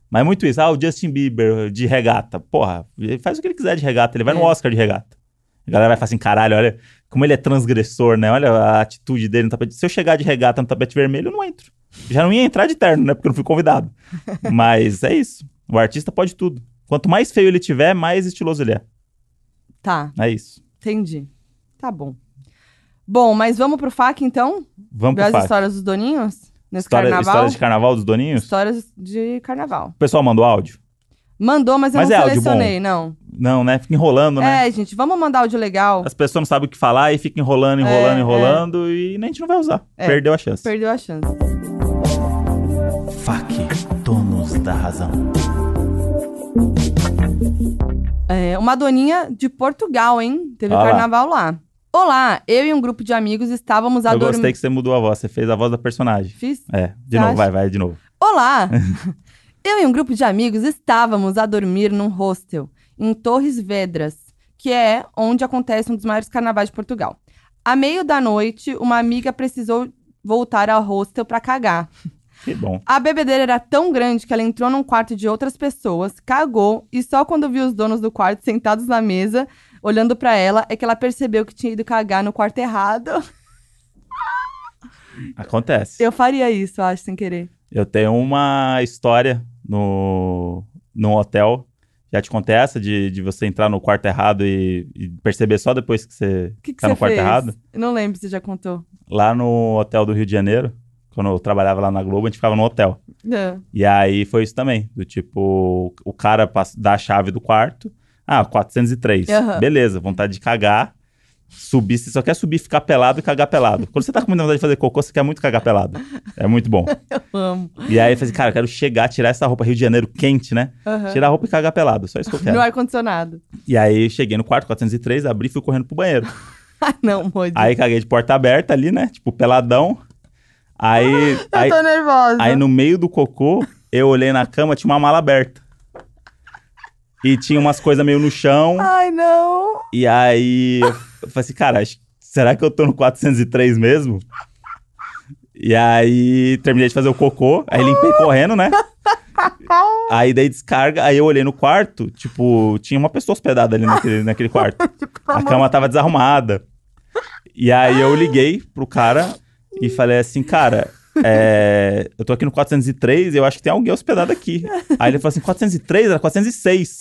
Speaker 1: Mas muito isso. Ah, o Justin Bieber de regata. Porra, ele faz o que ele quiser de regata. Ele vai no
Speaker 2: É.
Speaker 1: Oscar de regata. A galera vai falar assim: caralho, olha como ele é transgressor, né? Olha a atitude dele no tapete. Se eu chegar de regata no tapete vermelho, eu não entro. Já não ia entrar de terno, né? Porque eu não fui convidado. Mas é isso. O artista pode tudo. Quanto mais feio ele tiver, mais estiloso ele é.
Speaker 2: Tá,
Speaker 1: É isso.
Speaker 2: entendi. Tá bom. Bom, mas vamos pro FAC, então?
Speaker 1: Vamos
Speaker 2: Ver
Speaker 1: pro
Speaker 2: as
Speaker 1: fato.
Speaker 2: histórias dos doninhos? Nesse
Speaker 1: História,
Speaker 2: carnaval?
Speaker 1: história de carnaval dos doninhos?
Speaker 2: Histórias de carnaval.
Speaker 1: O pessoal mandou áudio?
Speaker 2: Mandou, mas eu
Speaker 1: Mas
Speaker 2: não
Speaker 1: é áudio
Speaker 2: selecionei, não.
Speaker 1: Não, né? Fica enrolando, né?
Speaker 2: É, gente, vamos mandar áudio legal.
Speaker 1: As pessoas não sabem o que falar e fica enrolando, enrolando,
Speaker 2: É,
Speaker 1: enrolando e nem a gente não vai usar.
Speaker 2: É.
Speaker 1: Perdeu a chance.
Speaker 2: Perdeu a chance.
Speaker 3: FAC, donos da razão.
Speaker 2: É, uma doninha de Portugal, hein? Teve
Speaker 1: Olha lá.
Speaker 2: carnaval lá. Olá, eu e um grupo de amigos estávamos
Speaker 1: Eu
Speaker 2: adormecendo.
Speaker 1: gostei que você mudou a voz. Você fez a voz da personagem.
Speaker 2: Fiz?
Speaker 1: É, de
Speaker 2: Você
Speaker 1: novo,
Speaker 2: acha?
Speaker 1: vai, vai, de novo.
Speaker 2: Olá! Eu e um grupo de amigos estávamos a dormir num hostel em Torres Vedras, que é onde acontece um dos maiores carnavais de Portugal. A meio da noite, uma amiga precisou voltar ao hostel para cagar.
Speaker 1: Que bom.
Speaker 2: A bebedeira era tão grande que ela entrou num quarto de outras pessoas, cagou e só quando viu os donos do quarto sentados na mesa, olhando pra ela, é que ela percebeu que tinha ido cagar no quarto errado.
Speaker 1: Acontece. Eu,
Speaker 2: Eu faria isso, eu acho, sem querer.
Speaker 1: tenho uma história no, num hotel. Já te contei essa de, de você entrar no quarto errado e, e perceber só depois que você
Speaker 2: O que, que
Speaker 1: Tá
Speaker 2: você
Speaker 1: no quarto
Speaker 2: fez?
Speaker 1: errado?
Speaker 2: Eu não lembro se você já contou.
Speaker 1: lá no hotel do Rio de Janeiro, quando eu trabalhava lá na Globo, a gente ficava no hotel.
Speaker 2: É.
Speaker 1: E aí foi isso também, do tipo, o cara pass- dá a chave do quarto, ah, 403,
Speaker 2: Aham.
Speaker 1: beleza, vontade de cagar, subir, você só quer subir, ficar pelado e cagar pelado. Quando você tá com muita vontade de fazer cocô, você quer muito cagar pelado, é muito bom.
Speaker 2: Eu amo.
Speaker 1: E aí eu falei, assim, cara, eu quero chegar, tirar essa roupa, Rio de Janeiro quente, né?
Speaker 2: Aham.
Speaker 1: Tirar a roupa e cagar pelado, só isso que eu
Speaker 2: No
Speaker 1: quero.
Speaker 2: ar-condicionado.
Speaker 1: E aí cheguei no quarto, 403, abri e fui correndo pro banheiro.
Speaker 2: Ah, não, Moody.
Speaker 1: Aí caguei de porta aberta ali, né? Tipo, peladão. Aí. aí,
Speaker 2: eu tô nervosa.
Speaker 1: aí no meio do cocô, eu olhei na cama, tinha uma mala aberta. E tinha umas coisas meio no chão.
Speaker 2: Ai, não.
Speaker 1: E aí eu eu falei assim, cara, acho- será que eu tô no 403 mesmo? E aí terminei de fazer o cocô, aí limpei correndo, né? Aí dei descarga, aí eu olhei no quarto, tipo, tinha uma pessoa hospedada ali naquele, naquele quarto. A cama tava desarrumada. E aí eu liguei pro cara e falei assim, cara, é, eu tô aqui no 403 e eu acho que tem alguém hospedado aqui. Aí ele falou assim, 403? Era 406.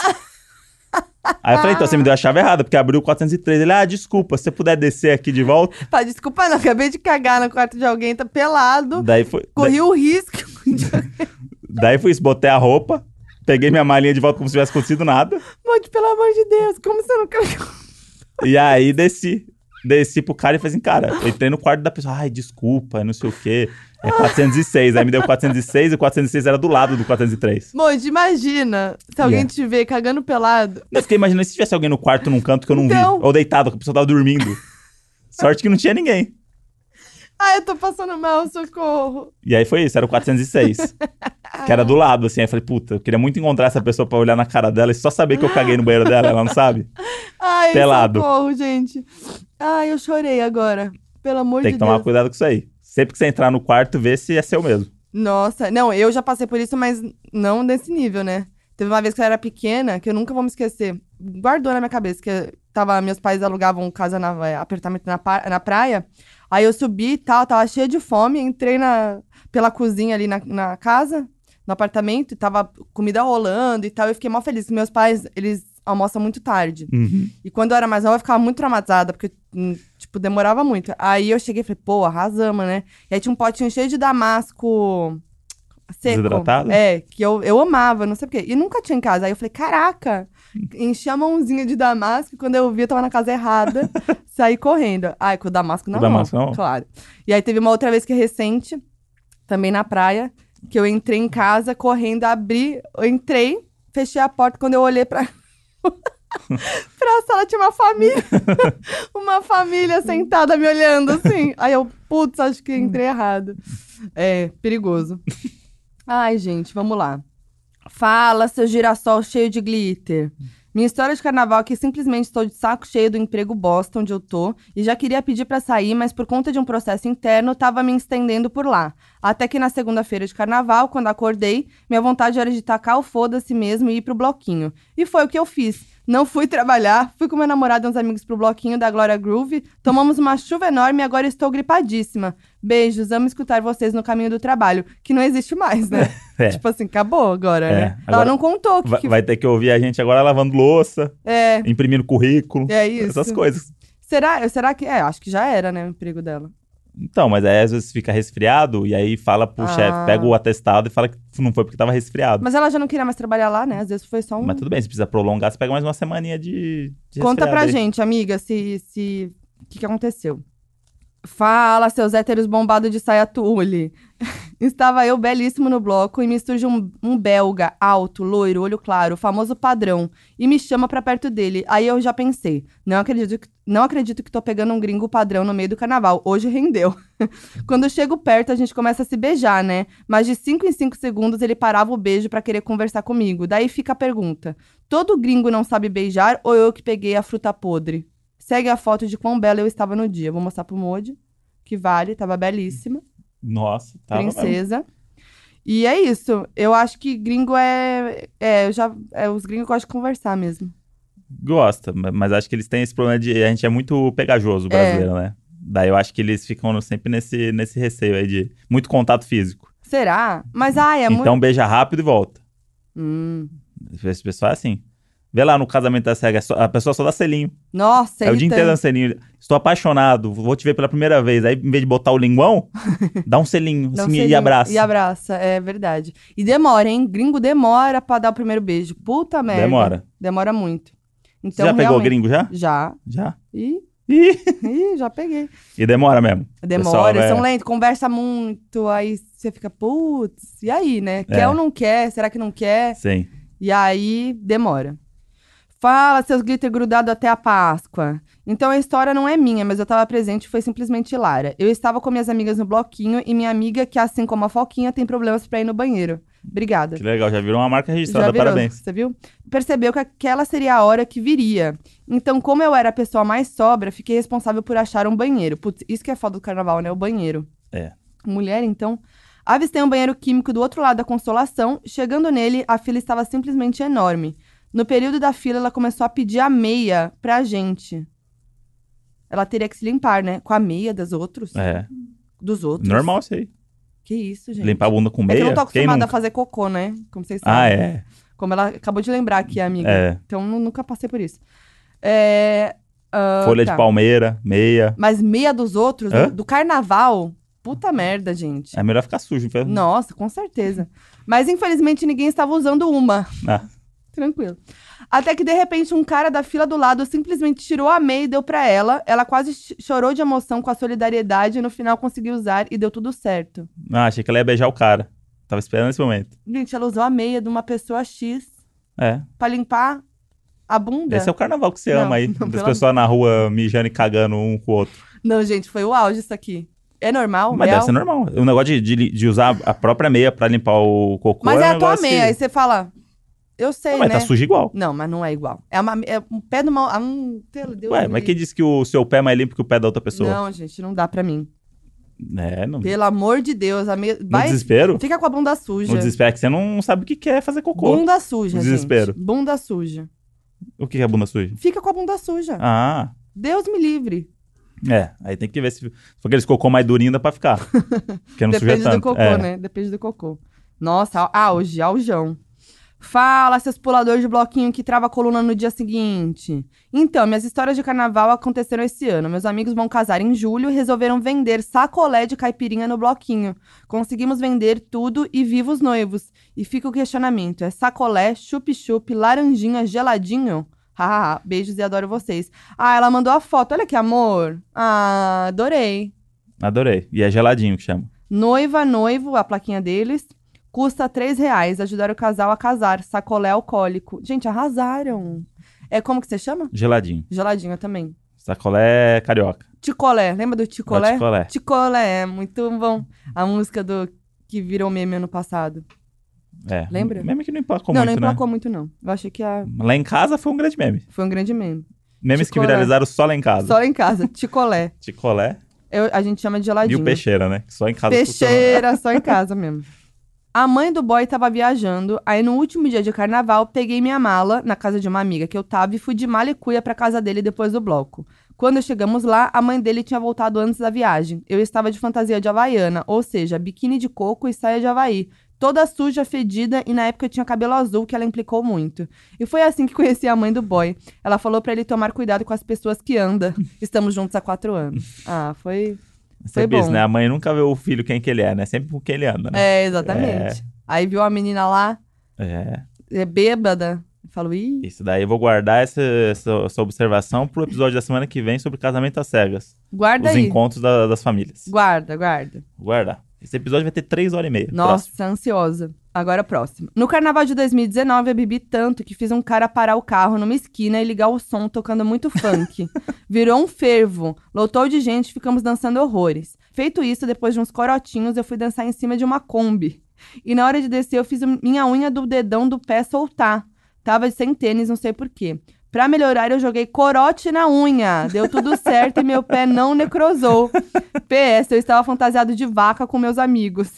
Speaker 1: Aí eu falei, então você me deu a chave errada, porque abriu o 403. Ele, ah, desculpa, se você puder descer aqui de volta.
Speaker 2: Pá, Tá, desculpa, não. Acabei de cagar no quarto de alguém, tá pelado.
Speaker 1: Daí foi,
Speaker 2: Corri o risco.
Speaker 1: daí foi isso, botei a roupa, peguei minha malinha de volta como se tivesse acontecido nada.
Speaker 2: Moody, pelo amor de Deus, como você não cagou?
Speaker 1: E aí desci. Desci pro cara e falei assim, cara, eu entrei no quarto da pessoa, ai, desculpa, não sei o quê. É 406. Aí me deu 406 e o 406 era do lado do 403.
Speaker 2: Moji, imagina se alguém
Speaker 1: Yeah.
Speaker 2: te ver cagando pelado.
Speaker 1: Eu fiquei imaginando se tivesse alguém no quarto num canto que eu não
Speaker 2: Então.
Speaker 1: vi. Ou deitado, que a pessoa tava dormindo. Sorte que não tinha ninguém.
Speaker 2: Ai, eu tô passando mal, socorro.
Speaker 1: E aí foi isso, era o 406. que era do lado, assim. Aí eu falei, puta, eu queria muito encontrar essa pessoa pra olhar na cara dela e só saber que eu caguei no banheiro dela, ela não sabe?
Speaker 2: Ai,
Speaker 1: Pelado.
Speaker 2: socorro, gente. Ai, eu chorei agora. Pelo amor
Speaker 1: Tem
Speaker 2: de
Speaker 1: que tomar
Speaker 2: Deus.
Speaker 1: cuidado com isso aí. Sempre que você entrar no quarto, vê se é seu mesmo.
Speaker 2: Nossa, não, eu já passei por isso, mas não desse nível, né? Teve uma vez que eu era pequena, que eu nunca vou me esquecer. Guardou na minha cabeça, que tava, meus pais alugavam casa na eh, apartamento na, pa- na praia. Aí eu subi e tal, tava cheia de fome, entrei na, pela cozinha ali na, na casa, no apartamento, e tava comida rolando e tal. Eu fiquei mal feliz. que Meus pais, eles almoçam muito tarde. E quando eu era mais nova, eu ficava muito traumatizada, porque, hum, tipo, demorava muito. Aí eu cheguei e falei, pô, arrasamos, né? E aí tinha um potinho cheio de damasco seco.
Speaker 1: Desidratado?
Speaker 2: É, que eu, eu amava, não sei porquê. E nunca tinha em casa. Aí eu falei, caraca, enchi a mãozinha de damasco. E quando eu vi, eu tava na casa errada. saí correndo. Ai, com o damasco na
Speaker 1: Com o
Speaker 2: mão,
Speaker 1: damasco na mão?
Speaker 2: Claro. E aí teve uma outra vez que é recente, também na praia, que eu entrei em casa correndo, abri, eu entrei, fechei a porta. Quando eu olhei pra pra sala tinha uma família. uma família sentada me olhando assim. Aí eu, putz, acho que entrei errado. É, perigoso. Ai, gente, vamos lá. Fala, seu girassol cheio de glitter. Minha história de carnaval é que simplesmente estou de saco cheio do emprego bosta onde eu tô e já queria pedir pra sair, mas por conta de um processo interno tava me estendendo por lá. Até que na segunda-feira de carnaval, quando acordei, minha vontade era de tacar o foda-se mesmo e ir pro bloquinho. E foi o que eu fiz. Não fui trabalhar, fui com meu namorado e uns amigos pro bloquinho da Glória Groove, tomamos uma chuva enorme e agora estou gripadíssima. Beijos, amo escutar vocês no caminho do trabalho, que não existe mais, né?
Speaker 1: É.
Speaker 2: Tipo assim, acabou agora,
Speaker 1: É,
Speaker 2: né? Ela
Speaker 1: agora
Speaker 2: não contou o que,
Speaker 1: Vai,
Speaker 2: que
Speaker 1: vai ter que ouvir a gente agora lavando louça,
Speaker 2: é,
Speaker 1: imprimindo currículo,
Speaker 2: é isso.
Speaker 1: essas coisas.
Speaker 2: Será, será que. É, acho que já era, né, o emprego dela.
Speaker 1: Então, mas aí às vezes fica resfriado e aí fala pro
Speaker 2: Ah.
Speaker 1: chefe, pega o atestado e fala que não foi porque tava resfriado. Mas,
Speaker 2: Mas ela já não queria mais trabalhar lá, né? Às vezes foi só um.
Speaker 1: tudo bem, se precisa prolongar, você pega mais uma semaninha de, de
Speaker 2: Conta
Speaker 1: resfriado
Speaker 2: pra
Speaker 1: aí.
Speaker 2: gente, amiga, se. se... O que, que aconteceu? Fala, seus héteros bombados de saia tule. Estava eu belíssimo no bloco e me surge um, um belga, alto, loiro, olho claro, famoso padrão, e me chama pra perto dele. Aí eu já pensei, não acredito, que- não acredito que tô pegando um gringo padrão no meio do carnaval. Hoje rendeu. Quando eu chego perto, a gente começa a se beijar, né? Mas de 5 em 5 segundos ele parava o beijo pra querer conversar comigo. Daí fica a pergunta: todo gringo não sabe beijar ou eu que peguei a fruta podre? Segue a foto de quão bela eu estava no dia. Vou mostrar pro Modi, que vale, tava belíssima,
Speaker 1: Nossa, tava mesmo.
Speaker 2: princesa. E é isso. Eu acho que gringo é. É, eu já. é, os gringos gostam de conversar mesmo.
Speaker 1: Gosta, ma- mas acho que eles têm esse problema de. A gente é muito pegajoso, o brasileiro, né? Daí eu acho que eles ficam no- sempre nesse, nesse receio aí de muito contato físico.
Speaker 2: Será? Mas ai, é
Speaker 1: então
Speaker 2: muito.
Speaker 1: beija rápido e volta.
Speaker 2: Hum.
Speaker 1: Esse pessoal é assim. Vê lá no casamento da cega, é só- a pessoa só dá selinho.
Speaker 2: Nossa, então,
Speaker 1: É o dia
Speaker 2: irritante.
Speaker 1: inteiro dando selinho. Estou apaixonado, vou te ver pela primeira vez. Aí, em vez de botar o linguão, dá um selinho,
Speaker 2: Dá um
Speaker 1: assim, e
Speaker 2: selinho
Speaker 1: abraça.
Speaker 2: E abraça, é verdade. E demora, hein? Gringo demora pra dar o primeiro beijo. Puta merda.
Speaker 1: Demora.
Speaker 2: Demora
Speaker 1: Você
Speaker 2: muito. É. Então,
Speaker 1: já pegou
Speaker 2: realmente-
Speaker 1: gringo já?
Speaker 2: Já.
Speaker 1: Já.
Speaker 2: Ih,
Speaker 1: Ih,
Speaker 2: ih, já peguei.
Speaker 1: e demora mesmo.
Speaker 2: Demora,
Speaker 1: Pessoal, é-
Speaker 2: são lentos, conversa muito, aí você fica, putz, e aí, né? Quer
Speaker 1: É.
Speaker 2: ou não quer? Será que não quer?
Speaker 1: Sim.
Speaker 2: E aí, demora. Fala, seus glitter grudado até a Páscoa. Então a história não é minha, mas eu tava presente e foi simplesmente hilária. Eu estava com minhas amigas no bloquinho e minha amiga, que assim como a Foquinha, tem problemas pra ir no banheiro. Obrigada.
Speaker 1: Que legal, já virou uma marca
Speaker 2: Já
Speaker 1: registrada,
Speaker 2: virou,
Speaker 1: parabéns.
Speaker 2: Você viu? Percebeu que aquela seria a hora que viria. Então, como eu era a pessoa mais sobra, fiquei responsável por achar um banheiro. Putz, isso que é foda do carnaval, né? O banheiro.
Speaker 1: É.
Speaker 2: Mulher, então. Avistei um banheiro químico do outro lado da consolação. Chegando nele, a fila estava simplesmente enorme. No período da fila, ela começou a pedir a meia pra gente. Ela teria que se limpar, né? Com a meia dos outros.
Speaker 1: É,
Speaker 2: Dos outros.
Speaker 1: normal isso aí.
Speaker 2: Que isso, gente.
Speaker 1: Limpar a bunda com
Speaker 2: é que eu
Speaker 1: meia,
Speaker 2: não tô
Speaker 1: quem
Speaker 2: acostumada
Speaker 1: nunca?
Speaker 2: a fazer cocô, né? Como vocês sabem.
Speaker 1: Ah, é.
Speaker 2: Como ela acabou de lembrar aqui, amiga.
Speaker 1: É.
Speaker 2: Então nu- nunca passei por isso. É, ah,
Speaker 1: Folha
Speaker 2: tá.
Speaker 1: de palmeira, meia.
Speaker 2: Mas meia dos outros,
Speaker 1: Hã?
Speaker 2: do, do carnaval. Puta merda, gente.
Speaker 1: É melhor ficar sujo. Não.
Speaker 2: Nossa, com certeza. Mas infelizmente ninguém estava usando uma.
Speaker 1: Ah.
Speaker 2: Tranquilo. Até que de repente um cara da fila do lado simplesmente tirou a meia e deu pra ela. Ela quase ch- chorou de emoção com a solidariedade e no final conseguiu usar e deu tudo certo.
Speaker 1: Ah, achei que ela ia beijar o cara. Tava esperando esse momento.
Speaker 2: Gente, ela usou a meia de uma pessoa X
Speaker 1: É.
Speaker 2: pra limpar a bunda.
Speaker 1: Esse é o carnaval que você
Speaker 2: Não,
Speaker 1: ama aí.
Speaker 2: não,
Speaker 1: das
Speaker 2: pelo
Speaker 1: pessoas na rua mijando e cagando um com o outro.
Speaker 2: Não, gente, foi o auge isso aqui. É normal,
Speaker 1: Mas
Speaker 2: real?
Speaker 1: deve ser normal. O negócio de, de- de usar a própria meia pra limpar o cocô
Speaker 2: Mas
Speaker 1: é,
Speaker 2: é,
Speaker 1: um
Speaker 2: a tua
Speaker 1: negócio
Speaker 2: meia,
Speaker 1: que-
Speaker 2: aí você fala, eu sei,
Speaker 1: Ah, Mas
Speaker 2: né?
Speaker 1: tá sujo igual.
Speaker 2: Não, mas não é igual. É, uma, é um pé numa. Um, Deus
Speaker 1: Ué,
Speaker 2: me
Speaker 1: mas
Speaker 2: livre.
Speaker 1: quem disse que o seu pé é mais limpo que o pé da outra pessoa?
Speaker 2: Não, gente, não dá pra mim.
Speaker 1: É, não,
Speaker 2: Pelo amor de Deus, a meia.
Speaker 1: no
Speaker 2: Vai,
Speaker 1: desespero.
Speaker 2: fica com a bunda
Speaker 1: No
Speaker 2: suja.
Speaker 1: desespero é que você não sabe o que que é fazer cocô.
Speaker 2: Bunda suja,
Speaker 1: No desespero.
Speaker 2: gente. Bunda suja.
Speaker 1: O que que é bunda suja?
Speaker 2: Fica com a bunda suja.
Speaker 1: Ah,
Speaker 2: Deus me livre.
Speaker 1: é. Aí tem que ver se. se for aqueles cocô mais durinho dá pra ficar. Porque não
Speaker 2: Depende
Speaker 1: suja
Speaker 2: do
Speaker 1: tanto.
Speaker 2: cocô,
Speaker 1: é.
Speaker 2: né? Depende do cocô. Nossa, ah, auge, aljão. é Fala, seus puladores de bloquinho que trava a coluna no dia seguinte. Então, minhas histórias de carnaval aconteceram esse ano. Meus amigos vão casar em julho e resolveram vender sacolé de caipirinha no bloquinho. Conseguimos vender tudo e viva os noivos. E fica o questionamento: é sacolé, chup-chup, laranjinha, geladinho? Hahaha, beijos e adoro vocês. Ah, ela mandou a foto. Olha que amor. Ah, adorei.
Speaker 1: Adorei. E é geladinho que chama.
Speaker 2: Noiva, noivo, a plaquinha deles. Custa três reais ajudar o casal a casar. Sacolé alcoólico. Gente, arrasaram. É como que você chama?
Speaker 1: Geladinho.
Speaker 2: Geladinho também.
Speaker 1: Sacolé carioca.
Speaker 2: Ticolé. Lembra do
Speaker 1: Ó,
Speaker 2: Ticolé?
Speaker 1: Ticolé.
Speaker 2: Ticolé, é muito bom. A música do que virou meme ano passado.
Speaker 1: É.
Speaker 2: Lembra?
Speaker 1: Meme que não emplacou
Speaker 2: não,
Speaker 1: muito,
Speaker 2: não emplacou muito, não. Eu achei que a-
Speaker 1: né? Lá em casa foi um grande meme.
Speaker 2: foi um grande meme.
Speaker 1: Memes que
Speaker 2: Ticolé.
Speaker 1: viralizaram só lá em casa.
Speaker 2: Só lá em casa, Ticolé.
Speaker 1: Ticolé
Speaker 2: Eu- a gente chama de
Speaker 1: e
Speaker 2: geladinho.
Speaker 1: o peixeira, né? Que Só em casa. funciona.
Speaker 2: Peixeira, só em casa mesmo. A mãe do boy tava viajando, aí no último dia de carnaval, peguei minha mala na casa de uma amiga que eu tava e fui de mala e cuia pra casa dele depois do bloco. Quando chegamos lá, a mãe dele tinha voltado antes da viagem. Eu estava de fantasia de havaiana, ou seja, biquíni de coco e saia de Havaí. Toda suja, fedida e na época eu tinha cabelo azul, que ela implicou muito. E foi assim que conheci a mãe do boy. Ela falou pra ele tomar cuidado com as pessoas que anda. Estamos juntos há quatro anos. Ah, foi.
Speaker 1: Sempre
Speaker 2: Foi
Speaker 1: isso,
Speaker 2: bom.
Speaker 1: né? A mãe nunca vê o filho quem que ele é, né? Sempre com quem ele anda, né?
Speaker 2: É, exatamente. Aí viu a menina lá,
Speaker 1: É.
Speaker 2: é bêbada. Falou, ih,
Speaker 1: Isso daí eu vou guardar essa, essa, essa observação pro episódio da semana que vem sobre casamento às cegas.
Speaker 2: guarda
Speaker 1: os
Speaker 2: aí.
Speaker 1: encontros da- das famílias.
Speaker 2: Guarda, guarda.
Speaker 1: Vou guardar. Esse episódio vai ter três horas e meia.
Speaker 2: Nossa, ansiosa. Agora a próxima. No carnaval de 2019, eu bebi tanto que fiz um cara parar o carro numa esquina e ligar o som tocando muito funk. Virou um fervo, lotou de gente, ficamos dançando horrores. Feito isso, depois de uns corotinhos, eu fui dançar em cima de uma Kombi. E na hora de descer, eu fiz o- minha unha do dedão do pé soltar. Tava sem tênis, não sei porquê. Pra melhorar, eu joguei corote na unha. Deu tudo certo e meu pé não necrosou. PS, eu estava fantasiado de vaca com meus amigos.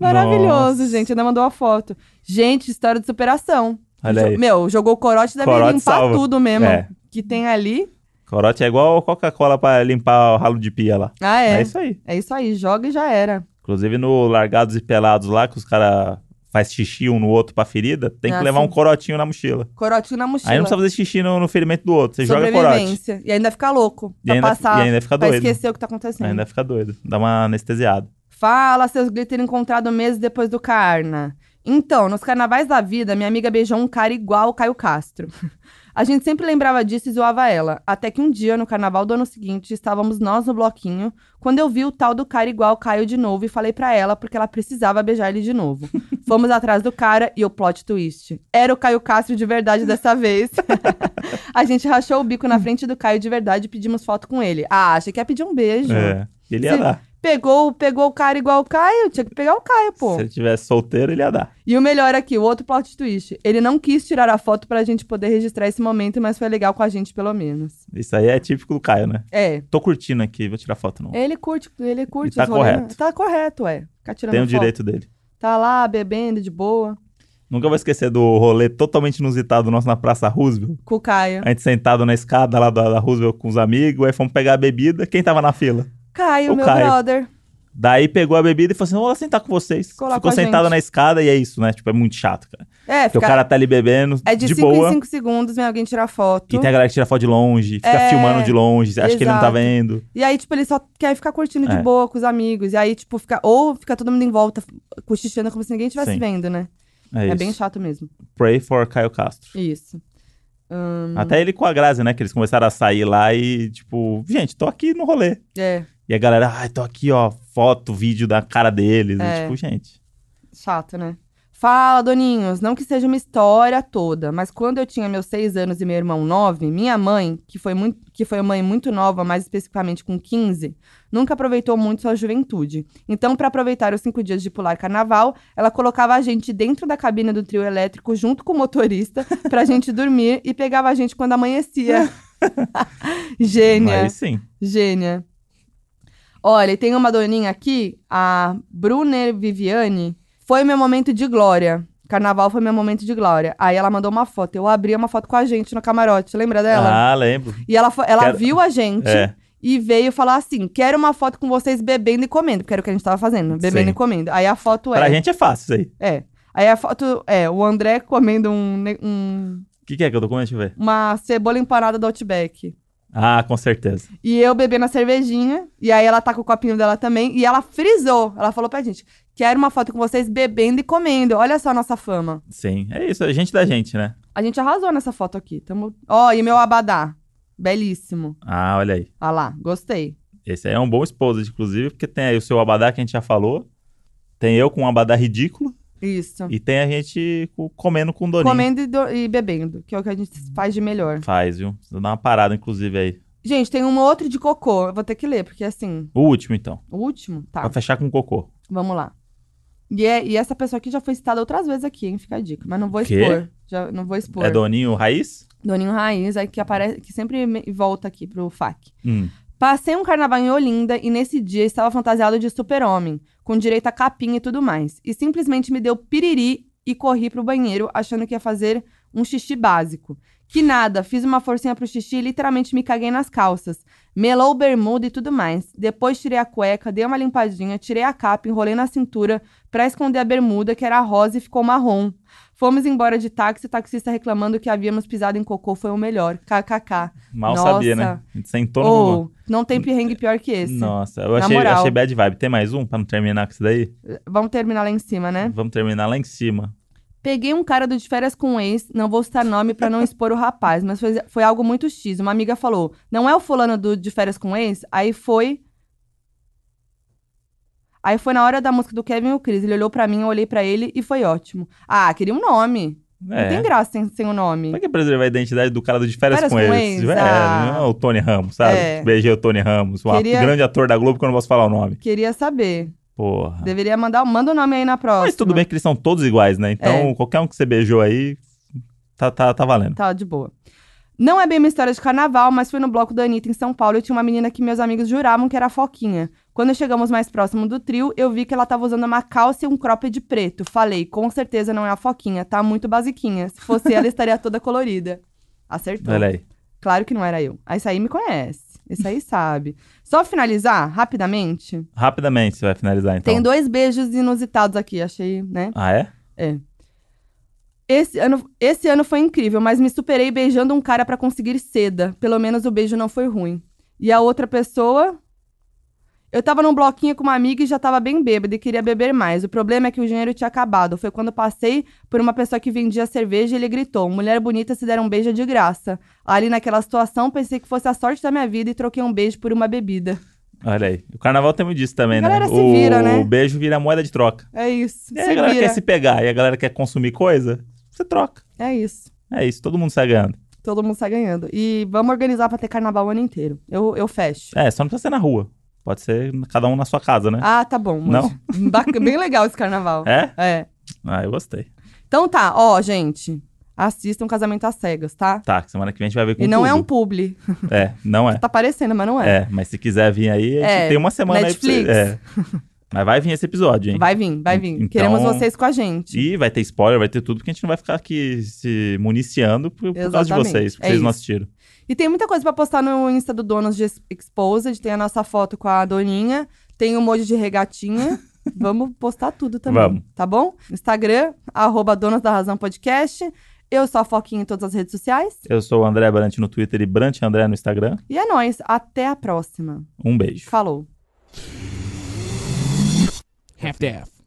Speaker 2: Maravilhoso,
Speaker 1: Nossa.
Speaker 2: gente. Ainda mandou a foto. Gente, história de superação.
Speaker 1: Olha aí.
Speaker 2: Meu, jogou corote, deve
Speaker 1: Corote
Speaker 2: limpar
Speaker 1: salva.
Speaker 2: tudo mesmo.
Speaker 1: É.
Speaker 2: Que tem ali.
Speaker 1: Corote é igual Coca-Cola pra limpar o ralo de pia lá.
Speaker 2: Ah,
Speaker 1: É.
Speaker 2: é.
Speaker 1: isso aí.
Speaker 2: É isso aí, joga e já era.
Speaker 1: Inclusive no Largados e Pelados lá, que os caras faz xixi um no outro pra ferida, tem que
Speaker 2: Ah,
Speaker 1: levar
Speaker 2: sim.
Speaker 1: um corotinho na mochila.
Speaker 2: Corotinho na mochila.
Speaker 1: Aí não precisa fazer xixi no, no ferimento do outro, você joga corote.
Speaker 2: Sobrevivência. E ainda fica louco.
Speaker 1: E
Speaker 2: Pra
Speaker 1: ainda-
Speaker 2: passar.
Speaker 1: e ainda fica
Speaker 2: pra
Speaker 1: doido.
Speaker 2: esquecer o que tá acontecendo.
Speaker 1: Ainda fica doido, dá uma anestesiada.
Speaker 2: Fala, seus glitter encontrado meses depois do Carna. Então, nos carnavais da vida, minha amiga beijou um cara igual o Caio Castro. A gente sempre lembrava disso e zoava ela. Até que um dia, no carnaval do ano seguinte, estávamos nós no bloquinho, quando eu vi o tal do cara igual o Caio de novo e falei pra ela porque ela precisava beijar ele de novo. Fomos atrás do cara e o plot twist. Era o Caio Castro de verdade dessa vez. A gente rachou o bico na frente do Caio de verdade e pedimos foto com ele. Ah, achei que ia pedir um beijo.
Speaker 1: É. Ele ia
Speaker 2: Sim.
Speaker 1: dar.
Speaker 2: Pegou, pegou o cara igual o Caio, tinha que pegar o Caio, pô.
Speaker 1: Se ele tivesse solteiro, ele ia dar.
Speaker 2: E o melhor aqui, o outro plot twist. Ele não quis tirar a foto pra gente poder registrar esse momento, mas foi legal com a gente, pelo menos.
Speaker 1: Isso aí é típico do Caio, né?
Speaker 2: É.
Speaker 1: Tô curtindo aqui, vou tirar foto não.
Speaker 2: Ele curte, ele curte.
Speaker 1: tá
Speaker 2: os rolês.
Speaker 1: correto.
Speaker 2: Tá correto, é. Ficar tirando
Speaker 1: Tem o
Speaker 2: foto.
Speaker 1: direito dele.
Speaker 2: Tá lá, bebendo, de boa,
Speaker 1: Nunca vou esquecer do rolê totalmente inusitado nosso na Praça Roosevelt.
Speaker 2: com o Caio.
Speaker 1: A gente sentado na escada lá da, da Roosevelt com os amigos, aí fomos pegar a bebida. Quem tava na fila?
Speaker 2: Caio,
Speaker 1: O
Speaker 2: meu
Speaker 1: Caio.
Speaker 2: brother.
Speaker 1: Daí pegou a bebida e falou assim: vou lá sentar com vocês.
Speaker 2: Ficou lá
Speaker 1: Ficou
Speaker 2: com a
Speaker 1: sentado
Speaker 2: gente.
Speaker 1: na escada e é isso, né? Tipo, é muito chato, cara.
Speaker 2: É,
Speaker 1: Porque
Speaker 2: fica...
Speaker 1: o cara tá ali bebendo,
Speaker 2: É de
Speaker 1: de
Speaker 2: 5
Speaker 1: boa.
Speaker 2: em 5 segundos, vem alguém tirar foto.
Speaker 1: E tem a galera que tira foto de longe, fica
Speaker 2: É,
Speaker 1: filmando de longe, acha que ele não tá
Speaker 2: exato.
Speaker 1: vendo.
Speaker 2: E aí, tipo, ele só quer ficar curtindo
Speaker 1: É.
Speaker 2: de boa com os amigos. E aí, tipo, fica. Ou fica todo mundo em volta, cochichando como se ninguém estivesse
Speaker 1: Sim.
Speaker 2: vendo, né? É,
Speaker 1: isso.
Speaker 2: bem chato mesmo.
Speaker 1: Pray for Caio Castro.
Speaker 2: Isso. Hum,
Speaker 1: Até ele com a Grazi, né? Que eles começaram a sair lá e, tipo, gente, tô aqui no rolê.
Speaker 2: é,
Speaker 1: E a galera, ai, tô aqui, ó, foto, vídeo da cara deles. E,
Speaker 2: É.
Speaker 1: tipo, gente.
Speaker 2: chato, né? Fala, Doninhos. Não que seja uma história toda, mas quando eu tinha meus seis anos e meu irmão nove, minha mãe, que foi, muito, que foi mãe muito nova, mais especificamente com 15, nunca aproveitou muito sua juventude. Então, para aproveitar os cinco dias de pular carnaval, ela colocava a gente dentro da cabine do trio elétrico junto com o motorista pra gente dormir e pegava a gente quando amanhecia. Gênia.
Speaker 1: Aí sim.
Speaker 2: Gênia. Olha, e tem uma doninha aqui, a Brunner Viviane. Foi meu momento de glória. Carnaval foi meu momento de glória. Aí ela mandou uma foto. Eu abri uma foto com a gente no camarote, lembra dela?
Speaker 1: Ah, lembro.
Speaker 2: E ela, fo- ela
Speaker 1: Quero-
Speaker 2: viu a gente
Speaker 1: É.
Speaker 2: e veio falar assim: quero uma foto com vocês bebendo e comendo, porque era o que a gente tava fazendo, bebendo
Speaker 1: Sim.
Speaker 2: e comendo. Aí a foto é.
Speaker 1: Pra gente é fácil isso aí.
Speaker 2: É. Aí a foto é o André comendo um ne- um-
Speaker 1: O que, que é que eu tô comendo? Deixa eu ver.
Speaker 2: uma cebola empanada do Outback.
Speaker 1: Ah, com certeza.
Speaker 2: E eu bebendo a cervejinha. E aí ela tá com o copinho dela também. E ela frisou. Ela falou pra gente: quero uma foto com vocês bebendo e comendo. Olha só a nossa fama.
Speaker 1: Sim. É isso, é gente da gente, né?
Speaker 2: A gente arrasou nessa foto aqui. Tamo... Ó, e meu abadá. Belíssimo.
Speaker 1: Ah, olha aí.
Speaker 2: Ah lá, gostei.
Speaker 1: Esse aí é um bom esposo, inclusive, porque tem aí o seu abadá que a gente já falou. Tem eu com um abadá ridículo.
Speaker 2: Isso.
Speaker 1: E tem a gente co- comendo com doninho.
Speaker 2: Comendo e, do- e bebendo, que é o que a gente faz de melhor.
Speaker 1: Faz, viu? Precisa dar uma parada, inclusive, aí.
Speaker 2: Gente, tem um outro de cocô. Eu vou ter que ler, porque assim,
Speaker 1: O último, então.
Speaker 2: o último. Tá,
Speaker 1: Pra fechar com cocô.
Speaker 2: vamos lá. E, é- e essa pessoa aqui já foi citada outras vezes aqui, hein? Fica a dica. Mas não vou
Speaker 1: Quê?
Speaker 2: expor. Já, não vou expor.
Speaker 1: É doninho raiz?
Speaker 2: Doninho Raiz, aí que aparece, que sempre me- volta aqui pro FAC.
Speaker 1: Hum.
Speaker 2: Passei um carnaval em Olinda e nesse dia estava fantasiado de super-homem, com direito a capinha e tudo mais. E simplesmente me deu piriri e corri pro banheiro, achando que ia fazer um xixi básico. Que nada, fiz uma forcinha pro xixi e literalmente me caguei nas calças. Melou bermuda e tudo mais. Depois tirei a cueca, dei uma limpadinha, tirei a capa, enrolei na cintura pra esconder a bermuda, que era rosa e ficou marrom. Fomos embora de táxi, o taxista reclamando que havíamos pisado em cocô foi o melhor. KKK.
Speaker 1: Mal
Speaker 2: Nossa.
Speaker 1: sabia, né? A gente sentou no
Speaker 2: Ou, não tem perrengue pior que esse.
Speaker 1: Nossa, eu
Speaker 2: Na
Speaker 1: achei,
Speaker 2: moral.
Speaker 1: achei bad vibe. Tem mais um pra não terminar com isso daí?
Speaker 2: Vamos terminar lá em cima, né?
Speaker 1: Vamos terminar lá em cima.
Speaker 2: Peguei um cara do de férias com um ex, não vou citar nome pra não expor o rapaz, mas foi, foi algo muito X. Uma amiga falou: não é o fulano do de férias com ex? Aí foi. Aí foi na hora da música do Kevin e o Chris. Ele olhou pra mim, eu olhei pra ele e foi ótimo. Ah, queria um nome. Não tem
Speaker 1: É.
Speaker 2: graça sem, sem o nome.
Speaker 1: Pra é que preservar a identidade do cara do de férias,
Speaker 2: Férias
Speaker 1: com,
Speaker 2: com
Speaker 1: eles?
Speaker 2: ex,
Speaker 1: É,
Speaker 2: ah.
Speaker 1: não é o Tony Ramos, sabe?
Speaker 2: É.
Speaker 1: Beijei o Tony Ramos, um
Speaker 2: Queria-
Speaker 1: grande ator da Globo que eu não posso falar o nome.
Speaker 2: Queria saber.
Speaker 1: Porra.
Speaker 2: Deveria mandar. Manda o nome aí na próxima.
Speaker 1: Mas tudo bem que eles são todos iguais, né?
Speaker 2: É.
Speaker 1: Então, qualquer um que você beijou aí, tá, tá, tá valendo.
Speaker 2: Tá, de boa. Não é bem uma história de carnaval, mas fui no bloco da Anitta em São Paulo e tinha uma menina que meus amigos juravam que era a Foquinha. Quando chegamos mais próximo do trio, eu vi que ela tava usando uma calça e um cropped preto. Falei, com certeza não é a Foquinha, tá muito basiquinha. Se fosse ela, estaria toda colorida. Acertou.
Speaker 1: Olha aí.
Speaker 2: Claro que não era eu. Ah, Esse aí me conhece. Esse aí sabe. Só finalizar, rapidamente,
Speaker 1: Tá Rapidamente você vai finalizar, então.
Speaker 2: tem dois beijos inusitados aqui, achei, né?
Speaker 1: Ah, é?
Speaker 2: Esse ano, esse ano foi incrível, mas me superei beijando um cara pra conseguir seda. Pelo menos o beijo não foi ruim. E a outra pessoa. Eu tava num bloquinho com uma amiga e já tava bem bêbada e queria beber mais. O problema é que o dinheiro tinha acabado. Foi quando passei por uma pessoa que vendia cerveja e ele gritou: Mulher bonita se der um beijo é de graça. Ali naquela situação, pensei que fosse a sorte da minha vida e troquei um beijo por uma bebida.
Speaker 1: Olha aí. O carnaval tem muito disso também,
Speaker 2: A
Speaker 1: né?
Speaker 2: galera se
Speaker 1: o...
Speaker 2: vira, né?
Speaker 1: o beijo vira moeda de troca.
Speaker 2: É isso.
Speaker 1: E aí
Speaker 2: se
Speaker 1: a galera
Speaker 2: vira.
Speaker 1: quer se pegar e a galera quer consumir coisa, você troca.
Speaker 2: É isso.
Speaker 1: É isso, todo mundo sai ganhando.
Speaker 2: Todo mundo sai ganhando. E vamos organizar pra ter carnaval o ano inteiro. Eu, eu fecho.
Speaker 1: É, só não precisa ser na rua. Pode ser cada um na sua casa, né?
Speaker 2: Ah, tá bom.
Speaker 1: Não?
Speaker 2: Muito. Baca- Bem legal esse carnaval.
Speaker 1: É?
Speaker 2: É.
Speaker 1: Ah, eu gostei.
Speaker 2: Então tá, ó, gente. Assistam Casamento às Cegas, tá?
Speaker 1: Tá, semana que vem a gente vai ver com
Speaker 2: E não é um
Speaker 1: tudo.
Speaker 2: publi.
Speaker 1: É, não é.
Speaker 2: Tá parecendo, mas não é.
Speaker 1: É, mas se quiser vir aí, a gente
Speaker 2: É,
Speaker 1: tem uma semana
Speaker 2: Netflix.
Speaker 1: aí pra você. É. Mas vai vir esse episódio, hein?
Speaker 2: Vai vir, vai vir.
Speaker 1: Então-
Speaker 2: Queremos vocês com a gente.
Speaker 1: E vai ter spoiler, vai ter tudo, porque a gente não vai ficar aqui se municiando por, por causa de
Speaker 2: Exatamente,
Speaker 1: vocês, porque
Speaker 2: é
Speaker 1: vocês não
Speaker 2: isso.
Speaker 1: assistiram.
Speaker 2: E tem muita coisa pra postar no Insta do Donos de Ex- Exposed. Tem a nossa foto com a Doninha. Tem o emoji de regatinha. Vamos postar tudo também.
Speaker 1: Vamos.
Speaker 2: Tá bom? Instagram, arroba Donos da Razão Podcast. Eu sou a Foquinha em todas as redes sociais.
Speaker 1: Eu sou o André Brant no Twitter e Brant André no Instagram.
Speaker 2: E é nóis. Até a próxima.
Speaker 1: Um beijo.
Speaker 2: Falou.
Speaker 4: half daff.